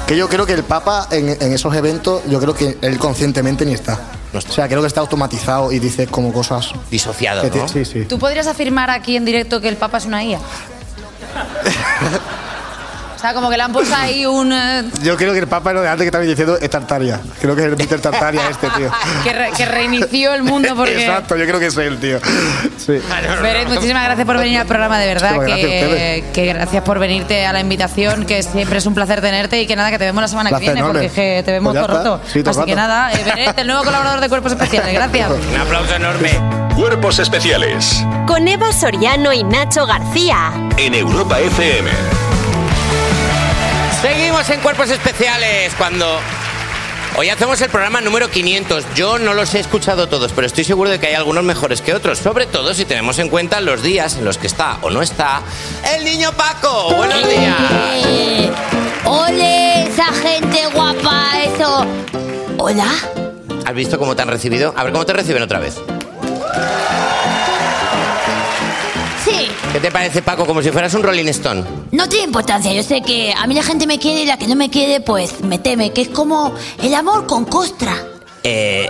Speaker 20: Que yo creo que el Papa en, en esos eventos, yo creo que él conscientemente ni está. O sea, creo que está automatizado y dice como cosas.
Speaker 4: Disociado,
Speaker 20: que ti-
Speaker 4: ¿no?
Speaker 20: Sí, sí.
Speaker 3: ¿Tú podrías afirmar aquí en directo que el Papa es una IA? o sea, como que le han puesto ahí un... eh,
Speaker 20: Yo creo que el Papa lo de antes que estaba diciendo es Tartaria. Creo que es el Peter Tartaria este, tío.
Speaker 3: que, re- que reinició el mundo porque...
Speaker 20: Exacto, yo creo que es él, tío. Sí.
Speaker 3: Beret, muchísimas gracias por venir al programa, de verdad.
Speaker 20: Muchísimas
Speaker 3: que,
Speaker 20: gracias a ustedes.
Speaker 3: que gracias por venirte a la invitación, que siempre es un placer tenerte y que nada, que te vemos la semana
Speaker 20: Placer
Speaker 3: que viene,
Speaker 20: enorme.
Speaker 3: porque es que te vemos
Speaker 20: Pues ya
Speaker 3: todo el
Speaker 20: está.
Speaker 3: rato.
Speaker 20: Sí, todo el
Speaker 3: Así que
Speaker 20: rato.
Speaker 3: nada, eh, Beret, el nuevo colaborador de Cuerpos
Speaker 5: *laughs*
Speaker 3: Especiales, gracias.
Speaker 9: Un aplauso enorme. Cuerpos especiales
Speaker 2: Con Eva Soriano y Nacho García.
Speaker 9: en Europa FM.
Speaker 4: Seguimos en Cuerpos Especiales cuando... Hoy hacemos el programa número 500. Yo no los he escuchado todos, pero estoy seguro de que hay algunos mejores que otros. Sobre todo si tenemos en cuenta los días en los que está o no está. El niño Paco, buenos días.
Speaker 21: Eh, Ole, esa gente guapa, eso. Hola.
Speaker 4: ¿Has visto cómo te han recibido? A ver cómo te reciben otra vez.
Speaker 21: Sí,
Speaker 4: ¿Qué te parece, Paco? Como si fueras un Rolling Stone.
Speaker 21: no tiene importancia. Yo sé que a mí la gente me quiere y la que no me quiere, pues me teme, que es como el amor con costra.
Speaker 4: Eh,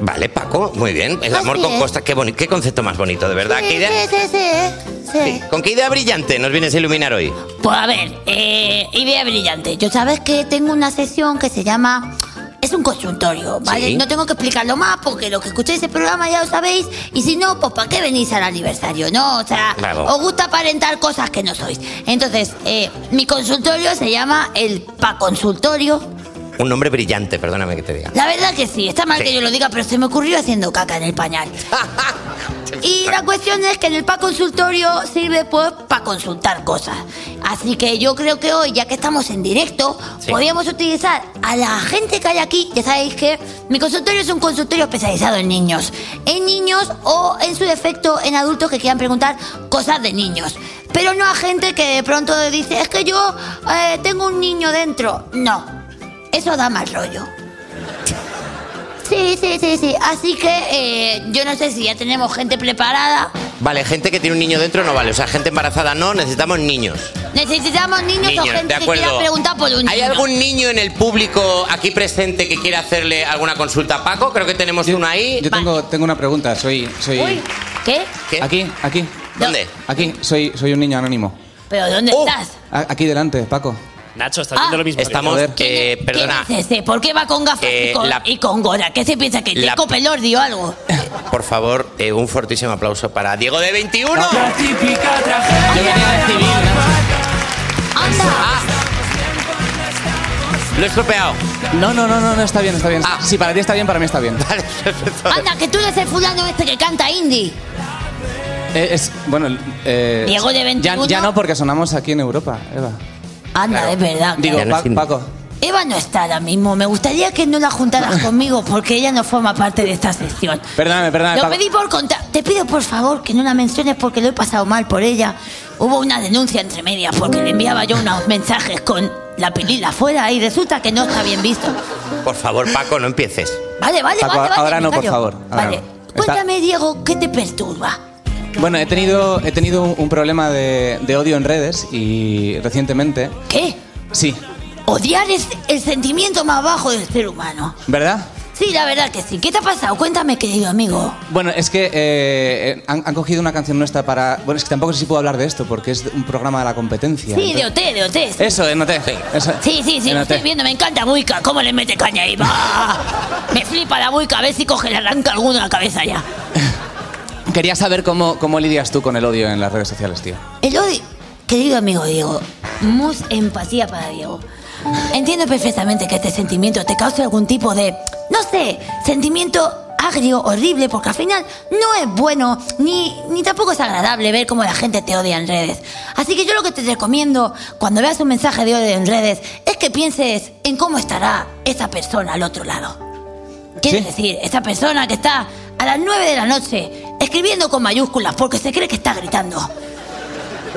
Speaker 4: vale, Paco, muy bien. El
Speaker 21: Así
Speaker 4: amor con
Speaker 21: es.
Speaker 4: costa, qué, boni- qué concepto más bonito, de verdad. ¿Qué
Speaker 21: Sí,
Speaker 4: idea-
Speaker 21: sí, sí, sí, sí.
Speaker 4: ¿Con qué idea brillante nos vienes a iluminar hoy?
Speaker 21: Pues a ver, eh, idea brillante. Yo sabes que tengo una sesión que se llama... Es un consultorio, ¿vale?
Speaker 4: Sí.
Speaker 21: No tengo que explicarlo más porque lo que escucháis ese programa ya lo sabéis. Y si no, pues ¿para qué venís al aniversario? No, o sea,
Speaker 22: Claro.
Speaker 21: os gusta aparentar cosas que no sois. Entonces, eh, mi consultorio se llama el Pa Consultorio.
Speaker 4: Un nombre brillante, perdóname que te diga.
Speaker 21: La verdad que sí, está mal
Speaker 4: Sí.
Speaker 21: que yo lo diga, pero se me ocurrió haciendo caca en el pañal. y la cuestión es que en el pa consultorio sirve pues para consultar cosas. Así que yo creo que hoy, ya que estamos en directo,
Speaker 22: Sí.
Speaker 21: podríamos utilizar a la gente que hay aquí. Ya sabéis que mi consultorio es un consultorio especializado en niños. En niños o en su defecto en adultos que quieran preguntar cosas de niños. Pero no a gente que de pronto dice, es que yo eh, tengo un niño dentro. No, eso da mal rollo. Sí, sí, sí, sí. Así que eh, yo no sé si ya tenemos gente preparada.
Speaker 4: Vale, gente que tiene un niño dentro no vale. O sea, gente embarazada no, necesitamos niños.
Speaker 21: Necesitamos niños, o
Speaker 4: Niños, de
Speaker 21: gente que
Speaker 4: acuerdo.
Speaker 21: quiera preguntar por un niño.
Speaker 4: ¿Hay algún niño en el público aquí presente que quiera hacerle alguna consulta a Paco? Creo que tenemos uno ahí.
Speaker 23: Yo tengo, tengo una pregunta, soy... soy
Speaker 21: Eh, Uy, ¿qué?
Speaker 23: Aquí, aquí.
Speaker 4: ¿Dónde?
Speaker 23: Aquí, soy, soy un niño anónimo.
Speaker 21: ¿Pero dónde
Speaker 4: Oh.
Speaker 21: estás?
Speaker 23: A- aquí delante, Paco.
Speaker 7: Nacho, estás
Speaker 21: Ah.
Speaker 7: viendo lo mismo.
Speaker 4: Estamos, eh,
Speaker 21: ¿Quién
Speaker 4: perdona,
Speaker 21: es ese? ¿Por qué va con gafas y,
Speaker 4: Eh,
Speaker 21: con,
Speaker 4: la-
Speaker 21: y con gorra? ¿Qué se piensa que
Speaker 4: La-
Speaker 21: Jacob Pelordi o algo?
Speaker 4: por favor, eh, un fortísimo aplauso para Diego de 21.
Speaker 21: ¡Anda!
Speaker 4: Lo he estropeado. Ah.
Speaker 23: No, no, no, no, no, está bien, está bien. Si para ti está bien, para mí está bien.
Speaker 4: *laughs*
Speaker 21: ¡Anda, que tú eres el fulano este que canta indie!
Speaker 23: Eh, es, bueno, eh,
Speaker 21: Diego de
Speaker 23: ya-
Speaker 21: 21.
Speaker 23: Ya, no, porque sonamos aquí en Europa, Eva.
Speaker 21: Anda, es verdad.
Speaker 23: Digo,
Speaker 21: claro.
Speaker 23: Pa- Paco,
Speaker 21: Eva no está ahora mismo. Me gustaría que no
Speaker 4: *laughs*
Speaker 21: la juntaras conmigo porque ella no forma parte de esta sesión.
Speaker 23: perdóname, perdóname.
Speaker 21: Lo
Speaker 23: Paco.
Speaker 21: pedí por contar. Te pido por favor que no la menciones porque lo he pasado mal por ella. Hubo una denuncia entre medias porque le enviaba yo unos mensajes con la pilila afuera y resulta que no está bien visto.
Speaker 4: Por favor, Paco, no empieces.
Speaker 21: Vale, vale,
Speaker 23: Paco,
Speaker 21: vale, vale,
Speaker 23: ahora
Speaker 21: me
Speaker 23: no, por
Speaker 21: callo.
Speaker 23: favor. ahora
Speaker 21: Vale.
Speaker 23: no. Está-
Speaker 21: Cuéntame, Diego, ¿qué te perturba?
Speaker 23: Bueno, he tenido, he tenido un, un problema de, de odio en redes y recientemente...
Speaker 21: ¿Qué?
Speaker 23: Sí,
Speaker 21: Odiar es el sentimiento más bajo del ser humano.
Speaker 23: ¿verdad?
Speaker 21: Sí, la verdad que sí. ¿Qué te ha pasado? Cuéntame, querido amigo.
Speaker 23: Bueno, es que eh, eh, han, han cogido una canción nuestra para... Bueno, es que tampoco sé si puedo hablar de esto porque es un programa de la competencia.
Speaker 21: Sí, de OT, de OT. sí.
Speaker 23: Eso, de Noté. E. Eso,
Speaker 21: Sí, sí, sí,
Speaker 23: de
Speaker 21: lo
Speaker 23: Noté.
Speaker 21: estoy viendo, me encanta Buica, cómo le mete caña ahí. ¡Bah! Me flipa la Buica, a ver si coge, le arranca alguno la cabeza ya.
Speaker 23: Quería saber cómo, cómo lidias tú con el odio en las redes sociales, tío.
Speaker 21: El odio, querido amigo Diego, mus empatía para Diego. Entiendo perfectamente que este sentimiento te cause algún tipo de, no sé, sentimiento agrio, horrible, porque al final no es bueno, ni, ni tampoco es agradable ver cómo la gente te odia en redes. Así que yo lo que te recomiendo cuando veas un mensaje de odio en redes es que pienses en cómo estará esa persona al otro lado. Quiere decir, esa persona que está a las 9 de la noche escribiendo con mayúsculas porque se cree que está gritando.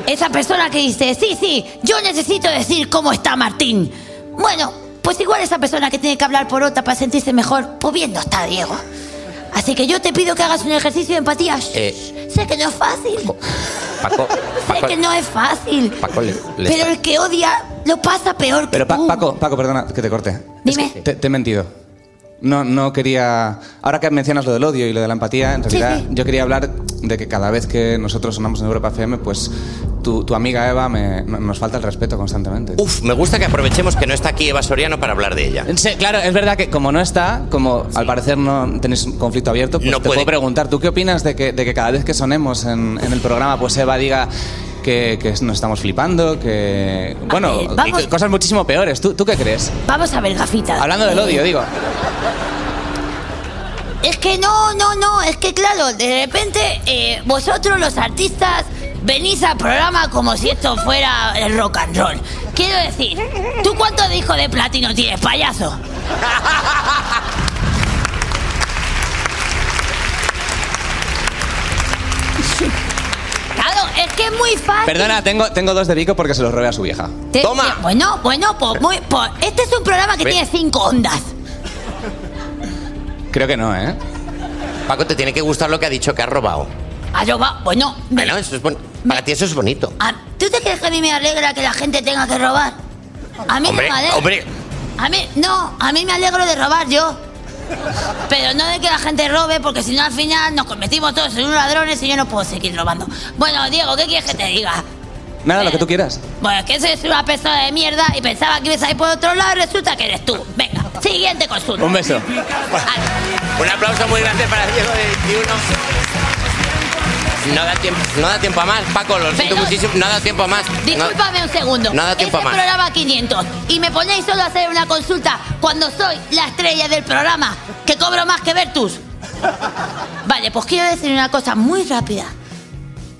Speaker 21: Esa persona que dice, sí, sí, yo necesito decir cómo está Martín. Bueno, Pues igual esa persona que tiene que hablar por otra para sentirse mejor, pues bien no está, Diego. Así que yo te pido que hagas un ejercicio de empatía. Shh,
Speaker 4: Eh,
Speaker 21: Sé que no es fácil,
Speaker 4: Paco,
Speaker 21: sé
Speaker 23: Paco-
Speaker 21: que no *laughs* es fácil,
Speaker 23: Paco, le, le
Speaker 21: pero
Speaker 23: está-
Speaker 21: el que odia lo pasa peor que
Speaker 23: Pero Pa-
Speaker 21: tú.
Speaker 23: Paco, Paco, perdona que te corte.
Speaker 21: Dime.
Speaker 23: Es que te, te he mentido. No, no quería. Ahora que mencionas lo del odio y lo de la empatía, en
Speaker 21: Sí,
Speaker 23: realidad
Speaker 21: sí.
Speaker 23: yo quería hablar de que cada vez que nosotros sonamos en Europa FM, pues tu, tu amiga Eva me- no- nos falta el respeto constantemente.
Speaker 4: Uf, me gusta que aprovechemos que no está aquí Eva Soriano para hablar de ella.
Speaker 23: Sí, claro, es verdad que como no está, como al parecer no tenéis un conflicto abierto, pues
Speaker 4: No
Speaker 23: te
Speaker 4: puede.
Speaker 23: puedo preguntar, ¿tú qué opinas de que, de que cada vez que sonemos en, en el programa, pues Eva diga que, que nos estamos flipando, que... Bueno,
Speaker 21: ver, vamos-
Speaker 23: y cosas muchísimo peores. ¿Tú, ¿Tú qué crees?
Speaker 21: Vamos a ver, gafitas.
Speaker 23: Hablando del odio, digo.
Speaker 21: Es que no, no, no, es que claro, de repente eh, vosotros los artistas venís al programa como si esto fuera el rock and roll. Quiero decir, ¿tú cuántos discos de platino tienes, payaso? Claro, es que es muy fácil.
Speaker 23: Perdona, tengo, tengo dos de Vico porque se los robé a su vieja.
Speaker 21: Te- te- Bueno, bueno, pues muy, pues, este es un programa que
Speaker 23: Ve-
Speaker 21: tiene cinco ondas.
Speaker 23: Creo que no, ¿eh?
Speaker 4: Paco, te tiene que gustar lo que ha dicho que ha robado.
Speaker 21: Ah, yo va- bueno,
Speaker 4: Bueno, eso es bon- para ti eso es bonito.
Speaker 21: a- ¿tú te crees que a mí me alegra que la gente tenga que robar? A mí no
Speaker 4: Hombre,
Speaker 21: me alegra.
Speaker 4: hombre,
Speaker 21: A mí, no, a mí me alegro de robar yo. Pero no de que la gente robe, porque si no al final nos convertimos todos en unos ladrones y yo no puedo seguir robando. Bueno, Diego, ¿qué quieres que te diga?
Speaker 23: Nada, lo que tú quieras.
Speaker 21: Bueno, es que soy una persona de mierda y pensaba que ibas a ir por otro lado y resulta que eres tú. Venga, siguiente consulta.
Speaker 23: Un beso.
Speaker 4: un aplauso muy grande para Diego de 21. No da tiempo, no da tiempo a más, Paco, lo siento
Speaker 21: Perdón.
Speaker 4: muchísimo, no da tiempo a más. No-
Speaker 21: Discúlpame un segundo.
Speaker 4: No da tiempo
Speaker 21: es
Speaker 4: a
Speaker 21: el
Speaker 4: más.
Speaker 21: programa 500 y me ponéis solo a hacer una consulta cuando soy la estrella del programa, que cobro más que Vertus. Vale, pues quiero decir una cosa muy rápida.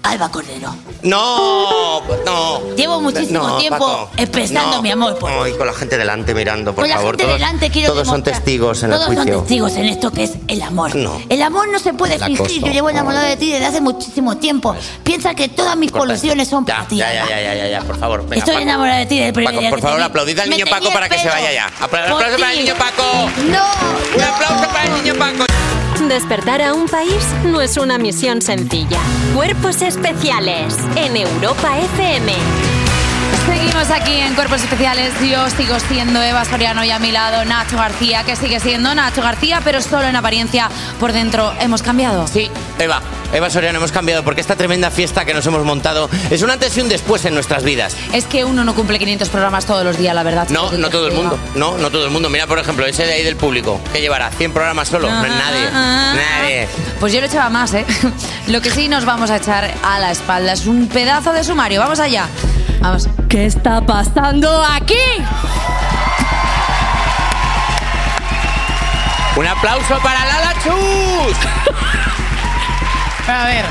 Speaker 21: Alba Cordero,
Speaker 4: No, no.
Speaker 21: Llevo muchísimo tiempo expresando mi amor por
Speaker 4: Ay, con la gente delante mirando, por
Speaker 21: con la
Speaker 4: favor.
Speaker 21: gente
Speaker 4: todos
Speaker 21: delante quiero
Speaker 4: todos son
Speaker 21: demostrar-
Speaker 4: testigos en
Speaker 21: todos
Speaker 4: el juicio.
Speaker 21: son testigos en esto que es el amor.
Speaker 4: No.
Speaker 21: El amor no se puede
Speaker 4: El
Speaker 21: fingir.
Speaker 4: acoso.
Speaker 21: Yo llevo enamorado de ti desde hace muchísimo tiempo. Piensa que todas mis
Speaker 4: Pues, Corta
Speaker 21: colusiones son para ti.
Speaker 4: Ya, ya,
Speaker 21: Alba.
Speaker 4: ya, ya, ya, ya, por favor. venga,
Speaker 21: Estoy
Speaker 4: Paco.
Speaker 21: enamorada de ti desde el primer
Speaker 4: Paco,
Speaker 21: día
Speaker 4: por
Speaker 21: que
Speaker 4: favor,
Speaker 21: te vi.
Speaker 4: aplaudid al
Speaker 21: Me
Speaker 4: niño
Speaker 21: tenía
Speaker 4: Paco
Speaker 21: el
Speaker 4: para que se
Speaker 21: pelo.
Speaker 4: vaya ya. Apla-
Speaker 21: Por
Speaker 4: Aplauso para el
Speaker 21: ti.
Speaker 4: niño Paco.
Speaker 21: No.
Speaker 4: Un aplauso para el niño Paco.
Speaker 2: Despertar a un país no es una misión sencilla. Cuerpos especiales en Europa FM.
Speaker 3: Seguimos aquí en Cuerpos Especiales. Yo sigo siendo Eva Soriano y a mi lado Nacho García, que sigue siendo Nacho García, pero solo en apariencia. Por dentro, ¿hemos cambiado?
Speaker 4: Sí. Eva, Eva Soriano, hemos cambiado porque esta tremenda fiesta que nos hemos montado es un antes y un después en nuestras vidas.
Speaker 3: Es que uno no cumple 500 programas todos los días, la verdad.
Speaker 4: No, no todo el mundo. No, no todo el mundo. Mira, por ejemplo, ese de ahí del público. que llevará? ¿100 programas solo? No, nadie. Nadie.
Speaker 3: Pues yo lo echaba más, ¿eh? *laughs* Lo que sí nos vamos a echar a la espalda es un pedazo de sumario. Vamos allá. Vamos.
Speaker 8: ¿Qué está pasando aquí?
Speaker 4: Un aplauso para Lala Chus.
Speaker 8: A ver.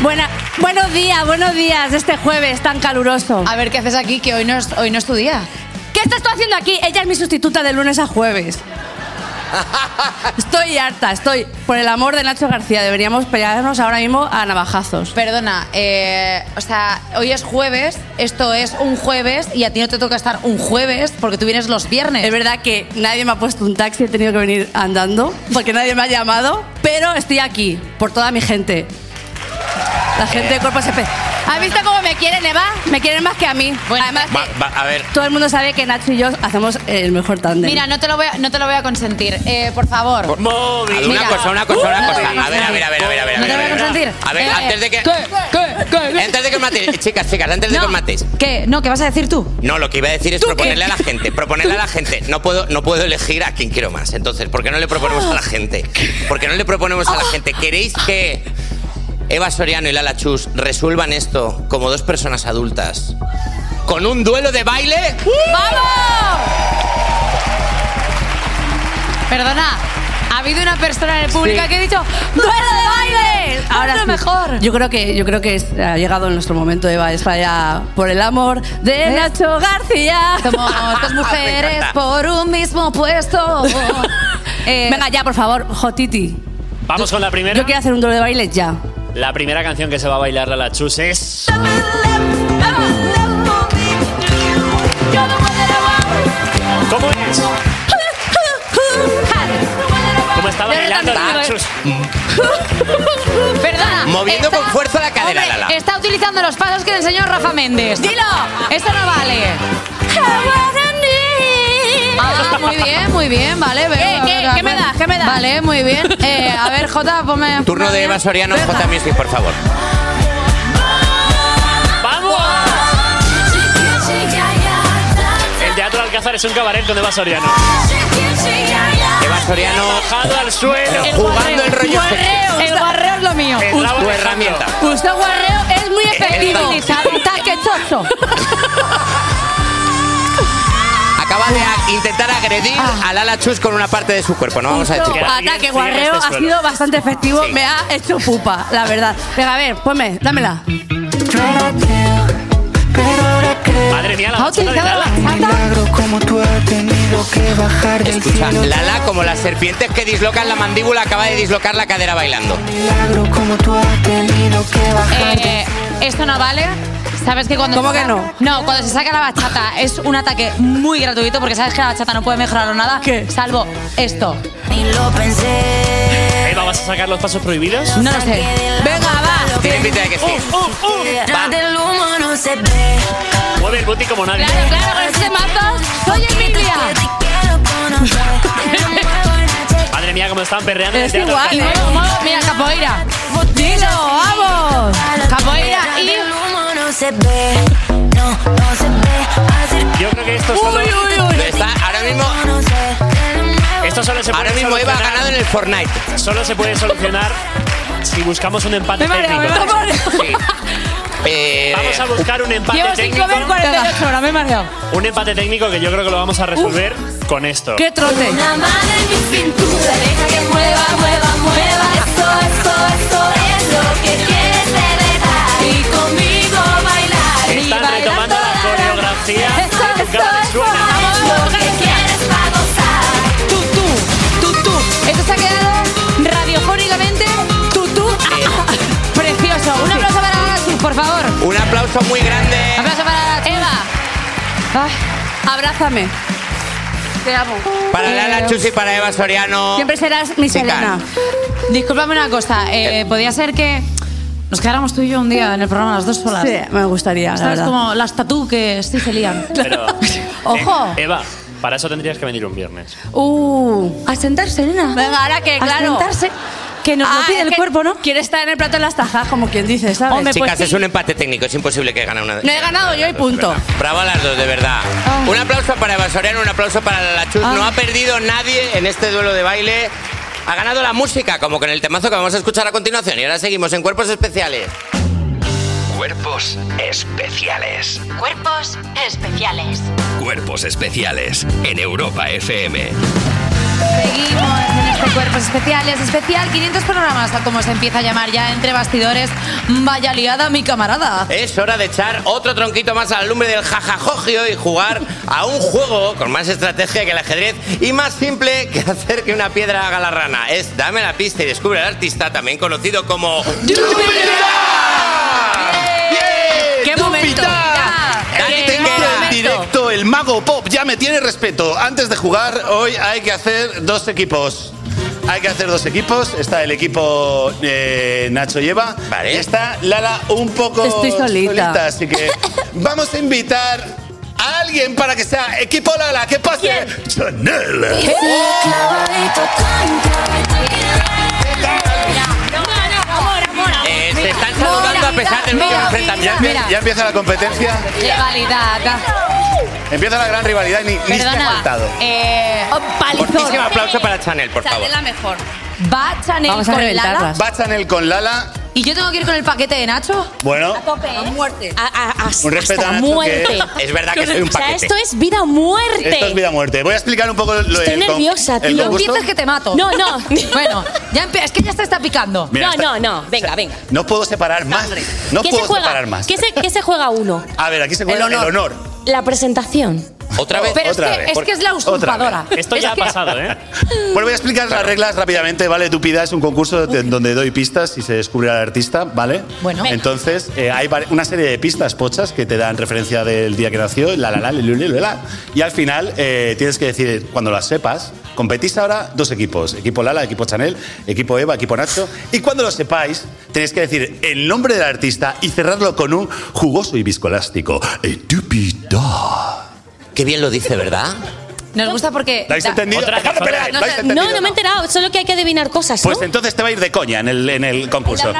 Speaker 8: Buena, buenos días, buenos días, este jueves tan caluroso.
Speaker 3: A ver, ¿qué haces aquí? Que hoy no es, hoy no es tu día.
Speaker 8: ¿Qué estás tú haciendo aquí? Ella es mi sustituta de lunes a jueves. Estoy harta, estoy. Por el amor de Nacho García, deberíamos pelearnos ahora mismo a navajazos.
Speaker 3: Perdona, eh, o sea, hoy es jueves, esto es un jueves y a ti no te toca estar un jueves porque tú vienes los viernes.
Speaker 8: Es verdad que nadie me ha puesto un taxi, he tenido que venir andando porque nadie me ha llamado, pero estoy aquí por toda mi gente. La gente de Cuerpos Espe. ¿Has visto cómo me quieren, Eva? Me quieren más que a mí. Además,
Speaker 4: Va, va, a ver.
Speaker 8: todo el mundo sabe que Nacho y yo hacemos el mejor tándem.
Speaker 3: Mira, no te lo voy a, no te lo voy a consentir, eh, por favor.
Speaker 4: Una
Speaker 3: Mira.
Speaker 4: cosa, una cosa, una
Speaker 3: No te
Speaker 4: cosa.
Speaker 3: voy a
Speaker 4: A ver, a ver, a ver, a ver, a ver.
Speaker 3: No te
Speaker 4: a
Speaker 3: voy a
Speaker 4: ver, a ver.
Speaker 3: consentir.
Speaker 4: A ver,
Speaker 3: Eh,
Speaker 4: antes de que.
Speaker 3: ¿qué? ¿Qué? ¿Qué?
Speaker 4: Antes de que os matéis, chicas, chicas, antes de que os matéis.
Speaker 3: ¿Qué? No, ¿qué vas a decir tú?
Speaker 4: No, lo que iba a decir es proponerle a la gente, proponerle a la gente. No puedo, no puedo elegir a quién quiero más. Entonces, ¿por qué no le proponemos a la gente? ¿Por qué no le proponemos a la gente? ¿Queréis que Eva Soriano y Lala Chus resuelvan esto como dos personas adultas? ¿Con un duelo de baile?
Speaker 3: ¡Vamos! Perdona, ha habido una persona en el público
Speaker 8: Sí.
Speaker 3: que ha dicho ¡Duelo de baile!
Speaker 8: Ahora
Speaker 3: Ahora lo
Speaker 8: sí.
Speaker 3: mejor.
Speaker 8: Yo creo que yo creo que es- ha llegado nuestro momento, Eva. Es para allá, por el amor de Nacho García.
Speaker 3: Somos dos mujeres por un mismo puesto. Eh,
Speaker 8: Venga ya, por favor, Jotiti.
Speaker 7: Vamos con la primera.
Speaker 8: Yo quiero hacer un duelo de baile ya.
Speaker 7: La primera canción que se va a bailar la Chus es. ¿Cómo
Speaker 3: *laughs*
Speaker 7: es? ¿Cómo está bailando Nachos?
Speaker 3: Perdona.
Speaker 4: Moviendo con fuerza la cadera,
Speaker 3: Hombre,
Speaker 4: Lala.
Speaker 3: Está utilizando los pasos que le enseñó Rafa Méndez. ¡Dilo! Esto no vale. Ah, muy bien, muy bien, vale. veo-
Speaker 24: ¿Qué, qué, qué me das, qué me das?
Speaker 3: Vale, muy bien. Eh, a ver, Jota, ponme.
Speaker 4: Turno de Eva Soriano, J Music, por favor.
Speaker 7: ¡Vamos! El Teatro Alcázar es un cabaret donde va Soriano.
Speaker 4: Eva Soriano.
Speaker 7: Bajado al suelo.
Speaker 4: Jugando el rollo.
Speaker 3: El guarreo es lo mío.
Speaker 4: Entraba Tu Alejandro. herramienta.
Speaker 24: Usted guarreo es muy efectivo.
Speaker 3: Taque
Speaker 4: *laughs*
Speaker 3: chocho.
Speaker 4: Acaba de a- intentar agredir
Speaker 5: Ah.
Speaker 4: a Lala Chus con una parte de su cuerpo, no vamos a decir. cuál.
Speaker 24: Ataque
Speaker 7: este
Speaker 24: guarreo ha sido bastante efectivo. Me ha hecho pupa, la verdad. Venga, a ver, ponme, dámela.
Speaker 7: Madre mía, la
Speaker 24: ¿Ha
Speaker 7: bachata de
Speaker 24: utilizado
Speaker 7: Lala.
Speaker 24: la
Speaker 5: como tú has tenido que bajar del
Speaker 4: Escucha,
Speaker 5: cielo.
Speaker 4: Lala, como las serpientes que dislocan la mandíbula, acaba de dislocar la cadera bailando.
Speaker 5: Milagro como tú has tenido que bajar.
Speaker 3: Eh, esto no vale. Sabes que cuando.
Speaker 24: ¿Cómo
Speaker 3: se
Speaker 24: que
Speaker 3: saca-
Speaker 24: no?
Speaker 3: No, cuando se saca la bachata es un ataque muy gratuito porque sabes que la bachata no puede mejorarlo nada. Salvo esto.
Speaker 7: Eva, ¿vas a sacar los pasos prohibidos?
Speaker 3: No lo sé. Venga, va.
Speaker 7: Tiene pinta de que sí.
Speaker 3: Uf, uf, uf.
Speaker 7: Va.
Speaker 5: del humo no se ve.
Speaker 7: Mueve el booty como nadie.
Speaker 3: Claro, claro, con este mazo soy Emilia.
Speaker 7: Madre mía, cómo están perreando. en el
Speaker 3: Es
Speaker 7: Teatro
Speaker 3: igual,
Speaker 7: Alcázar.
Speaker 3: ¿eh? Mira, capoeira. Dilo, vamos. Capoeira y.
Speaker 7: Yo creo que esto solo...
Speaker 4: Está ahora mismo.
Speaker 7: Esto solo se puede
Speaker 4: Ahora mismo Eva ha
Speaker 7: solucionar-
Speaker 4: ganado en el Fortnite.
Speaker 7: Solo se puede solucionar si buscamos un empate
Speaker 4: Me mareo,
Speaker 7: técnico.
Speaker 4: me mareo.
Speaker 7: Sí.
Speaker 4: *laughs* Eh,
Speaker 7: Vamos a buscar un empate
Speaker 3: Llevo sin
Speaker 7: técnico.
Speaker 3: comer 48 horas, me he mareado.
Speaker 7: Un empate técnico que yo creo que lo vamos a resolver con esto.
Speaker 3: ¡Qué trote!
Speaker 5: Una mano en mi cintura, deja que mueva, mueva, mueva. Esto, esto, esto es lo que quieres de verdad. Y conmigo bailar. Y
Speaker 7: Están
Speaker 5: bailar
Speaker 7: retomando la
Speaker 5: toda
Speaker 7: coreografía.
Speaker 5: Esto,
Speaker 7: que
Speaker 5: esto,
Speaker 7: cada vez
Speaker 5: esto
Speaker 7: suena.
Speaker 5: es lo que quieres para gozar.
Speaker 3: Tú, tú, tú, tú. Esto se ha quedado radiofónicamente tú, tú. *laughs* Precioso. Un aplauso para Arasus, por favor.
Speaker 4: Un aplauso muy grande.
Speaker 3: aplauso para Eva.
Speaker 24: Abrázame. Te amo.
Speaker 4: Para Lala Chus y para Eva Soriano.
Speaker 24: Siempre serás mi
Speaker 4: Chicas.
Speaker 24: Selena.
Speaker 3: Disculpame una cosa. eh, Podría ser que nos quedáramos tú y yo un día en el programa las dos solas.
Speaker 24: Sí, me gustaría, la
Speaker 3: Sabes
Speaker 24: verdad.
Speaker 3: como las tatú que sí se lían.
Speaker 7: Pero,
Speaker 3: *laughs*
Speaker 24: Ojo.
Speaker 7: eh, Eva, para eso tendrías que venir un viernes.
Speaker 3: Uh, a sentarse, nena.
Speaker 24: Venga, ahora que,
Speaker 3: A
Speaker 24: claro.
Speaker 3: sentarse, Que nos lo
Speaker 24: Ah,
Speaker 3: pide
Speaker 24: es
Speaker 3: el
Speaker 24: que
Speaker 3: cuerpo, ¿no?
Speaker 24: Quiere estar en el plato de las tajas, como quien dice, ¿sabes?
Speaker 3: pues
Speaker 4: Chicas, es un empate técnico, es imposible que gane una de
Speaker 24: No he ganado yo y punto.
Speaker 4: Bravo a las dos, de verdad. Un aplauso para Eva Soriano, un aplauso para Lala Chus. No ha perdido nadie en este duelo de baile. Ha ganado la música, como con el temazo que vamos a escuchar a continuación. Y ahora seguimos en Cuerpos Especiales.
Speaker 25: Cuerpos especiales.
Speaker 2: Cuerpos especiales.
Speaker 25: Cuerpos especiales en Europa FM.
Speaker 3: Seguimos en este Cuerpos Especiales, especial 500 programas, tal como se empieza a llamar ya entre bastidores. Vaya liada, mi camarada.
Speaker 4: Es hora de echar otro tronquito más a la lumbre del jajajogio y jugar a un juego con más estrategia que el ajedrez y más simple que hacer que una piedra haga la rana. Es Dame la pista y descubre al artista, también conocido como...
Speaker 24: ¡Qué momento!
Speaker 4: Dani
Speaker 6: En
Speaker 4: Tequera.
Speaker 6: directo, el mago pop ya me tiene respeto. Antes de jugar, hoy hay que hacer dos equipos. Hay que hacer dos equipos. Está el equipo eh, Nacho Lleva. Vale. Y está Lala un poco
Speaker 24: Estoy solita. *laughs*
Speaker 6: Así que vamos a invitar a alguien para que sea equipo Lala. ¿Qué pase? Chanel.
Speaker 4: Eh, se están saludando a pesar del último
Speaker 6: Ya,
Speaker 4: enfrentamiento.
Speaker 6: empie- ya empieza la competencia.
Speaker 3: Rivalidad.
Speaker 6: Empieza la gran rivalidad y ni, ni se ha
Speaker 3: Perdona.
Speaker 6: faltado.
Speaker 3: Eh,
Speaker 4: Fortísimo aplauso para Chanel, por favor.
Speaker 24: la mejor.
Speaker 3: va Chanel con Lala.
Speaker 6: Va Chanel con Lala.
Speaker 3: ¿Y yo tengo que ir con el paquete de Nacho?
Speaker 6: Bueno,
Speaker 3: tope. ¿eh? A muerte.
Speaker 6: Un respeto
Speaker 8: hasta
Speaker 6: a
Speaker 8: la
Speaker 6: Nacho,
Speaker 8: muerte.
Speaker 6: que es verdad que soy un
Speaker 8: O sea,
Speaker 6: paquete.
Speaker 8: esto es vida o muerte.
Speaker 6: Esto es vida o muerte. Voy a explicar un poco lo del
Speaker 8: Estoy
Speaker 6: con-
Speaker 8: nerviosa,
Speaker 6: el
Speaker 8: tío.
Speaker 6: concurso.
Speaker 3: Dices que te mato.
Speaker 8: No, no.
Speaker 3: *laughs* bueno, ya empie- es que ya se está picando.
Speaker 6: Mira, No, está-
Speaker 8: no, no. Venga, venga.
Speaker 6: No puedo separar más. No
Speaker 8: ¿Qué
Speaker 6: puedo
Speaker 8: se juega?
Speaker 6: separar más.
Speaker 8: ¿Qué se, qué se juega uno?
Speaker 6: A ver, aquí se juega
Speaker 8: El
Speaker 6: el
Speaker 8: honor.
Speaker 6: honor.
Speaker 8: La presentación.
Speaker 4: Otra vez.
Speaker 3: Pero es que- es que es la usurpadora.
Speaker 26: Esto ya
Speaker 3: Es
Speaker 26: ha
Speaker 3: que-
Speaker 26: pasado, ¿eh?
Speaker 6: Bueno, voy a explicar las reglas rápidamente, ¿vale? Tupida es un concurso de- donde doy pistas y se descubre al artista, ¿vale?
Speaker 3: Bueno. Venga.
Speaker 6: Entonces, eh, hay vari- una serie de pistas pochas que te dan referencia del día que nació, la, la, la, li, li, li, la. Y al final eh, tienes que decir, cuando las sepas, competís ahora dos equipos, equipo Lala, equipo Chanel, equipo Eva, equipo Nacho. Y cuando lo sepáis, tenéis que decir el nombre del artista y cerrarlo con un jugoso y viscoelástico. Eh, Tupida.
Speaker 4: Qué bien lo dice, ¿verdad?
Speaker 8: Nos gusta porque.
Speaker 6: ¿Lo habéis entendido? Dejadme pelear, ¿lo
Speaker 8: No,
Speaker 6: habéis
Speaker 8: sé,
Speaker 6: entendido?
Speaker 8: no, no me he enterado, solo que hay que adivinar cosas, ¿no?
Speaker 6: Pues entonces te va a ir de coña en el, en el concurso.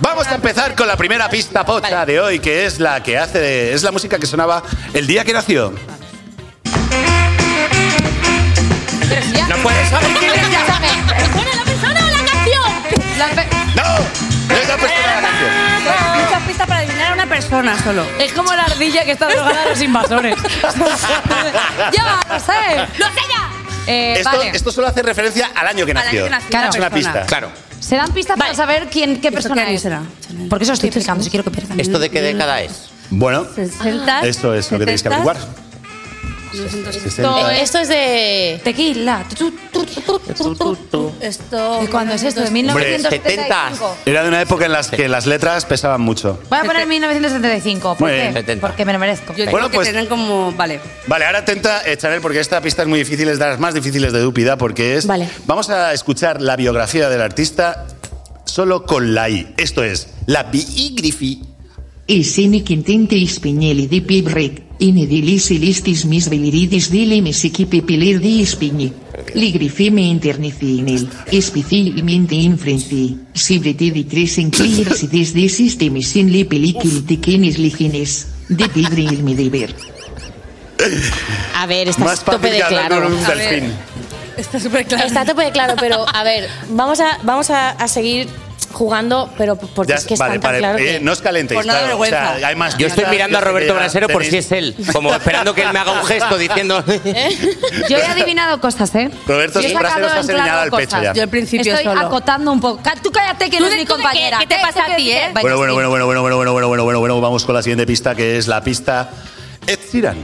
Speaker 6: Vamos a empezar con la primera pista pocha de hoy, que es la que hace. de- es la música que sonaba el día que nació.
Speaker 4: No puedes saber quién es ya.
Speaker 8: ¿Pone la persona o la canción?
Speaker 6: ¡No! ¡No está puesto pues, la
Speaker 5: canción! Muchas pistas para adivinar a una persona solo.
Speaker 3: Es como la ardilla que está drogada a los invasores. ya, lo sé.
Speaker 8: ¡Lo sé ya!
Speaker 3: Eh,
Speaker 6: esto,
Speaker 3: vale.
Speaker 6: esto solo hace referencia al año que
Speaker 3: Al año
Speaker 6: nació.
Speaker 3: que nació Claro.
Speaker 6: Es una
Speaker 3: persona.
Speaker 6: pista.
Speaker 4: Claro.
Speaker 3: Se dan pistas para saber quién, qué persona es. Porque eso estoy explicando, si quiero que pierdan.
Speaker 4: ¿Esto de qué década es?
Speaker 6: Bueno,
Speaker 5: ¿Sesenta?
Speaker 6: esto es lo que tenéis que
Speaker 5: ¿Setenta?
Speaker 6: averiguar.
Speaker 8: Esto,
Speaker 6: 60.
Speaker 8: esto es de. Tequila.
Speaker 5: Esto.
Speaker 3: ¿De cuándo es esto? ¿De 1975?
Speaker 6: Era de una época en las que las letras pesaban mucho.
Speaker 3: Voy a poner 1975. ¿Por
Speaker 6: Muy bien,
Speaker 3: qué?
Speaker 6: 70.
Speaker 3: Porque me lo merezco.
Speaker 6: Yo Bueno, creo que pues-
Speaker 5: tienen como. Vale.
Speaker 6: Vale, ahora atenta, eh, Chanel, porque esta pista es muy difícil, es de las más difíciles de Dúpida, porque es.
Speaker 8: Vale.
Speaker 6: Vamos a escuchar la biografía del artista solo con la I. Esto es, la biografía.
Speaker 12: Y sini quintinti ispiñeli di pibric, ini dilis ilistis mis biliridis dili misiki pipilir di ispiñi. Ligrifime internicinil, ispici minti infrinci, sibriti di tris inclir sidis dis istimisin li pelicil tiquinis liginis, di pidri ilmi diver.
Speaker 8: A ver, está
Speaker 12: Más
Speaker 8: a tope
Speaker 12: fácil
Speaker 8: de
Speaker 12: que hablar
Speaker 8: claro.
Speaker 12: con un
Speaker 8: A ver,
Speaker 12: delfín.
Speaker 5: Está súper claro.
Speaker 8: Está a tope de claro, pero a ver, vamos a, vamos a, a seguir jugando, pero porque
Speaker 6: Ya,
Speaker 8: es que es
Speaker 6: vale,
Speaker 8: tan
Speaker 6: vale,
Speaker 8: claro.
Speaker 6: eh,
Speaker 8: que-
Speaker 6: no os calentéis. claro, o sea, hay más
Speaker 4: Yo estoy
Speaker 6: pistas,
Speaker 4: mirando a
Speaker 6: yo sé
Speaker 4: Roberto
Speaker 6: que ya
Speaker 4: Brasero por
Speaker 6: tenéis-
Speaker 4: si es él, como
Speaker 8: *laughs*
Speaker 4: esperando que él me haga un gesto
Speaker 3: *laughs*
Speaker 4: diciendo.
Speaker 3: ¿Eh? Yo he adivinado cosas, ¿eh?
Speaker 4: Roberto,
Speaker 3: Yo he
Speaker 4: sin frase
Speaker 3: sacado
Speaker 4: nos has
Speaker 3: en claro
Speaker 4: eliminado al pecho
Speaker 3: cosas.
Speaker 4: ya. Yo al
Speaker 5: principio
Speaker 3: Estoy
Speaker 5: solo.
Speaker 3: acotando un poco. Ca- Tú cállate que no es mi compañera. ¿Qué te pasa a ti, eh?
Speaker 6: Bueno, bueno, bueno, bueno, bueno, bueno, bueno, bueno, bueno, bueno, bueno, vamos con la siguiente pista, que es la pista Ed
Speaker 8: Mm.
Speaker 6: Sheeran.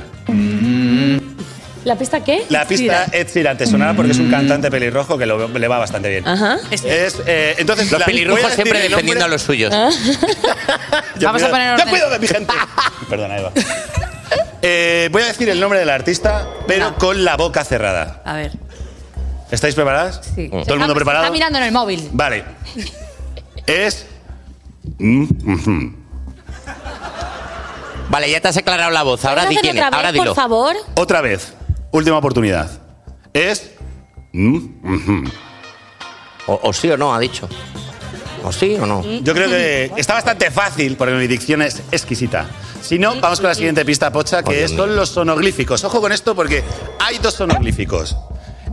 Speaker 8: ¿La pista qué?
Speaker 6: La pista Ed Sheeran, te sonará porque es un cantante pelirrojo que lo- le va bastante bien.
Speaker 8: Mm. Ajá.
Speaker 6: Es, eh, entonces, la-
Speaker 4: Los
Speaker 6: voy a
Speaker 4: pelirrojos
Speaker 6: decir
Speaker 4: siempre
Speaker 6: el
Speaker 4: defendiendo a
Speaker 6: nombre-
Speaker 4: los suyos.
Speaker 3: ¿Ah?
Speaker 6: *laughs* Yo
Speaker 4: Vamos a
Speaker 6: cuido-
Speaker 4: poner
Speaker 6: yo
Speaker 4: orden.
Speaker 6: cuido de mi gente. Perdona, Eva. Eh, voy a decir el nombre del artista, pero con la boca cerrada.
Speaker 5: A ver.
Speaker 6: ¿Estáis preparadas?
Speaker 5: Sí.
Speaker 6: ¿Todo el mundo preparado?
Speaker 3: Está mirando en el móvil.
Speaker 6: Vale. Es. Mm, mhm.
Speaker 4: Vale, ya te has aclarado la voz. Ahora di
Speaker 8: ¿Puedes
Speaker 4: quién
Speaker 8: hacerlo
Speaker 4: es.
Speaker 8: otra
Speaker 4: Ahora
Speaker 8: vez,
Speaker 4: dilo.
Speaker 8: por favor?
Speaker 6: Otra vez. Última oportunidad. Es. Mm, mhm.
Speaker 4: O, o sí o no, ha dicho. ¿O sí o no?
Speaker 6: Yo creo que está bastante fácil porque mi dicción es exquisita. Si no, vamos con la siguiente pista pocha, que es- son los sonoglíficos. Ojo con esto porque hay dos sonoglíficos.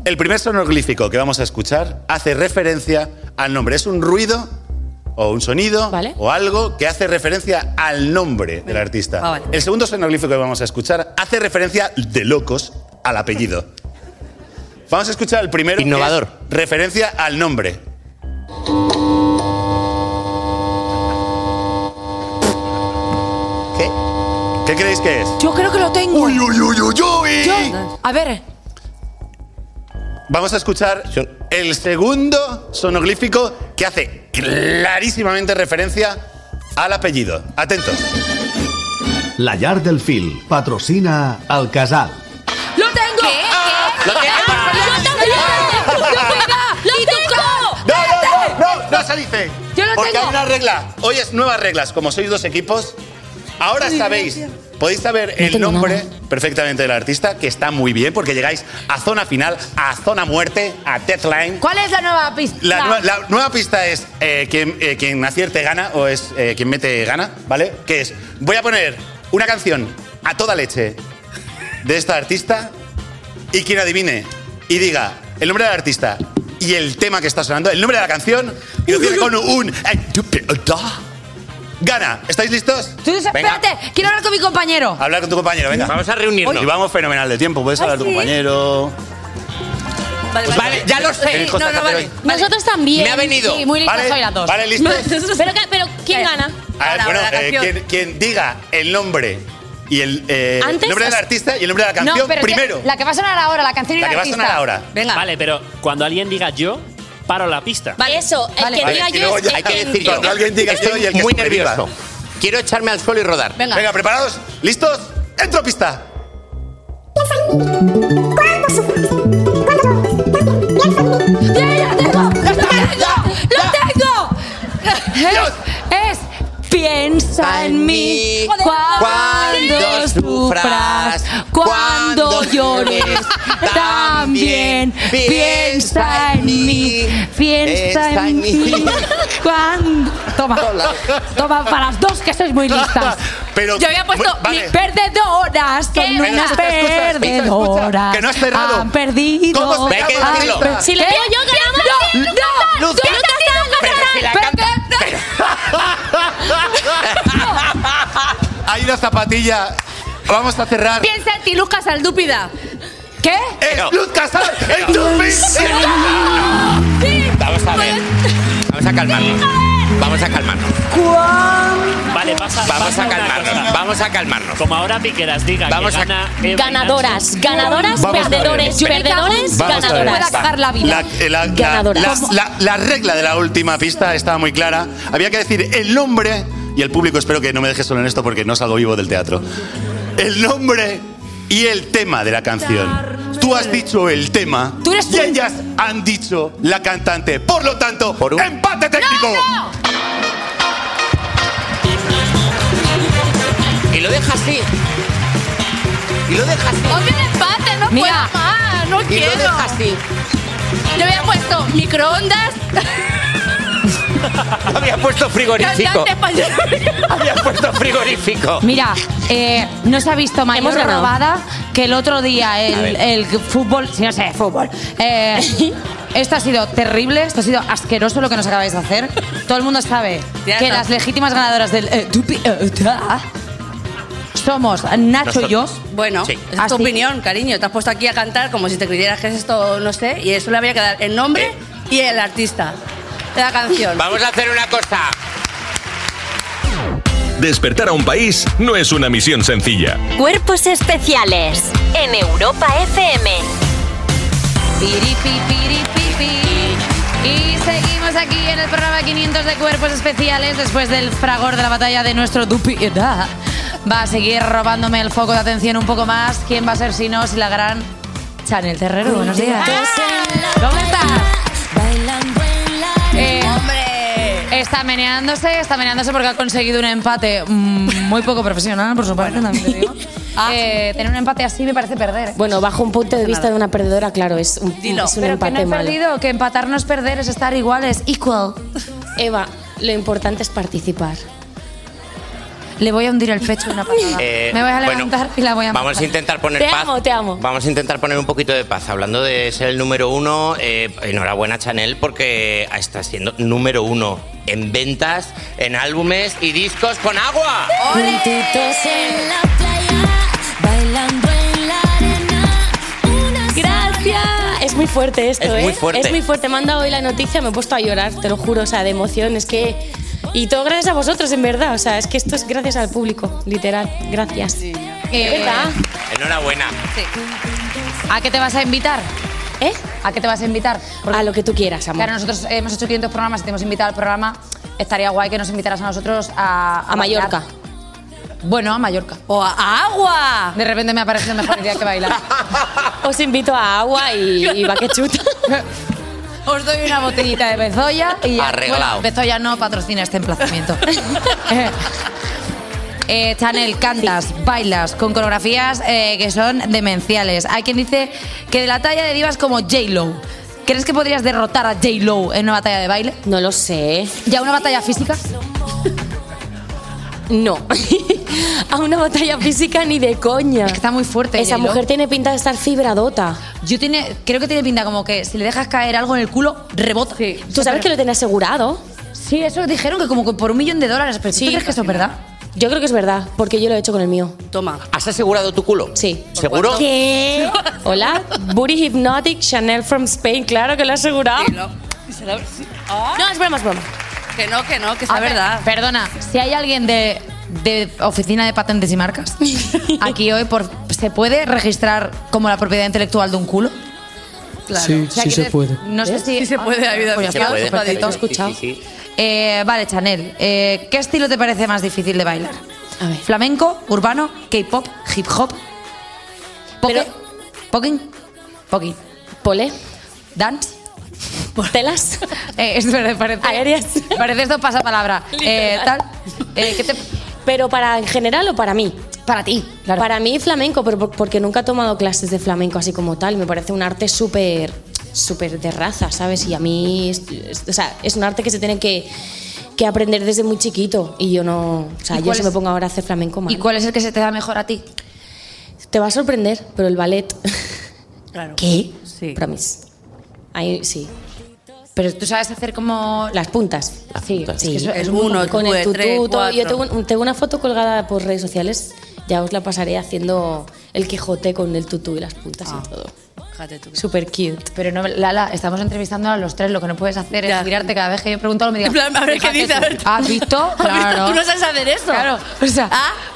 Speaker 6: El primer sonoglífico que vamos a escuchar hace referencia al nombre. Es un ruido o un sonido o algo que hace referencia al nombre del artista.
Speaker 5: Ah, vale.
Speaker 6: El segundo sonoglífico que vamos a escuchar hace referencia de locos al apellido. Vamos a escuchar el primero. que
Speaker 4: Innovador.
Speaker 6: es referencia al nombre. ¿Qué? ¿Qué creéis que es?
Speaker 3: Yo creo que lo tengo. Uy,
Speaker 6: uy, uy, uy, uy.
Speaker 3: Yo, a ver,
Speaker 6: Vamos a escuchar el segundo sonoglífico que hace clarísimamente referencia al apellido. Atentos.
Speaker 27: La llar del fil patrocina el casal.
Speaker 3: ¡Lo tengo! ¿Qué?
Speaker 6: ¡Lo
Speaker 4: Ah.
Speaker 8: tengo! ¡Lo tengo!
Speaker 6: ¡No, no, no! ¡No, no se dice!
Speaker 8: Yo lo
Speaker 6: Porque
Speaker 8: tengo.
Speaker 6: hay una regla. Hoy es nuevas reglas. Como sois dos equipos, ahora sabéis. Podéis saber el nombre perfectamente del artista, que está muy bien, porque llegáis a zona final, a zona muerte, a deadline.
Speaker 3: ¿cuál es la nueva pista?
Speaker 6: La, nueva- la nueva pista es eh, quien, eh, quien acierte gana o es eh, quien mete gana, ¿vale? Que es, voy a poner una canción a toda leche de esta artista y quien adivine y diga el nombre del artista y el tema que está sonando, el nombre de la canción, y lo tiene con un... eh, Gana, ¿estáis listos?
Speaker 3: Tú dices,
Speaker 6: Venga.
Speaker 3: espérate, quiero hablar con mi compañero.
Speaker 6: Hablar con tu compañero, venga.
Speaker 4: Vamos a reunirnos.
Speaker 6: Y vamos fenomenal de tiempo, puedes hablar a tu
Speaker 3: sí?
Speaker 6: compañero.
Speaker 3: Vale,
Speaker 4: Vale, ya lo sé.
Speaker 6: Tenéis cosas que hacer hoy.
Speaker 8: Nosotros también.
Speaker 6: Me ha venido.
Speaker 8: Sí, muy listos
Speaker 6: Vale,
Speaker 8: soy las dos.
Speaker 6: vale, ¿listos?
Speaker 8: *laughs* Pero, pero ¿quién gana?
Speaker 6: A ver,
Speaker 8: Ahora,
Speaker 6: Ah, bueno,
Speaker 8: ahora la
Speaker 6: eh,
Speaker 8: canción.
Speaker 6: quien, quien diga el nombre y el, eh,
Speaker 3: Antes,
Speaker 6: nombre del
Speaker 3: as-
Speaker 6: artista y el nombre de la
Speaker 3: No,
Speaker 6: canción
Speaker 3: pero que-
Speaker 6: primero.
Speaker 3: la que va a sonar ahora, la canción y
Speaker 6: La que va a
Speaker 3: artista.
Speaker 6: sonar ahora.
Speaker 3: Venga.
Speaker 7: Vale, pero cuando alguien diga yo, paro la pista.
Speaker 3: Eso,
Speaker 8: el que
Speaker 7: Vale,
Speaker 8: diga
Speaker 7: y
Speaker 8: yo
Speaker 7: luego
Speaker 8: es
Speaker 7: ya
Speaker 8: el
Speaker 7: hay que
Speaker 8: que-
Speaker 7: decir yo.
Speaker 6: Cuando alguien diga yo y el que
Speaker 4: muy
Speaker 6: sobreviva.
Speaker 4: nervioso. Quiero echarme al suelo y rodar.
Speaker 6: Venga. preparados, listos, entro pista.
Speaker 28: ¡Ya, ya, tengo! ¡Lo tengo! ¡Lo tengo!
Speaker 3: Es, es piensa en mí cuando sufras, cuando llores. También piensa en mí, piensa en mí cuando. Toma, toma para las dos que sois muy listas.
Speaker 6: *laughs* Pero-
Speaker 3: yo había puesto
Speaker 6: bu- vale.
Speaker 3: mis perdedoras son
Speaker 6: Pero
Speaker 3: unas
Speaker 6: escucha, escucha, escucha, escucha.
Speaker 3: perdedoras.
Speaker 6: Que no has cerrado.
Speaker 3: Han perdido.
Speaker 6: ¿Cómo se Ve que llama? decirlo.
Speaker 3: Han per-
Speaker 6: Si
Speaker 8: le digo
Speaker 3: ¿Eh?
Speaker 8: yo, ganamos.
Speaker 3: No,
Speaker 8: Lucas,
Speaker 3: no,
Speaker 8: Lucas,
Speaker 3: tú no
Speaker 8: Lucas,
Speaker 3: te has dado
Speaker 8: pero
Speaker 3: cuenta.
Speaker 8: si la
Speaker 3: Pero
Speaker 8: canta-
Speaker 3: que-
Speaker 6: Hay una zapatilla. Vamos a cerrar.
Speaker 5: Piensa en ti, Lucas Aldúpida.
Speaker 3: ¿Qué?
Speaker 6: ¡Es Luz Casal! ¡El
Speaker 4: Vamos a ver. Vamos a calmarnos. Vamos a calmarnos.
Speaker 7: Vale, pasa.
Speaker 4: Vamos
Speaker 7: pasa
Speaker 4: a
Speaker 7: una
Speaker 4: calmarnos.
Speaker 7: cosa.
Speaker 4: Vamos a calmarnos.
Speaker 7: Como ahora Piqueras diga
Speaker 4: Vamos
Speaker 7: que
Speaker 4: a-
Speaker 7: gana Eva y
Speaker 8: Ganadoras,
Speaker 7: Nacho.
Speaker 8: ganadoras, perdedores, perdedores, ganadoras.
Speaker 6: La, eh, la- la-
Speaker 8: Ganadoras.
Speaker 6: la- la- la regla de la última pista estaba muy clara. Había que decir el nombre y el público. Espero que no me dejes solo en esto porque no salgo vivo del teatro. El nombre y el tema de la canción. Tú has dicho el tema y ellas han dicho la cantante. Por lo tanto, empate técnico.
Speaker 4: Y lo deja así. Y lo deja así.
Speaker 5: ¡Hombre, empate! ¡No
Speaker 28: Mira.
Speaker 5: puedo más! ¡No
Speaker 28: Y lo
Speaker 5: quiero!
Speaker 28: deja así.
Speaker 5: Yo había puesto microondas,
Speaker 4: *laughs* Había puesto frigorífico.
Speaker 5: cantante español.
Speaker 4: *laughs* Había puesto frigorífico.
Speaker 3: Mira, eh, no se ha visto mayor
Speaker 8: Hemos ganado.
Speaker 3: robada que el otro día
Speaker 4: A
Speaker 3: el,
Speaker 4: ver.
Speaker 3: el fútbol, si no sé, fútbol. Eh,
Speaker 5: *laughs*
Speaker 3: esto ha sido terrible, esto ha sido asqueroso lo que nos acabáis de hacer. Todo el
Speaker 5: *laughs*
Speaker 3: mundo sabe
Speaker 5: Tienes
Speaker 3: que
Speaker 5: razón.
Speaker 3: las legítimas ganadoras del eh, Dupi- eh, da, somos Nacho y yo. Ah,
Speaker 5: Bueno, esa es
Speaker 3: Así.
Speaker 5: tu opinión, cariño. Te has puesto aquí a cantar como si te creyeras que es esto, no sé, y eso le había que dar el nombre y el artista de la canción.
Speaker 3: *laughs*
Speaker 4: Vamos a hacer una cosa.
Speaker 29: Despertar a un país no es una misión sencilla.
Speaker 2: Cuerpos especiales en Europa FM.
Speaker 3: Piripi, piripi, pi. Y seguimos aquí en el programa 500 de Cuerpos Especiales después del fragor de la batalla de nuestro Dupi. *laughs* da. Va a seguir robándome el foco de atención un poco más. ¿Quién va a ser si no? Si la gran Chanel Terrero. Buenos días.
Speaker 5: Ah.
Speaker 3: ¿Cómo estás? Eh, Está meneándose, está meneándose porque ha conseguido un empate mm, muy poco profesional, por supuesto, también te digo. Eh, tener un empate así me parece perder.
Speaker 8: Bueno, bajo un punto de vista de una perdedora, claro, es un, es un
Speaker 3: Pero
Speaker 8: empate
Speaker 3: que no he
Speaker 8: malo.
Speaker 3: perdido, que empatar no es perder, es estar iguales. Equal.
Speaker 8: Eva, lo importante es participar.
Speaker 3: Le voy a hundir el pecho una patada.
Speaker 4: Eh,
Speaker 3: Me voy a
Speaker 4: bueno,
Speaker 3: levantar y la voy a
Speaker 4: Vamos a intentar poner
Speaker 8: Te
Speaker 4: paz.
Speaker 8: amo, te amo.
Speaker 4: Vamos a intentar poner un poquito de paz. Hablando de ser el número uno, eh, enhorabuena Chanel porque está siendo número uno en ventas, en álbumes y discos con agua.
Speaker 28: Juntitos en la playa, bailando en la arena.
Speaker 8: Gracias. Es muy fuerte esto,
Speaker 4: Es
Speaker 8: ¿eh?
Speaker 4: muy fuerte.
Speaker 8: Es muy fuerte. Me han dado hoy la noticia, me he puesto a llorar, te lo juro, o sea, de emoción. Es que. Y todo gracias a vosotros, en verdad. O sea, es que esto es gracias al público, literal. Gracias.
Speaker 3: Eh,
Speaker 8: ¿Verdad?
Speaker 4: Enhorabuena.
Speaker 3: ¿A qué te vas a invitar?
Speaker 8: ¿Eh?
Speaker 3: ¿A qué te vas a invitar?
Speaker 8: A lo que tú quieras, amor.
Speaker 3: Claro, nosotros hemos hecho 500 programas y te hemos invitado al programa. Estaría guay que nos invitaras a nosotros a...
Speaker 8: A Mallorca.
Speaker 3: bailar. Bueno, a Mallorca.
Speaker 5: ¡O a agua!
Speaker 3: De repente me ha parecido mejor idea que bailar.
Speaker 8: Os invito a agua y, y va que chuta.
Speaker 3: Os doy una botellita de Bezoya y ya-
Speaker 8: Arreglao.
Speaker 3: bueno, Bezoya no patrocina este emplazamiento. *laughs* Eh, eh, Chanel, cantas, bailas con coreografías eh, que son demenciales. Hay quien dice que de la talla de divas como J-Lo. ¿Crees que podrías derrotar a J-Lo en una batalla de baile?
Speaker 8: No lo sé.
Speaker 3: ¿Ya una batalla física?
Speaker 8: *laughs* No. *laughs* a una batalla física ni de coña.
Speaker 3: Está muy fuerte.
Speaker 8: Esa
Speaker 3: J-Lo.
Speaker 8: mujer tiene pinta de estar fibradota.
Speaker 3: Yo tiene, creo que tiene pinta como que si le dejas caer algo en el culo, rebota.
Speaker 8: ¿Tú sabes que lo tiene asegurado?
Speaker 3: Sí, eso dijeron que *laughs* como que por un millón de dólares. Pero ¿tú crees que eso es verdad?
Speaker 8: Yo creo que es verdad, porque yo lo he hecho con el mío.
Speaker 5: Toma.
Speaker 4: ¿Has asegurado tu culo?
Speaker 8: Sí.
Speaker 4: ¿Seguro?
Speaker 8: ¿Qué? Hola, Booty Hypnotic Chanel from Spain. Claro que lo he asegurado.
Speaker 5: No,
Speaker 14: Ah,
Speaker 8: es broma, es broma.
Speaker 5: Que no, que no, que
Speaker 3: A
Speaker 5: sea
Speaker 3: ver,
Speaker 5: verdad.
Speaker 3: Perdona, si hay alguien de de Oficina de Patentes y
Speaker 8: *laughs*
Speaker 3: Marcas aquí hoy por se puede registrar como la propiedad intelectual de un culo.
Speaker 30: Claro. Sí, sí se
Speaker 3: quiere-
Speaker 30: puede.
Speaker 3: No sé si
Speaker 5: se puede,
Speaker 3: Ah,
Speaker 5: David,
Speaker 3: pues ya
Speaker 5: se
Speaker 3: está,
Speaker 5: puede. Sí,
Speaker 3: perfecto.
Speaker 5: sí,
Speaker 3: escuchado. Eh, vale, Chanel, eh, ¿qué estilo te parece más difícil de bailar? Flamenco, urbano, K-pop, hip hop. Poke, poking, poking. Pole. Dance. Telas. *laughs* Eh, es verdad, parece, Aéreas. *laughs* Parece
Speaker 8: *laughs*
Speaker 3: esto pasapalabra. Eh, tal.
Speaker 8: Pero para en general o para mí? Para ti, claro. Para mí flamenco, pero por- porque nunca he tomado clases de flamenco así como tal. Me parece un arte súper, súper de raza, ¿sabes? Y a mí, es, es- o sea, es un arte que se tiene que, que aprender desde muy chiquito. Y yo no, o sea,
Speaker 3: ¿Y
Speaker 8: yo
Speaker 3: cuál
Speaker 8: se
Speaker 3: es-
Speaker 8: me pongo ahora a hacer flamenco mal.
Speaker 3: ¿Y cuál es el que se te da mejor a ti?
Speaker 8: Te va a sorprender, pero el ballet. Claro. ¿Qué?
Speaker 5: Sí.
Speaker 8: Promis. Ahí sí.
Speaker 3: Pero tú sabes hacer como
Speaker 8: las puntas. sí, sí.
Speaker 5: Es que eso es uno,
Speaker 8: con
Speaker 5: tú,
Speaker 8: el tutú.
Speaker 5: tres,
Speaker 8: todo.
Speaker 5: cuatro.
Speaker 8: Yo tengo, un- tengo una foto colgada por redes sociales. Ya os la pasaré haciendo el Quijote con el tutú y las puntas
Speaker 5: Ah.
Speaker 8: y todo. Super cute.
Speaker 3: Pero no, Lala, estamos entrevistando a los tres. Lo que no puedes hacer es mirarte cada vez que yo pregunto algo. Me digas,
Speaker 5: En plan, a ver qué
Speaker 3: "Fíjate
Speaker 5: dice, a
Speaker 3: tú".
Speaker 5: ver.
Speaker 3: *laughs* ¿Has visto?
Speaker 5: ¿Has visto?
Speaker 3: Claro.
Speaker 5: Tú no sabes hacer eso.
Speaker 3: Claro. O sea,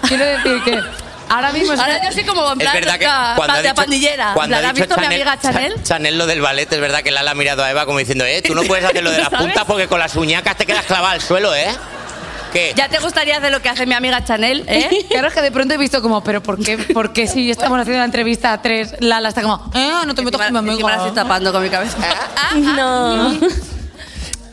Speaker 3: quiero decir que Ah. ahora mismo...
Speaker 5: Ahora yo soy como en plan la,
Speaker 4: cuando
Speaker 5: la
Speaker 4: ha dicho-
Speaker 5: pandillera.
Speaker 4: cuando
Speaker 5: En plan,
Speaker 4: ha
Speaker 5: ¿Has
Speaker 4: dicho
Speaker 5: visto mi amiga Chanel?
Speaker 4: Cha- Chanel lo del ballet, es verdad que Lala ha mirado a Eva como diciendo, eh, tú no puedes hacer
Speaker 8: *laughs*
Speaker 4: lo de las
Speaker 5: ¿Sabes?
Speaker 4: puntas porque con las uñacas te quedas clavada al suelo, ¿eh? ¿Qué?
Speaker 5: *laughs* Ya te gustaría hacer lo que hace mi amiga Chanel,
Speaker 3: ¿Eh?
Speaker 5: ¿eh?
Speaker 3: *laughs* Claro que de pronto he visto como, pero ¿por qué, por qué si estamos haciendo una entrevista a tres? Lala está como, eh, no te meto con mi amigo.
Speaker 5: ahora estoy tapando con mi cabeza.
Speaker 3: No.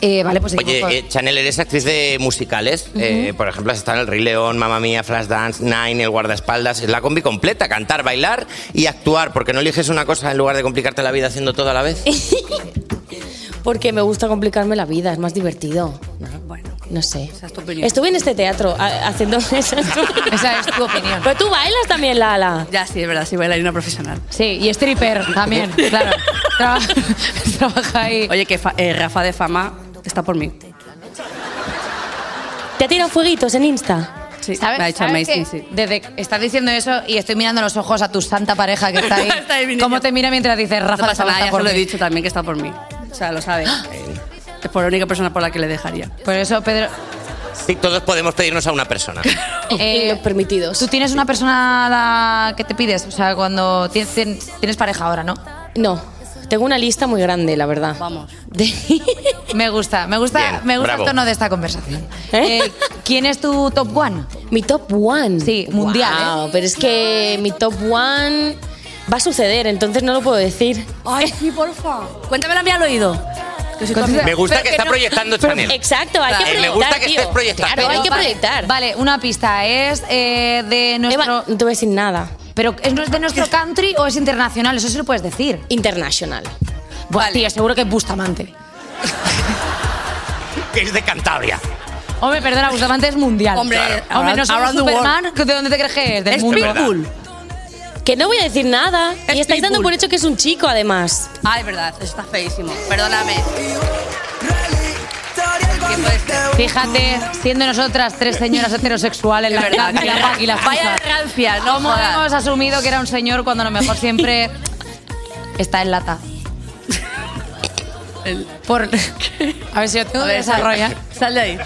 Speaker 3: Eh, vale, pues seguimos
Speaker 4: Oye,
Speaker 3: con-
Speaker 4: eh, Chanel, eres actriz de musicales. Eh, por ejemplo, has estado en El Rey León, Mamma Mía, Flashdance, Nine, El Guardaespaldas. Es la combi completa, cantar, bailar y actuar. Porque no eliges una cosa en lugar de complicarte la vida haciendo todo a la vez.
Speaker 8: Porque me gusta complicarme la vida, es más divertido. No,
Speaker 5: Ah,
Speaker 8: no sé. Estuve en este teatro a- haciendo *laughs* esa.
Speaker 3: Esa es tu opinión.
Speaker 8: Pero tú bailas también, Lala.
Speaker 5: Ya, sí, es verdad, sí, bailarina profesional.
Speaker 3: Sí, y stripper
Speaker 5: *laughs*
Speaker 3: también, claro.
Speaker 15: Ah, *laughs*
Speaker 3: Trabaja ahí.
Speaker 5: Oye, que fa- eh, Rafa de Fama está por mí.
Speaker 8: ¿Te ha tirado fueguitos en Insta?
Speaker 5: Sí,
Speaker 3: ¿Sabes?
Speaker 5: me ha dicho
Speaker 3: ¿Sabes
Speaker 5: amazing,
Speaker 3: que
Speaker 5: sí.
Speaker 3: Desde que estás diciendo eso y estoy mirando los ojos a tu santa pareja que está ahí. ¿Cómo te mira mientras dices Rafa
Speaker 5: no pasa
Speaker 3: Sabaza
Speaker 5: nada, ya
Speaker 3: por
Speaker 5: se lo he
Speaker 3: mí"? ¡Ah!
Speaker 5: dicho también que está por mí. O sea, lo sabe. Es por la única persona por la que le dejaría.
Speaker 3: Por eso, Pedro,
Speaker 4: Sí, todos podemos pedirnos a una persona.
Speaker 3: Pues
Speaker 8: permitidos.
Speaker 3: eh, ¿Tú tienes una persona a la que te pides? O sea, cuando tienes, tienes- tienes pareja ahora, ¿no?
Speaker 8: No. Tengo una lista muy grande, la verdad.
Speaker 5: Vamos.
Speaker 3: *laughs* me gusta, me gusta,
Speaker 8: Bien,
Speaker 3: me gusta
Speaker 8: bravo.
Speaker 3: el tono de esta conversación. Eh, ¿Quién es tu top one?
Speaker 8: Mi top one.
Speaker 3: Sí, mundial. ¿eh?
Speaker 8: Wow, pero es que mi top one va a suceder, entonces no lo puedo decir.
Speaker 5: Ay, sí, porfa. Cuéntamela a mí al oído.
Speaker 4: Me gusta que está proyectando Chanel.
Speaker 8: Exacto, hay que proyectar.
Speaker 4: Claro. Me gusta que
Speaker 8: tío.
Speaker 4: estés proyectando.
Speaker 8: Claro, hay que
Speaker 3: Vale,
Speaker 8: proyectar.
Speaker 3: Vale, una pista. ¿Es eh, de nuestro.
Speaker 8: no te voy a decir nada.
Speaker 3: ¿Pero es de nuestro country o es internacional? Eso sí lo puedes decir.
Speaker 8: Internacional.
Speaker 3: Buah, tío, seguro que es Bustamante.
Speaker 4: Que es de Cantabria.
Speaker 3: Hombre, perdona, Bustamante es mundial.
Speaker 5: Hombre,
Speaker 4: Claro.
Speaker 3: Hombre no
Speaker 5: around-
Speaker 3: somos
Speaker 5: around the world.
Speaker 3: Superman. ¿De dónde te crees que es? Del
Speaker 5: Es
Speaker 3: mundo.
Speaker 5: Pitbull.
Speaker 8: Que no voy a decir nada. y estáis dando por hecho que es un chico, además.
Speaker 5: Ay, verdad, eso está feísimo. Perdóname.
Speaker 3: pues, Fíjate, siendo nosotras tres señoras
Speaker 5: *laughs*
Speaker 3: heterosexuales, la verdad,
Speaker 2: *laughs*
Speaker 3: y la Pac y la
Speaker 5: Vaya
Speaker 3: Fufa.
Speaker 5: rancia, no
Speaker 3: ¿Cómo
Speaker 5: jodas.
Speaker 3: hemos asumido que era un señor cuando a lo mejor siempre está en lata? Por... A ver si lo tengo
Speaker 5: A
Speaker 3: que
Speaker 5: ver, sal-
Speaker 3: desarrollar.
Speaker 5: Sal de ahí.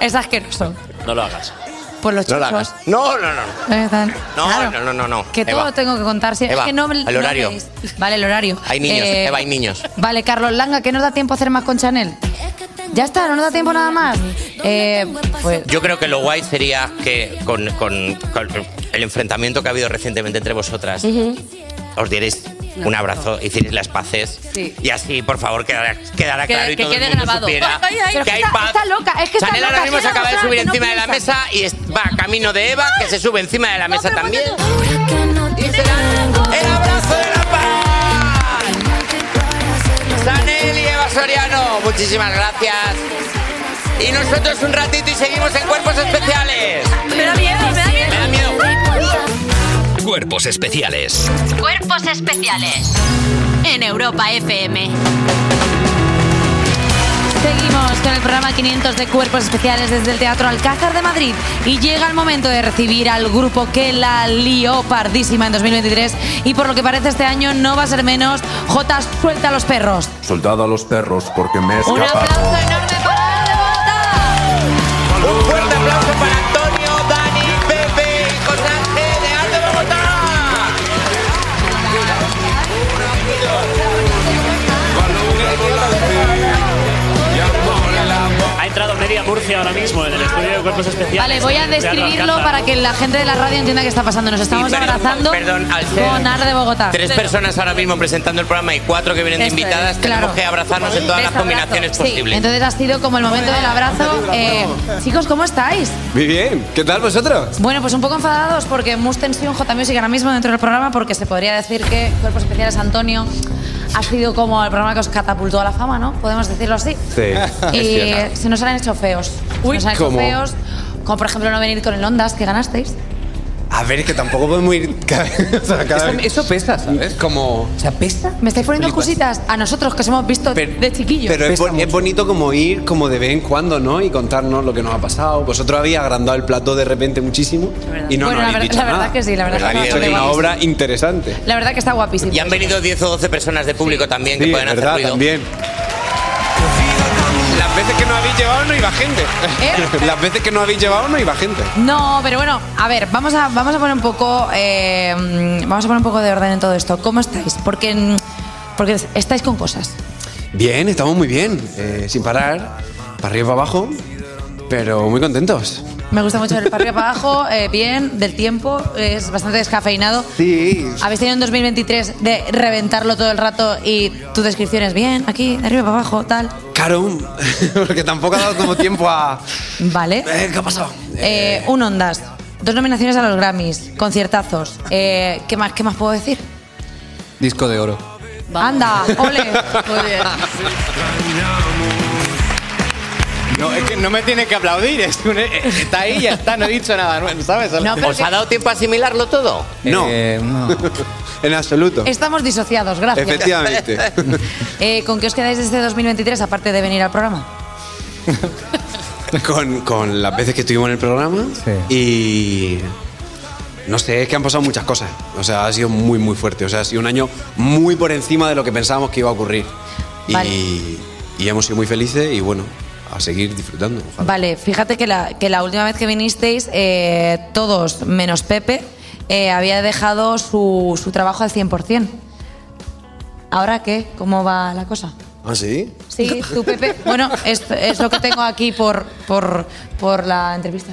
Speaker 3: Es asqueroso.
Speaker 31: No lo hagas.
Speaker 3: Por los
Speaker 4: No lo
Speaker 3: chicos.
Speaker 4: hagas. No, no, no.
Speaker 3: Ahí están.
Speaker 4: No,
Speaker 3: Claro.
Speaker 4: no, no, no, no.
Speaker 3: Que todo
Speaker 4: Eva.
Speaker 3: lo tengo que contar. siempre.
Speaker 4: Eva,
Speaker 3: es que no,
Speaker 4: al
Speaker 3: no
Speaker 4: horario.
Speaker 3: veis. vale, el horario.
Speaker 4: Hay niños,
Speaker 3: Eh,
Speaker 4: Eva, hay niños.
Speaker 3: Vale, Carlos Langa, ¿qué nos da tiempo a hacer más con Chanel? Ya está, no nos da tiempo nada más. Eh, pues
Speaker 4: Yo creo que lo guay sería que con, con- con el enfrentamiento que ha habido recientemente entre vosotras, os dierais un abrazo, hicierais las paces.
Speaker 3: Sí.
Speaker 4: Y así, por favor, quedará, quedará
Speaker 3: Que-
Speaker 4: claro y
Speaker 3: que
Speaker 4: todo el
Speaker 3: quede
Speaker 4: mundo
Speaker 3: grabado.
Speaker 4: supiera
Speaker 3: Ay, ay, ay,
Speaker 4: que hay
Speaker 3: está-
Speaker 4: paz.
Speaker 3: está loca, es que está
Speaker 4: Chanel ahora
Speaker 3: loca,
Speaker 4: mismo se
Speaker 3: tiene
Speaker 4: acaba de
Speaker 3: otra
Speaker 4: subir
Speaker 3: que no
Speaker 4: encima de la
Speaker 3: piensa.
Speaker 4: mesa y es- va camino de Eva, que se sube encima de la mesa también. ¡El abrazo de la paz! Chanel y Eva Soriano, muchísimas gracias. Y nosotros un ratito y seguimos en Cuerpos Especiales.
Speaker 5: Me da miedo, me da miedo.
Speaker 32: Cuerpos especiales.
Speaker 2: Cuerpos especiales. En Europa FM.
Speaker 3: seguimos con el programa 500 de Cuerpos Especiales desde el Teatro Alcázar de Madrid. Y llega el momento de recibir al grupo que la lió pardísima en 2023. Y por lo que parece este año no va a ser menos. J, suelta a los perros.
Speaker 13: Soldado a los perros porque me he
Speaker 3: Un
Speaker 13: escapado.
Speaker 4: Un fuerte aplauso para Antonio, Dani,
Speaker 7: Murcia ahora mismo en el estudio de cuerpos especiales.
Speaker 3: Vale, voy a
Speaker 7: en Teatro
Speaker 3: describirlo
Speaker 7: Alcázar.
Speaker 3: para que la gente de la radio entienda qué está pasando. Nos estamos
Speaker 4: perdón,
Speaker 3: abrazando
Speaker 4: perdón, al ser
Speaker 3: con Ar de Bogotá.
Speaker 4: Tres personas ahora mismo presentando el programa y cuatro que vienen de
Speaker 3: Eso es,
Speaker 4: invitadas.
Speaker 3: claro.
Speaker 4: Tenemos que abrazarnos en todas las
Speaker 3: Desabrazo.
Speaker 4: combinaciones
Speaker 3: Sí,
Speaker 4: posibles.
Speaker 3: Entonces ha sido como el momento del abrazo. Eh, chicos, ¿cómo estáis?
Speaker 13: Muy bien, ¿qué tal vosotros?
Speaker 3: Bueno, pues un poco enfadados porque Mus Tensión J Music ahora mismo dentro del programa porque se podría decir que Cuerpos Especiales Antonio ha sido como el programa que os catapultó a la fama, ¿no? Podemos decirlo así.
Speaker 13: Sí.
Speaker 3: Y se nos han hecho feos.
Speaker 13: Uy,
Speaker 3: se nos han hecho
Speaker 13: ¿cómo?
Speaker 3: feos. Como por ejemplo no venir con el Ondas que ganasteis.
Speaker 13: A ver, que tampoco podemos ir. *laughs* cada- o sea, cada vez-
Speaker 33: Eso pesa, ¿sabes? Como. O sea, pesa.
Speaker 3: Me estáis poniendo
Speaker 13: Flipas.
Speaker 3: excusitas a nosotros que os hemos visto de chiquillos.
Speaker 13: Pero es, bon- es bonito como ir como de vez en cuando, ¿no? Y contarnos lo que nos ha pasado. Vosotros habéis agrandado el plato de repente muchísimo y no
Speaker 3: Bueno,
Speaker 13: nos habéis
Speaker 3: la ver-
Speaker 13: dicho
Speaker 3: la verdad
Speaker 13: nada.
Speaker 3: que sí, la verdad que
Speaker 13: habéis
Speaker 4: no,
Speaker 13: hecho
Speaker 4: no,
Speaker 13: una
Speaker 4: no.
Speaker 13: obra interesante.
Speaker 3: La verdad que está guapísimo.
Speaker 4: Y han venido 10 o 12 personas de público también que
Speaker 13: Sí,
Speaker 4: pueden
Speaker 13: es
Speaker 4: hacer
Speaker 13: verdad,
Speaker 4: ruido.
Speaker 13: también. Las veces que nos habéis llevado no iba gente.
Speaker 3: ¿Eh?
Speaker 13: Las veces que nos habéis llevado no iba gente.
Speaker 3: No, pero bueno, a ver, vamos a, vamos a poner un poco eh, mm, vamos a poner un poco de orden en todo esto. ¿Cómo estáis? Porque, mm, porque estáis con cosas.
Speaker 13: Bien, estamos muy bien. eh, sin parar, para arriba y para abajo, pero muy contentos.
Speaker 3: Me gusta mucho el para arriba para abajo, eh, bien, del tiempo, es bastante descafeinado.
Speaker 13: Sí.
Speaker 3: Habéis tenido un 2023 de reventarlo todo el rato y tu descripción es bien, aquí, de arriba para abajo, tal.
Speaker 13: Caro, *laughs* porque tampoco ha dado como tiempo a.
Speaker 3: Vale.
Speaker 13: Eh, ¿Qué ha pasado?
Speaker 3: Eh, un Ondas, dos nominaciones a los Grammys, conciertazos. Eh, ¿qué, más, ¿Qué más puedo decir?
Speaker 13: Disco de oro.
Speaker 3: Anda, ole.
Speaker 23: *laughs*
Speaker 13: No, es que no me tiene que aplaudir. es un- eh, está ahí, ya está, no he dicho nada, nuevo, ¿sabes?
Speaker 4: ¿Os ha dado tiempo a asimilarlo todo?
Speaker 13: *laughs* No. *laughs* en absoluto.
Speaker 3: Estamos disociados, gracias.
Speaker 13: Efectivamente.
Speaker 3: *laughs* Eh, ¿Con qué os quedáis desde 2023 aparte de venir al programa?
Speaker 13: con, con las veces que estuvimos en el programa y no sé, es que han pasado muchas cosas. O sea, ha sido muy, muy fuerte. O sea, ha sido un año muy por encima de lo que pensábamos que iba a ocurrir. Y-
Speaker 3: Vale.
Speaker 13: Y, hemos sido muy felices y bueno, a seguir disfrutando. ojalá.
Speaker 3: Vale, fíjate que la, que la última vez que vinisteis, eh, todos menos Pepe, eh, había dejado su, su trabajo al 100%. ¿Ahora qué? ¿Cómo va la cosa?
Speaker 13: ¿Ah, sí?
Speaker 3: Sí, tú, Pepe. Bueno, es, es lo que tengo aquí por, por, por la entrevista.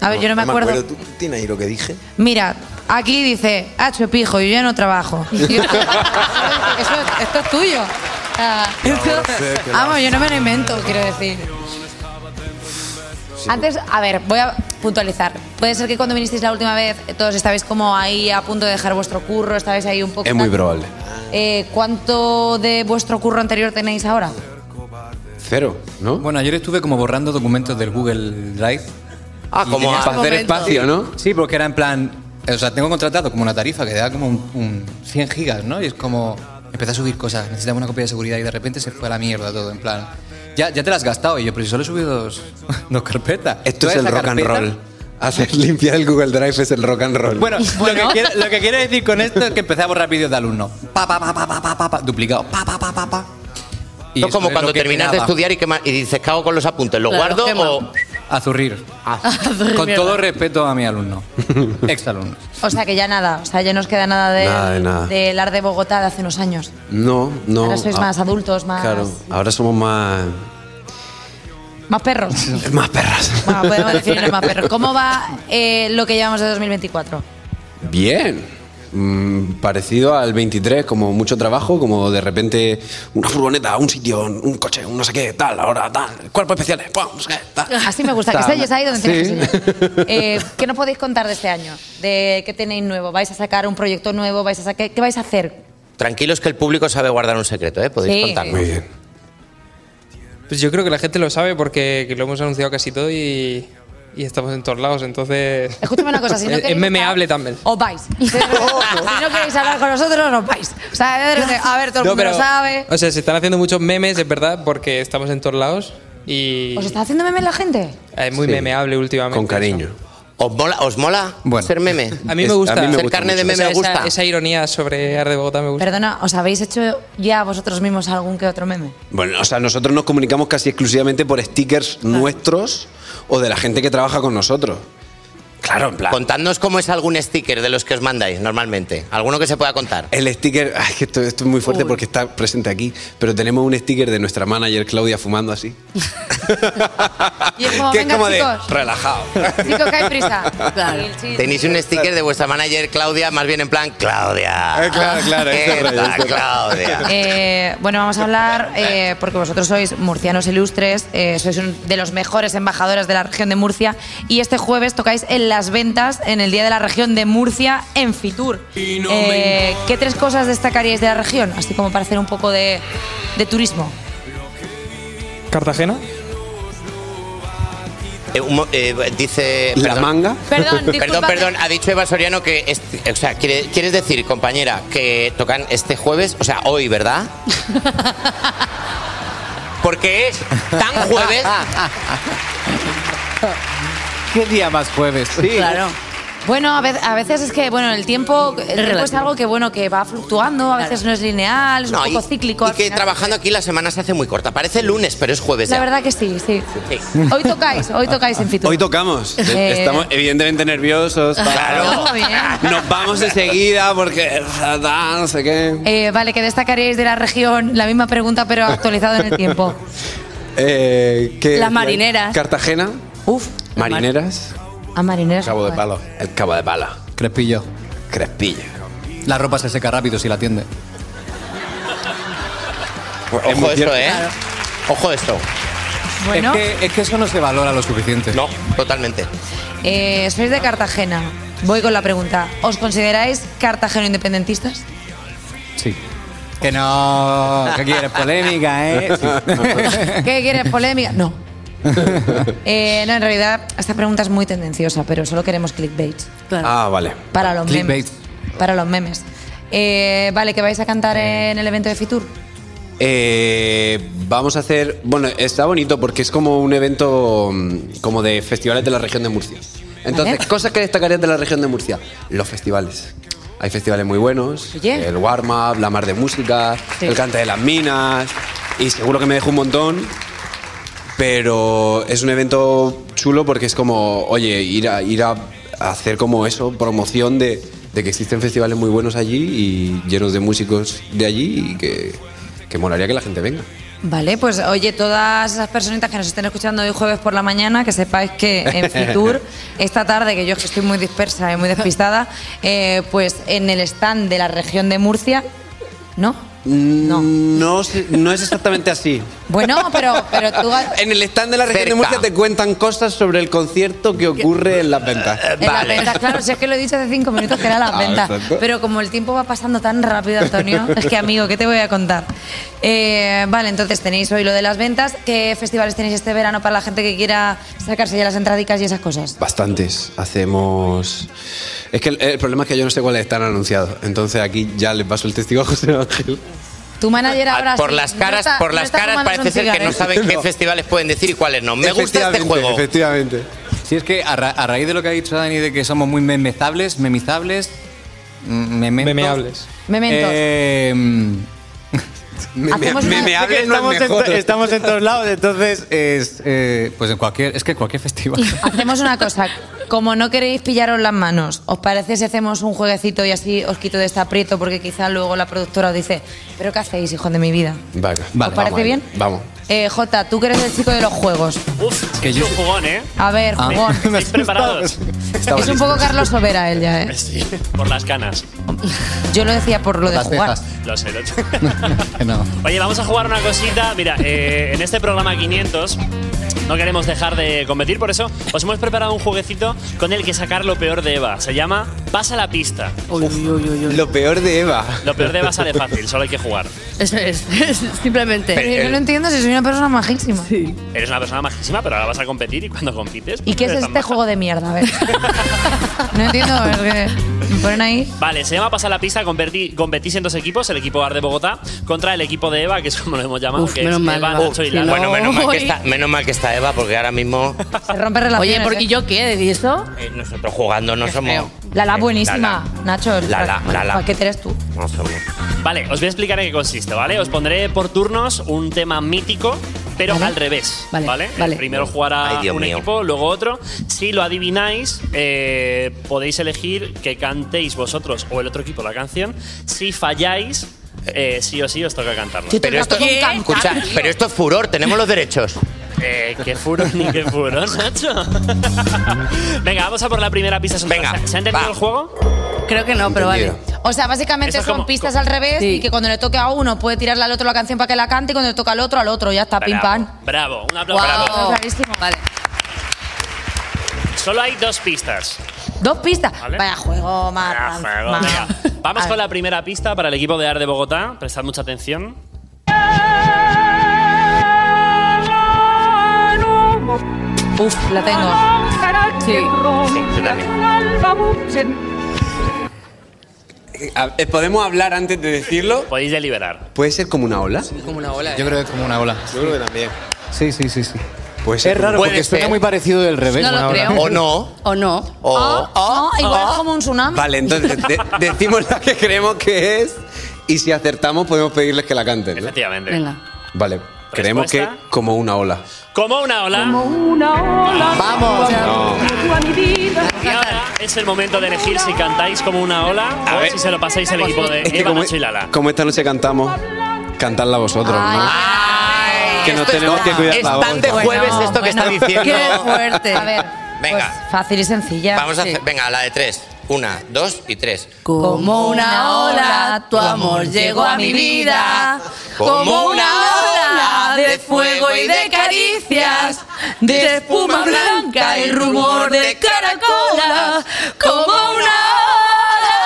Speaker 3: A ver, yo no me acuerdo.
Speaker 13: ¿Tú tienes ahí lo que dije?
Speaker 3: Mira, aquí dice, hacho pijo, yo ya
Speaker 13: *laughs*
Speaker 3: no trabajo. Y yo- eso- esto es tuyo. O sea, esto-
Speaker 13: sé que lo
Speaker 3: vamos, yo no me lo invento, quiero decir. Antes, a ver, voy a puntualizar. Puede ser que cuando vinisteis la última vez eh, todos estabais como ahí a punto de dejar vuestro curro, estabais ahí un poco...
Speaker 13: Es muy
Speaker 3: tal.
Speaker 13: probable.
Speaker 3: Eh, ¿Cuánto de vuestro curro anterior tenéis ahora?
Speaker 13: Cero, ¿no?
Speaker 23: Bueno, ayer estuve como borrando documentos del Google Drive.
Speaker 13: Ah,
Speaker 23: Y
Speaker 13: como
Speaker 23: tenía-
Speaker 13: para hacer espacio, ¿no?
Speaker 23: Sí, porque era en plan. O sea, tengo contratado como una tarifa que da como un, un 100 gigas, ¿no? Y es como. Empecé a subir cosas, necesitaba una copia de seguridad y de repente se fue a la mierda todo, en plan. Ya, ya te las has gastado. Y yo, pero si solo he subido dos,
Speaker 13: *laughs*
Speaker 23: dos carpetas.
Speaker 13: Esto
Speaker 23: Toda
Speaker 13: es el
Speaker 23: esa
Speaker 13: rock and
Speaker 23: carpeta-
Speaker 13: roll. Hacer *laughs* limpiar el Google Drive es el rock and
Speaker 23: *laughs*
Speaker 13: roll. *laughs*
Speaker 23: Bueno, Lo, que quiero, lo que quiero decir con esto es que empecé a borrar vídeos de alumnos. Pa, pa, pa, pa, pa, pa, pa, pa, duplicado. Pa, pa, pa, pa, pa.
Speaker 4: Esto es
Speaker 23: eso
Speaker 4: como
Speaker 23: es
Speaker 4: cuando
Speaker 23: lo que
Speaker 4: terminas de
Speaker 23: quedaba.
Speaker 4: estudiar y, quema- y dices, ¿qué hago con los apuntes? ¿Los
Speaker 23: Claro,
Speaker 4: guardo
Speaker 23: quema.
Speaker 4: o...?
Speaker 23: *laughs* A zurrir.
Speaker 13: Ah.
Speaker 23: Con todo respeto a mi
Speaker 13: *laughs*
Speaker 23: alumno. Ex alumno.
Speaker 3: O sea que ya nada, o sea, ya no os queda nada de,
Speaker 13: Nada de nada.
Speaker 3: del Ar de Bogotá de hace unos años.
Speaker 13: No, no.
Speaker 3: ahora sois
Speaker 13: ah,
Speaker 3: más adultos, más,
Speaker 13: Claro, ahora somos más.
Speaker 3: más perros.
Speaker 13: *laughs* Más perras.
Speaker 3: Bueno, podemos definirnos más perros. ¿Cómo va eh, lo que llevamos de 2024?
Speaker 13: Bien. Mm, parecido al 23, como mucho trabajo, como de repente una furgoneta, un sitio, un coche, un no sé qué, tal, ahora tal, cuerpos especiales, pum, no sé qué, tal.
Speaker 3: Así me gusta, que
Speaker 13: Está-
Speaker 3: estéis ahí donde tenéis
Speaker 13: Sí.
Speaker 3: que estar.
Speaker 13: *laughs*
Speaker 3: Eh, ¿Qué nos podéis contar de este año? ¿De qué tenéis nuevo? ¿Vais a sacar un proyecto nuevo? ¿Vais a sacar, ¿Qué vais a hacer?
Speaker 4: Tranquilos que el público sabe guardar un secreto, ¿eh? Podéis
Speaker 3: Sí.
Speaker 4: contarnos.
Speaker 23: Muy
Speaker 13: bien.
Speaker 15: Pues yo creo que la gente lo sabe porque que lo hemos anunciado casi todo y, y estamos en todos lados, entonces...
Speaker 3: Escúchame una cosa, si no
Speaker 13: Eh,
Speaker 15: Es- es
Speaker 3: queréis
Speaker 15: memeable también.
Speaker 13: *laughs*
Speaker 3: Os vais. Si no queréis hablar con nosotros, os vais. O sea, de repente, a ver, todo el
Speaker 15: No,
Speaker 3: mundo lo
Speaker 15: pero-
Speaker 3: sabe.
Speaker 15: O sea, se están haciendo muchos memes, es verdad, porque estamos en todos lados y...
Speaker 3: ¿Os está haciendo meme la gente?
Speaker 15: Es muy
Speaker 13: Sí.
Speaker 15: memeable últimamente.
Speaker 13: Con cariño.
Speaker 4: ¿Os mola, os mola ser meme?
Speaker 15: A mí
Speaker 4: Es-
Speaker 15: me gusta.
Speaker 4: ser carne de
Speaker 15: O
Speaker 4: meme
Speaker 15: sea,
Speaker 4: me
Speaker 15: esa-
Speaker 4: gusta.
Speaker 15: Esa, ironía sobre Arde Bogotá
Speaker 13: Pues-
Speaker 15: me gusta.
Speaker 3: Perdona, ¿os habéis hecho ya vosotros mismos algún que otro meme?
Speaker 13: Bueno, o sea, nosotros nos comunicamos casi exclusivamente por stickers nuestros o de la gente que trabaja con nosotros. Claro, en plan.
Speaker 4: Contadnos cómo es algún sticker de los que os mandáis normalmente. ¿Alguno que se pueda contar?
Speaker 13: El sticker, ay, que esto, esto es muy fuerte porque está presente aquí, pero tenemos un sticker de nuestra manager Claudia fumando así.
Speaker 3: Y es como,
Speaker 4: que es
Speaker 3: venga,
Speaker 4: como
Speaker 3: chicos.
Speaker 4: de relajado.
Speaker 3: Chicos, que hay prisa. Claro.
Speaker 4: *laughs* Tenéis un sticker de vuestra manager Claudia, más bien en plan Claudia.
Speaker 13: Eh, claro, claro, este
Speaker 4: Esta,
Speaker 13: rollo, este rollo.
Speaker 4: Claudia.
Speaker 3: *laughs*
Speaker 13: *laughs*
Speaker 3: Eh, bueno, vamos a hablar, eh, porque vosotros sois murcianos ilustres, eh, sois un de los mejores embajadores de la región de Murcia y este jueves tocáis en las ventas en el Día de la Región de Murcia en Fitur. Eh, ¿Qué tres cosas destacaríais de la región? Así como para hacer un poco de, de turismo.
Speaker 15: Cartagena.
Speaker 4: Eh, un mo- eh, dice.
Speaker 13: La manga.
Speaker 3: *laughs* Perdón,
Speaker 4: perdón,
Speaker 3: discúlpame.
Speaker 4: perdón. Ha dicho Eva Soriano que. este- o sea, quiere- ¿quieres decir, compañera, que tocan este jueves? O sea, hoy,
Speaker 3: *laughs*
Speaker 4: ¿verdad? Porque es tan
Speaker 3: *laughs*
Speaker 4: jueves.
Speaker 34: ¿Qué día más jueves? Sí.
Speaker 3: Bueno, a vez- a veces, es que bueno, el tiempo, el tiempo es algo que bueno que va fluctuando, a veces no es lineal, es
Speaker 4: No,
Speaker 3: un poco cíclico.
Speaker 4: Y
Speaker 3: al
Speaker 4: que
Speaker 3: final.
Speaker 4: trabajando aquí la semana se hace muy corta. Parece lunes, pero es jueves
Speaker 3: La
Speaker 4: ya.
Speaker 3: verdad que sí, sí.
Speaker 4: Sí.
Speaker 3: Hoy tocáis, hoy tocáis en Fitur.
Speaker 13: Hoy tocamos.
Speaker 3: Eh.
Speaker 13: Estamos evidentemente nerviosos.
Speaker 3: Claro. Está bien.
Speaker 13: Nos vamos enseguida porque. ah, No sé qué.
Speaker 3: Eh, vale, que destacaríais de la región la misma pregunta, pero actualizado en el tiempo.
Speaker 13: *laughs* Eh, ¿qué-
Speaker 3: Las marineras.
Speaker 13: Cartagena.
Speaker 3: Uf.
Speaker 13: Marineras.
Speaker 3: *laughs* A marineros.
Speaker 23: Cabo de palo.
Speaker 13: El cabo de pala.
Speaker 23: Crespillo.
Speaker 13: Crespillo.
Speaker 23: La ropa se seca rápido si la tiende.
Speaker 4: Ojo esto, ¿eh? Ojo esto.
Speaker 3: Bueno.
Speaker 23: Es, que, es que eso no se valora lo suficiente.
Speaker 4: No, totalmente.
Speaker 3: Eh, sois de Cartagena. Voy con la pregunta. ¿Os consideráis cartageno independentistas?
Speaker 23: Sí. Que no. Que quieres polémica, *laughs* ¿eh?
Speaker 3: *laughs* ¿Qué quieres? ¿Polémica? No. Eh, no, en realidad, esta pregunta es muy tendenciosa, pero solo queremos clickbait.
Speaker 13: Ah, vale.
Speaker 3: Para los
Speaker 13: Clickbait.
Speaker 3: memes. Para los memes. Eh, vale, que vais a cantar en el evento de Fitur.
Speaker 13: Eh, vamos a hacer. Bueno, está bonito porque es como un evento mm, como de festivales de la región de Murcia. Entonces,
Speaker 3: Vale.
Speaker 13: cosas que destacarías de la región de Murcia: los festivales. Hay festivales muy buenos:
Speaker 3: Oye.
Speaker 13: el Warm Up, la Mar de Música,
Speaker 3: Sí.
Speaker 13: el Cante de las Minas. Y seguro que me dejo un montón. Pero es un evento chulo porque es como, oye, ir a, ir a hacer como eso, promoción de, de que existen festivales muy buenos allí y llenos de músicos de allí y que, que molaría que la gente venga.
Speaker 3: Vale, pues oye, todas esas personitas que nos estén escuchando hoy jueves por la mañana, que sepáis que
Speaker 13: *laughs*
Speaker 3: en Fitur, esta tarde, que yo es que estoy muy dispersa y muy despistada, eh, pues en el stand de la región de Murcia, ¿no?
Speaker 13: No. No, se- no es exactamente así.
Speaker 3: Bueno, pero, pero tú...
Speaker 13: *laughs*
Speaker 3: has-
Speaker 13: En el stand de la región de Murcia te cuentan cosas sobre el concierto que ocurre en las ventas.
Speaker 3: En las ventas, claro, si es que lo he dicho hace cinco minutos que era las
Speaker 13: Ah,
Speaker 3: ventas.
Speaker 13: exacto.
Speaker 3: Pero como el tiempo va pasando tan
Speaker 13: *laughs*
Speaker 3: rápido, Antonio, es que amigo, ¿qué te voy a contar? Eh, vale, entonces tenéis hoy lo de las ventas. ¿Qué festivales tenéis este verano para la gente que quiera sacarse ya las entradicas y esas cosas?
Speaker 13: Bastantes. Hacemos. Es que el, el problema es que yo no sé cuáles están anunciados. Entonces aquí ya le paso el testigo a José Ángel.
Speaker 3: Tu manager ahora
Speaker 4: Ah, Por
Speaker 3: sí,
Speaker 4: las
Speaker 3: no
Speaker 4: caras,
Speaker 3: está-
Speaker 4: por
Speaker 3: no
Speaker 4: las
Speaker 3: está
Speaker 4: caras
Speaker 3: fumándose
Speaker 4: parece
Speaker 3: un
Speaker 4: ser que no
Speaker 3: cigarro.
Speaker 4: saben qué
Speaker 23: No.
Speaker 4: festivales pueden decir y cuáles no. Me gusta este
Speaker 23: Efectivamente,
Speaker 4: juego.
Speaker 13: Efectivamente.
Speaker 23: Si es que a, ra- a raíz de lo que ha dicho Dani de que somos muy memezables, memizables, mm, mementos,
Speaker 15: Memeables.
Speaker 3: Mementos.
Speaker 23: eh,
Speaker 3: *laughs*
Speaker 4: Ah,
Speaker 3: me-
Speaker 4: pues
Speaker 3: Hacemos una- memeables
Speaker 23: Es que
Speaker 3: no es
Speaker 23: estamos,
Speaker 3: mejor.
Speaker 23: en, to- estamos en todos lados, entonces es, eh, pues en cualquier, es que en cualquier festival.
Speaker 3: Hacemos una cosa. Como no queréis pillaros las manos, ¿os parece si hacemos un jueguecito y así os quito de este aprieto? Porque quizá luego la productora os dice, ¿pero qué hacéis, hijo de mi vida?
Speaker 13: Vale,
Speaker 3: parece vamos ahí. bien?
Speaker 13: Vamos.
Speaker 3: Eh, Jota, tú que eres el chico de los juegos.
Speaker 7: Uf,
Speaker 13: Que
Speaker 7: que
Speaker 13: yo-
Speaker 7: yo... un jugón, ¿eh?
Speaker 3: A ver,
Speaker 7: Ah.
Speaker 13: *laughs*
Speaker 3: jugón.
Speaker 7: ¿Estáis preparados?
Speaker 3: Es un poco Carlos Sobera él ya, ¿eh?
Speaker 7: Sí, por las canas.
Speaker 3: Yo lo decía por lo de jugar.
Speaker 7: Lo sé, lo sé. Oye, vamos a jugar una cosita. Mira, eh, en este programa 500 no queremos dejar de competir, por eso os hemos preparado un jueguecito con el que sacar lo peor de Eva. Se llama Pasa la pista.
Speaker 13: Lo peor de Eva.
Speaker 7: Lo peor de Eva sale fácil, solo hay que jugar.
Speaker 12: Eso es, simplemente.
Speaker 3: Pero yo no lo entiendo si soy una persona majísima.
Speaker 7: Eres una persona majísima, pero ahora vas a competir y cuando compites. pues
Speaker 3: ¿Y qué es
Speaker 7: eres tan
Speaker 3: este juego de mierda?
Speaker 12: *laughs*
Speaker 3: A ver. No entiendo, es que me ponen ahí.
Speaker 7: Vale, se llama Pasar la pista. Convertí, competís en dos equipos, el equipo AR de Bogotá contra el equipo de Eva, que es como lo hemos llamado,
Speaker 12: Uf,
Speaker 7: que es
Speaker 12: menos mal,
Speaker 7: Eva,
Speaker 12: Eva.
Speaker 7: Nacho y
Speaker 12: Uf,
Speaker 7: Lala.
Speaker 4: Bueno, menos mal, Oh, que
Speaker 12: Hoy.
Speaker 4: está, menos mal que está Eva, porque
Speaker 7: *laughs*
Speaker 4: ahora mismo
Speaker 3: Se rompe relaciones.
Speaker 12: Oye, porque
Speaker 3: ¿eh?
Speaker 12: yo qué? ¿De eso?
Speaker 4: eh, nosotros jugando no somos.
Speaker 3: Lala, buenísima. Nacho,
Speaker 4: Lala, Lala.
Speaker 3: ¿para qué eres tú?
Speaker 4: No somos.
Speaker 7: Vale, os voy a explicar en qué consiste, ¿vale? Os pondré por turnos un tema mítico, pero al revés, ¿vale? El Primero jugará
Speaker 4: Ay, Dios
Speaker 7: un
Speaker 4: mío.
Speaker 7: equipo, luego otro. Si lo adivináis, eh, podéis elegir que cantéis vosotros o el otro equipo la canción. Si falláis, eh, sí o sí os toca cantarlo.
Speaker 4: Pero esto,
Speaker 3: ¿Qué? Pues,
Speaker 4: escucha, pero esto es furor, tenemos los derechos.
Speaker 7: Eh, qué furón ni qué furón, Nacho.
Speaker 4: *laughs*
Speaker 7: Venga, vamos a por la primera pista. Venga, ¿se ha entendido el juego?
Speaker 3: Creo que no, pero vale. O sea, básicamente
Speaker 7: Eso es
Speaker 3: son
Speaker 7: como-
Speaker 3: pistas al revés
Speaker 7: Sí.
Speaker 3: y que cuando le toque a uno puede tirarle al otro la canción para que la cante y cuando le toca al otro al otro, ya está, pim
Speaker 7: Bravo,
Speaker 3: pam.
Speaker 7: Bravo, un aplauso.
Speaker 3: Está
Speaker 7: Bravo.
Speaker 3: clarísimo. Vale.
Speaker 7: Solo hay dos pistas.
Speaker 3: Dos pistas.
Speaker 7: Vale.
Speaker 3: Vaya juego, más.
Speaker 7: Ah, juego,
Speaker 3: *laughs*
Speaker 7: venga. Vamos con la primera pista para el equipo de AR de Bogotá. Prestad mucha atención.
Speaker 3: Uf, la tengo. Sí.
Speaker 15: A- eh, ¿Podemos hablar antes de decirlo?
Speaker 7: Podéis deliberar.
Speaker 15: *laughs* ¿Puede ser como una ola?
Speaker 18: Como una ola.
Speaker 15: Yo creo que es como una ola. Yo creo que también.
Speaker 13: Sí, sí, sí, sí.
Speaker 15: Pues
Speaker 13: es raro
Speaker 15: Puede
Speaker 13: porque suena
Speaker 15: ser.
Speaker 13: muy parecido del revés.
Speaker 3: No lo
Speaker 13: Ahora.
Speaker 3: creo. O
Speaker 15: no.
Speaker 3: O no.
Speaker 15: O-
Speaker 3: Ah, igual es como un tsunami.
Speaker 15: Vale, entonces de- decimos la que creemos que es y si acertamos podemos pedirles que la canten. ¿no?
Speaker 7: Efectivamente.
Speaker 15: Vale, creemos que
Speaker 7: Respuesta.
Speaker 15: como una ola.
Speaker 7: Como una ola.
Speaker 13: Vamos.
Speaker 15: No.
Speaker 7: Y ahora es el momento de elegir si cantáis como una ola o si se lo pasáis al equipo de
Speaker 15: Es que
Speaker 7: Eva,
Speaker 15: como-
Speaker 7: Nacho y Lala.
Speaker 15: Como esta noche cantamos, cantadla vosotros, ¿no? que nos
Speaker 4: esto
Speaker 15: tenemos
Speaker 4: está-
Speaker 15: que cuidar
Speaker 4: es
Speaker 15: la
Speaker 4: tan
Speaker 15: voz.
Speaker 4: de jueves
Speaker 3: Bueno,
Speaker 4: esto que
Speaker 3: bueno.
Speaker 4: está diciendo.
Speaker 3: Qué fuerte. A ver,
Speaker 4: Venga,
Speaker 3: fácil y sencilla.
Speaker 4: vamos a
Speaker 3: sí.
Speaker 4: hacer, venga, la de tres. Una, dos y tres.
Speaker 3: Como una ola, tu amor llegó a mi vida. Como una ola de fuego y de caricias, de espuma blanca y rumor de caracola. Como una ola.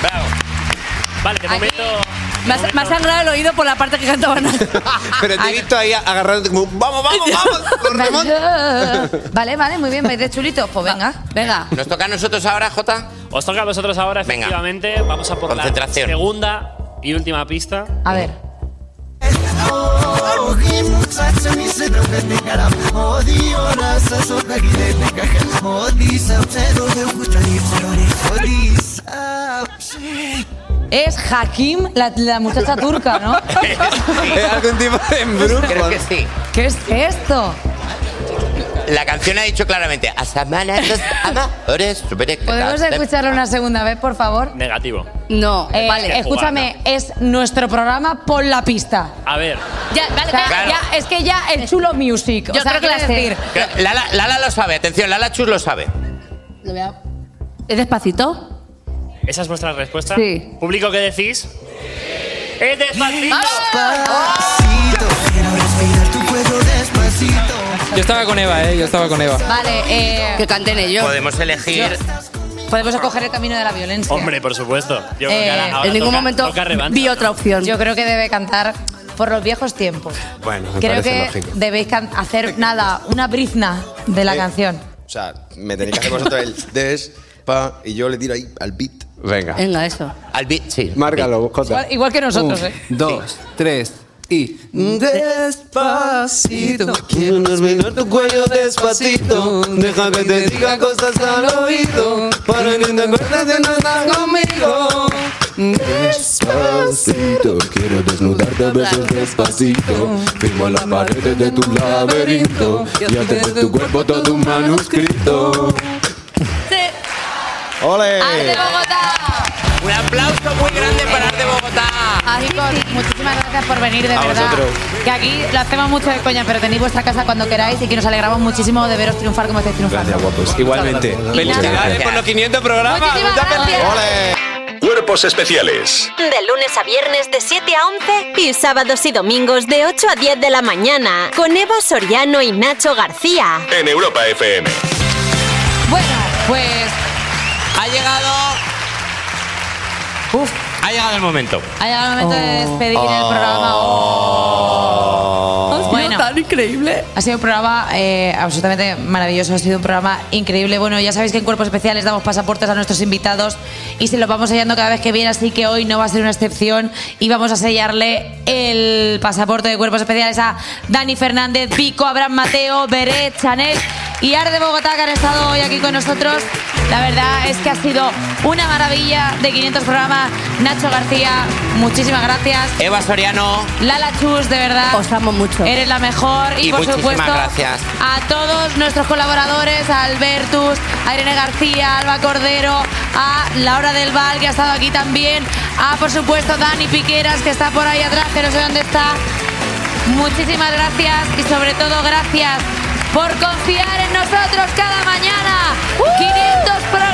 Speaker 7: Bravo. Vale, de momento.
Speaker 8: Me ha, me ha sangrado el oído por la parte que cantaba Nacho.
Speaker 3: *laughs*
Speaker 15: Pero te he visto ahí agarrándote como, vamos, vamos, vamos.
Speaker 3: *laughs* Vale, vale, muy bien, vais de chulitos, pues venga. Venga.
Speaker 4: ¿Nos toca a nosotros ahora, Jota?
Speaker 7: Os toca a vosotros ahora, efectivamente. Vamos a por la
Speaker 4: Concentración.
Speaker 7: segunda y última pista.
Speaker 3: A ver. Es Hakim, la, la muchacha turca, *laughs* ¿no?
Speaker 15: Es algún tipo de embrujo.
Speaker 4: Creo que sí.
Speaker 3: ¿Qué es esto?
Speaker 4: La canción ha dicho claramente, a semana
Speaker 3: *laughs*
Speaker 4: estos amadores superectas".
Speaker 3: ¿Podemos escucharlo una segunda vez, por favor?
Speaker 7: Negativo.
Speaker 3: No,
Speaker 7: vale.
Speaker 3: Escúchame, es nuestro programa por la pista.
Speaker 7: A ver.
Speaker 3: Ya, vale,
Speaker 4: Claro.
Speaker 3: ya, es que ya el chulo music. o
Speaker 4: Yo
Speaker 3: sea,
Speaker 4: creo que
Speaker 3: quiero
Speaker 4: la sé.
Speaker 3: decir.
Speaker 4: Creo- Lala, Lala lo sabe, atención, Lala Chus lo sabe.
Speaker 8: ¿Es despacito?
Speaker 7: ¿Esa es vuestra respuesta?
Speaker 8: Sí.
Speaker 7: ¿Público qué decís? ¡Es despacito!
Speaker 18: Yo estaba con Eva, ¿eh? Yo estaba con Eva.
Speaker 3: Vale, eh. Que canten ellos.
Speaker 4: Podemos elegir.
Speaker 3: Podemos escoger el camino de la violencia.
Speaker 7: Hombre, por supuesto. Yo creo
Speaker 3: Eh,
Speaker 7: que ahora, ahora
Speaker 8: en ningún
Speaker 7: toca-
Speaker 8: momento
Speaker 7: toca revancha.
Speaker 8: vi otra opción.
Speaker 3: Yo creo que debe cantar por los viejos tiempos.
Speaker 15: Bueno, me
Speaker 3: Creo
Speaker 15: parece
Speaker 3: que
Speaker 15: lógico.
Speaker 3: debéis can- hacer nada, una brizna de la
Speaker 11: Sí.
Speaker 3: canción.
Speaker 11: O sea, me tenéis que hacer vosotros el des, pa, y yo le tiro ahí al beat.
Speaker 15: Venga.
Speaker 8: Venga, eso.
Speaker 4: Al beat, sí.
Speaker 15: Márcalo, Jota.
Speaker 3: Igual que nosotros,
Speaker 13: Un,
Speaker 3: ¿eh?
Speaker 13: Dos, tres y. Despacito, quiero desvelar tu cuello despacito. Deja que te diga cosas al oído. Para que te acuerdes de no estar conmigo.
Speaker 11: Despacito, quiero desnudarte a besos despacito. Firmo las paredes de tu laberinto y hacer de tu cuerpo todo un manuscrito. ¡Ole!
Speaker 3: Ah,
Speaker 15: Eh,
Speaker 4: Un aplauso muy grande para Arte Bogotá.
Speaker 3: Ah, Chicos, muchísimas gracias por venir, de
Speaker 11: A
Speaker 3: verdad.
Speaker 11: vosotros.
Speaker 3: Que aquí lo hacemos mucho de coña, pero tenéis vuestra casa cuando queráis y que nos alegramos muchísimo de veros triunfar como estáis triunfando.
Speaker 15: guapos. Igualmente. Felicidades por los 500 programas. Muchas gracias.
Speaker 9: Cuerpos especiales
Speaker 2: De lunes a viernes de 7 a 11 y sábados y domingos de 8 a 10 de la mañana con Eva Soriano y Nacho García.
Speaker 9: en Europa FM.
Speaker 3: Bueno, pues
Speaker 4: Ha llegado. Uf, ha llegado el momento.
Speaker 3: ha llegado el momento de despedir
Speaker 4: Oh.
Speaker 3: el programa. Bueno, tan increíble. Ha sido un programa eh, absolutamente maravilloso, ha sido un programa increíble. Bueno, ya sabéis que en Cuerpos Especiales damos pasaportes a nuestros invitados y se los vamos sellando cada vez que viene, así que hoy no va a ser una excepción y vamos a sellarle el pasaporte de Cuerpos Especiales a Dani Fernández, Pico, Abraham Mateo, Beret, Chanel y Ar de Bogotá que han estado hoy aquí con nosotros. La verdad es que ha sido una maravilla de 500 programas. Nacho García, muchísimas gracias.
Speaker 4: Eva Soriano.
Speaker 3: Lala Chus, de verdad. Os amo mucho. Eres la mejor y,
Speaker 4: Y
Speaker 3: por
Speaker 4: muchísimas
Speaker 3: supuesto
Speaker 4: gracias.
Speaker 3: a todos nuestros colaboradores, a Albertus, a Irene García, a Alba Cordero, a Laura del Val que ha estado aquí también, a por supuesto Dani Piqueras que está por ahí atrás, que no sé dónde está. Muchísimas gracias y sobre ¡Uh! todo gracias por confiar en nosotros cada mañana. 500 programas.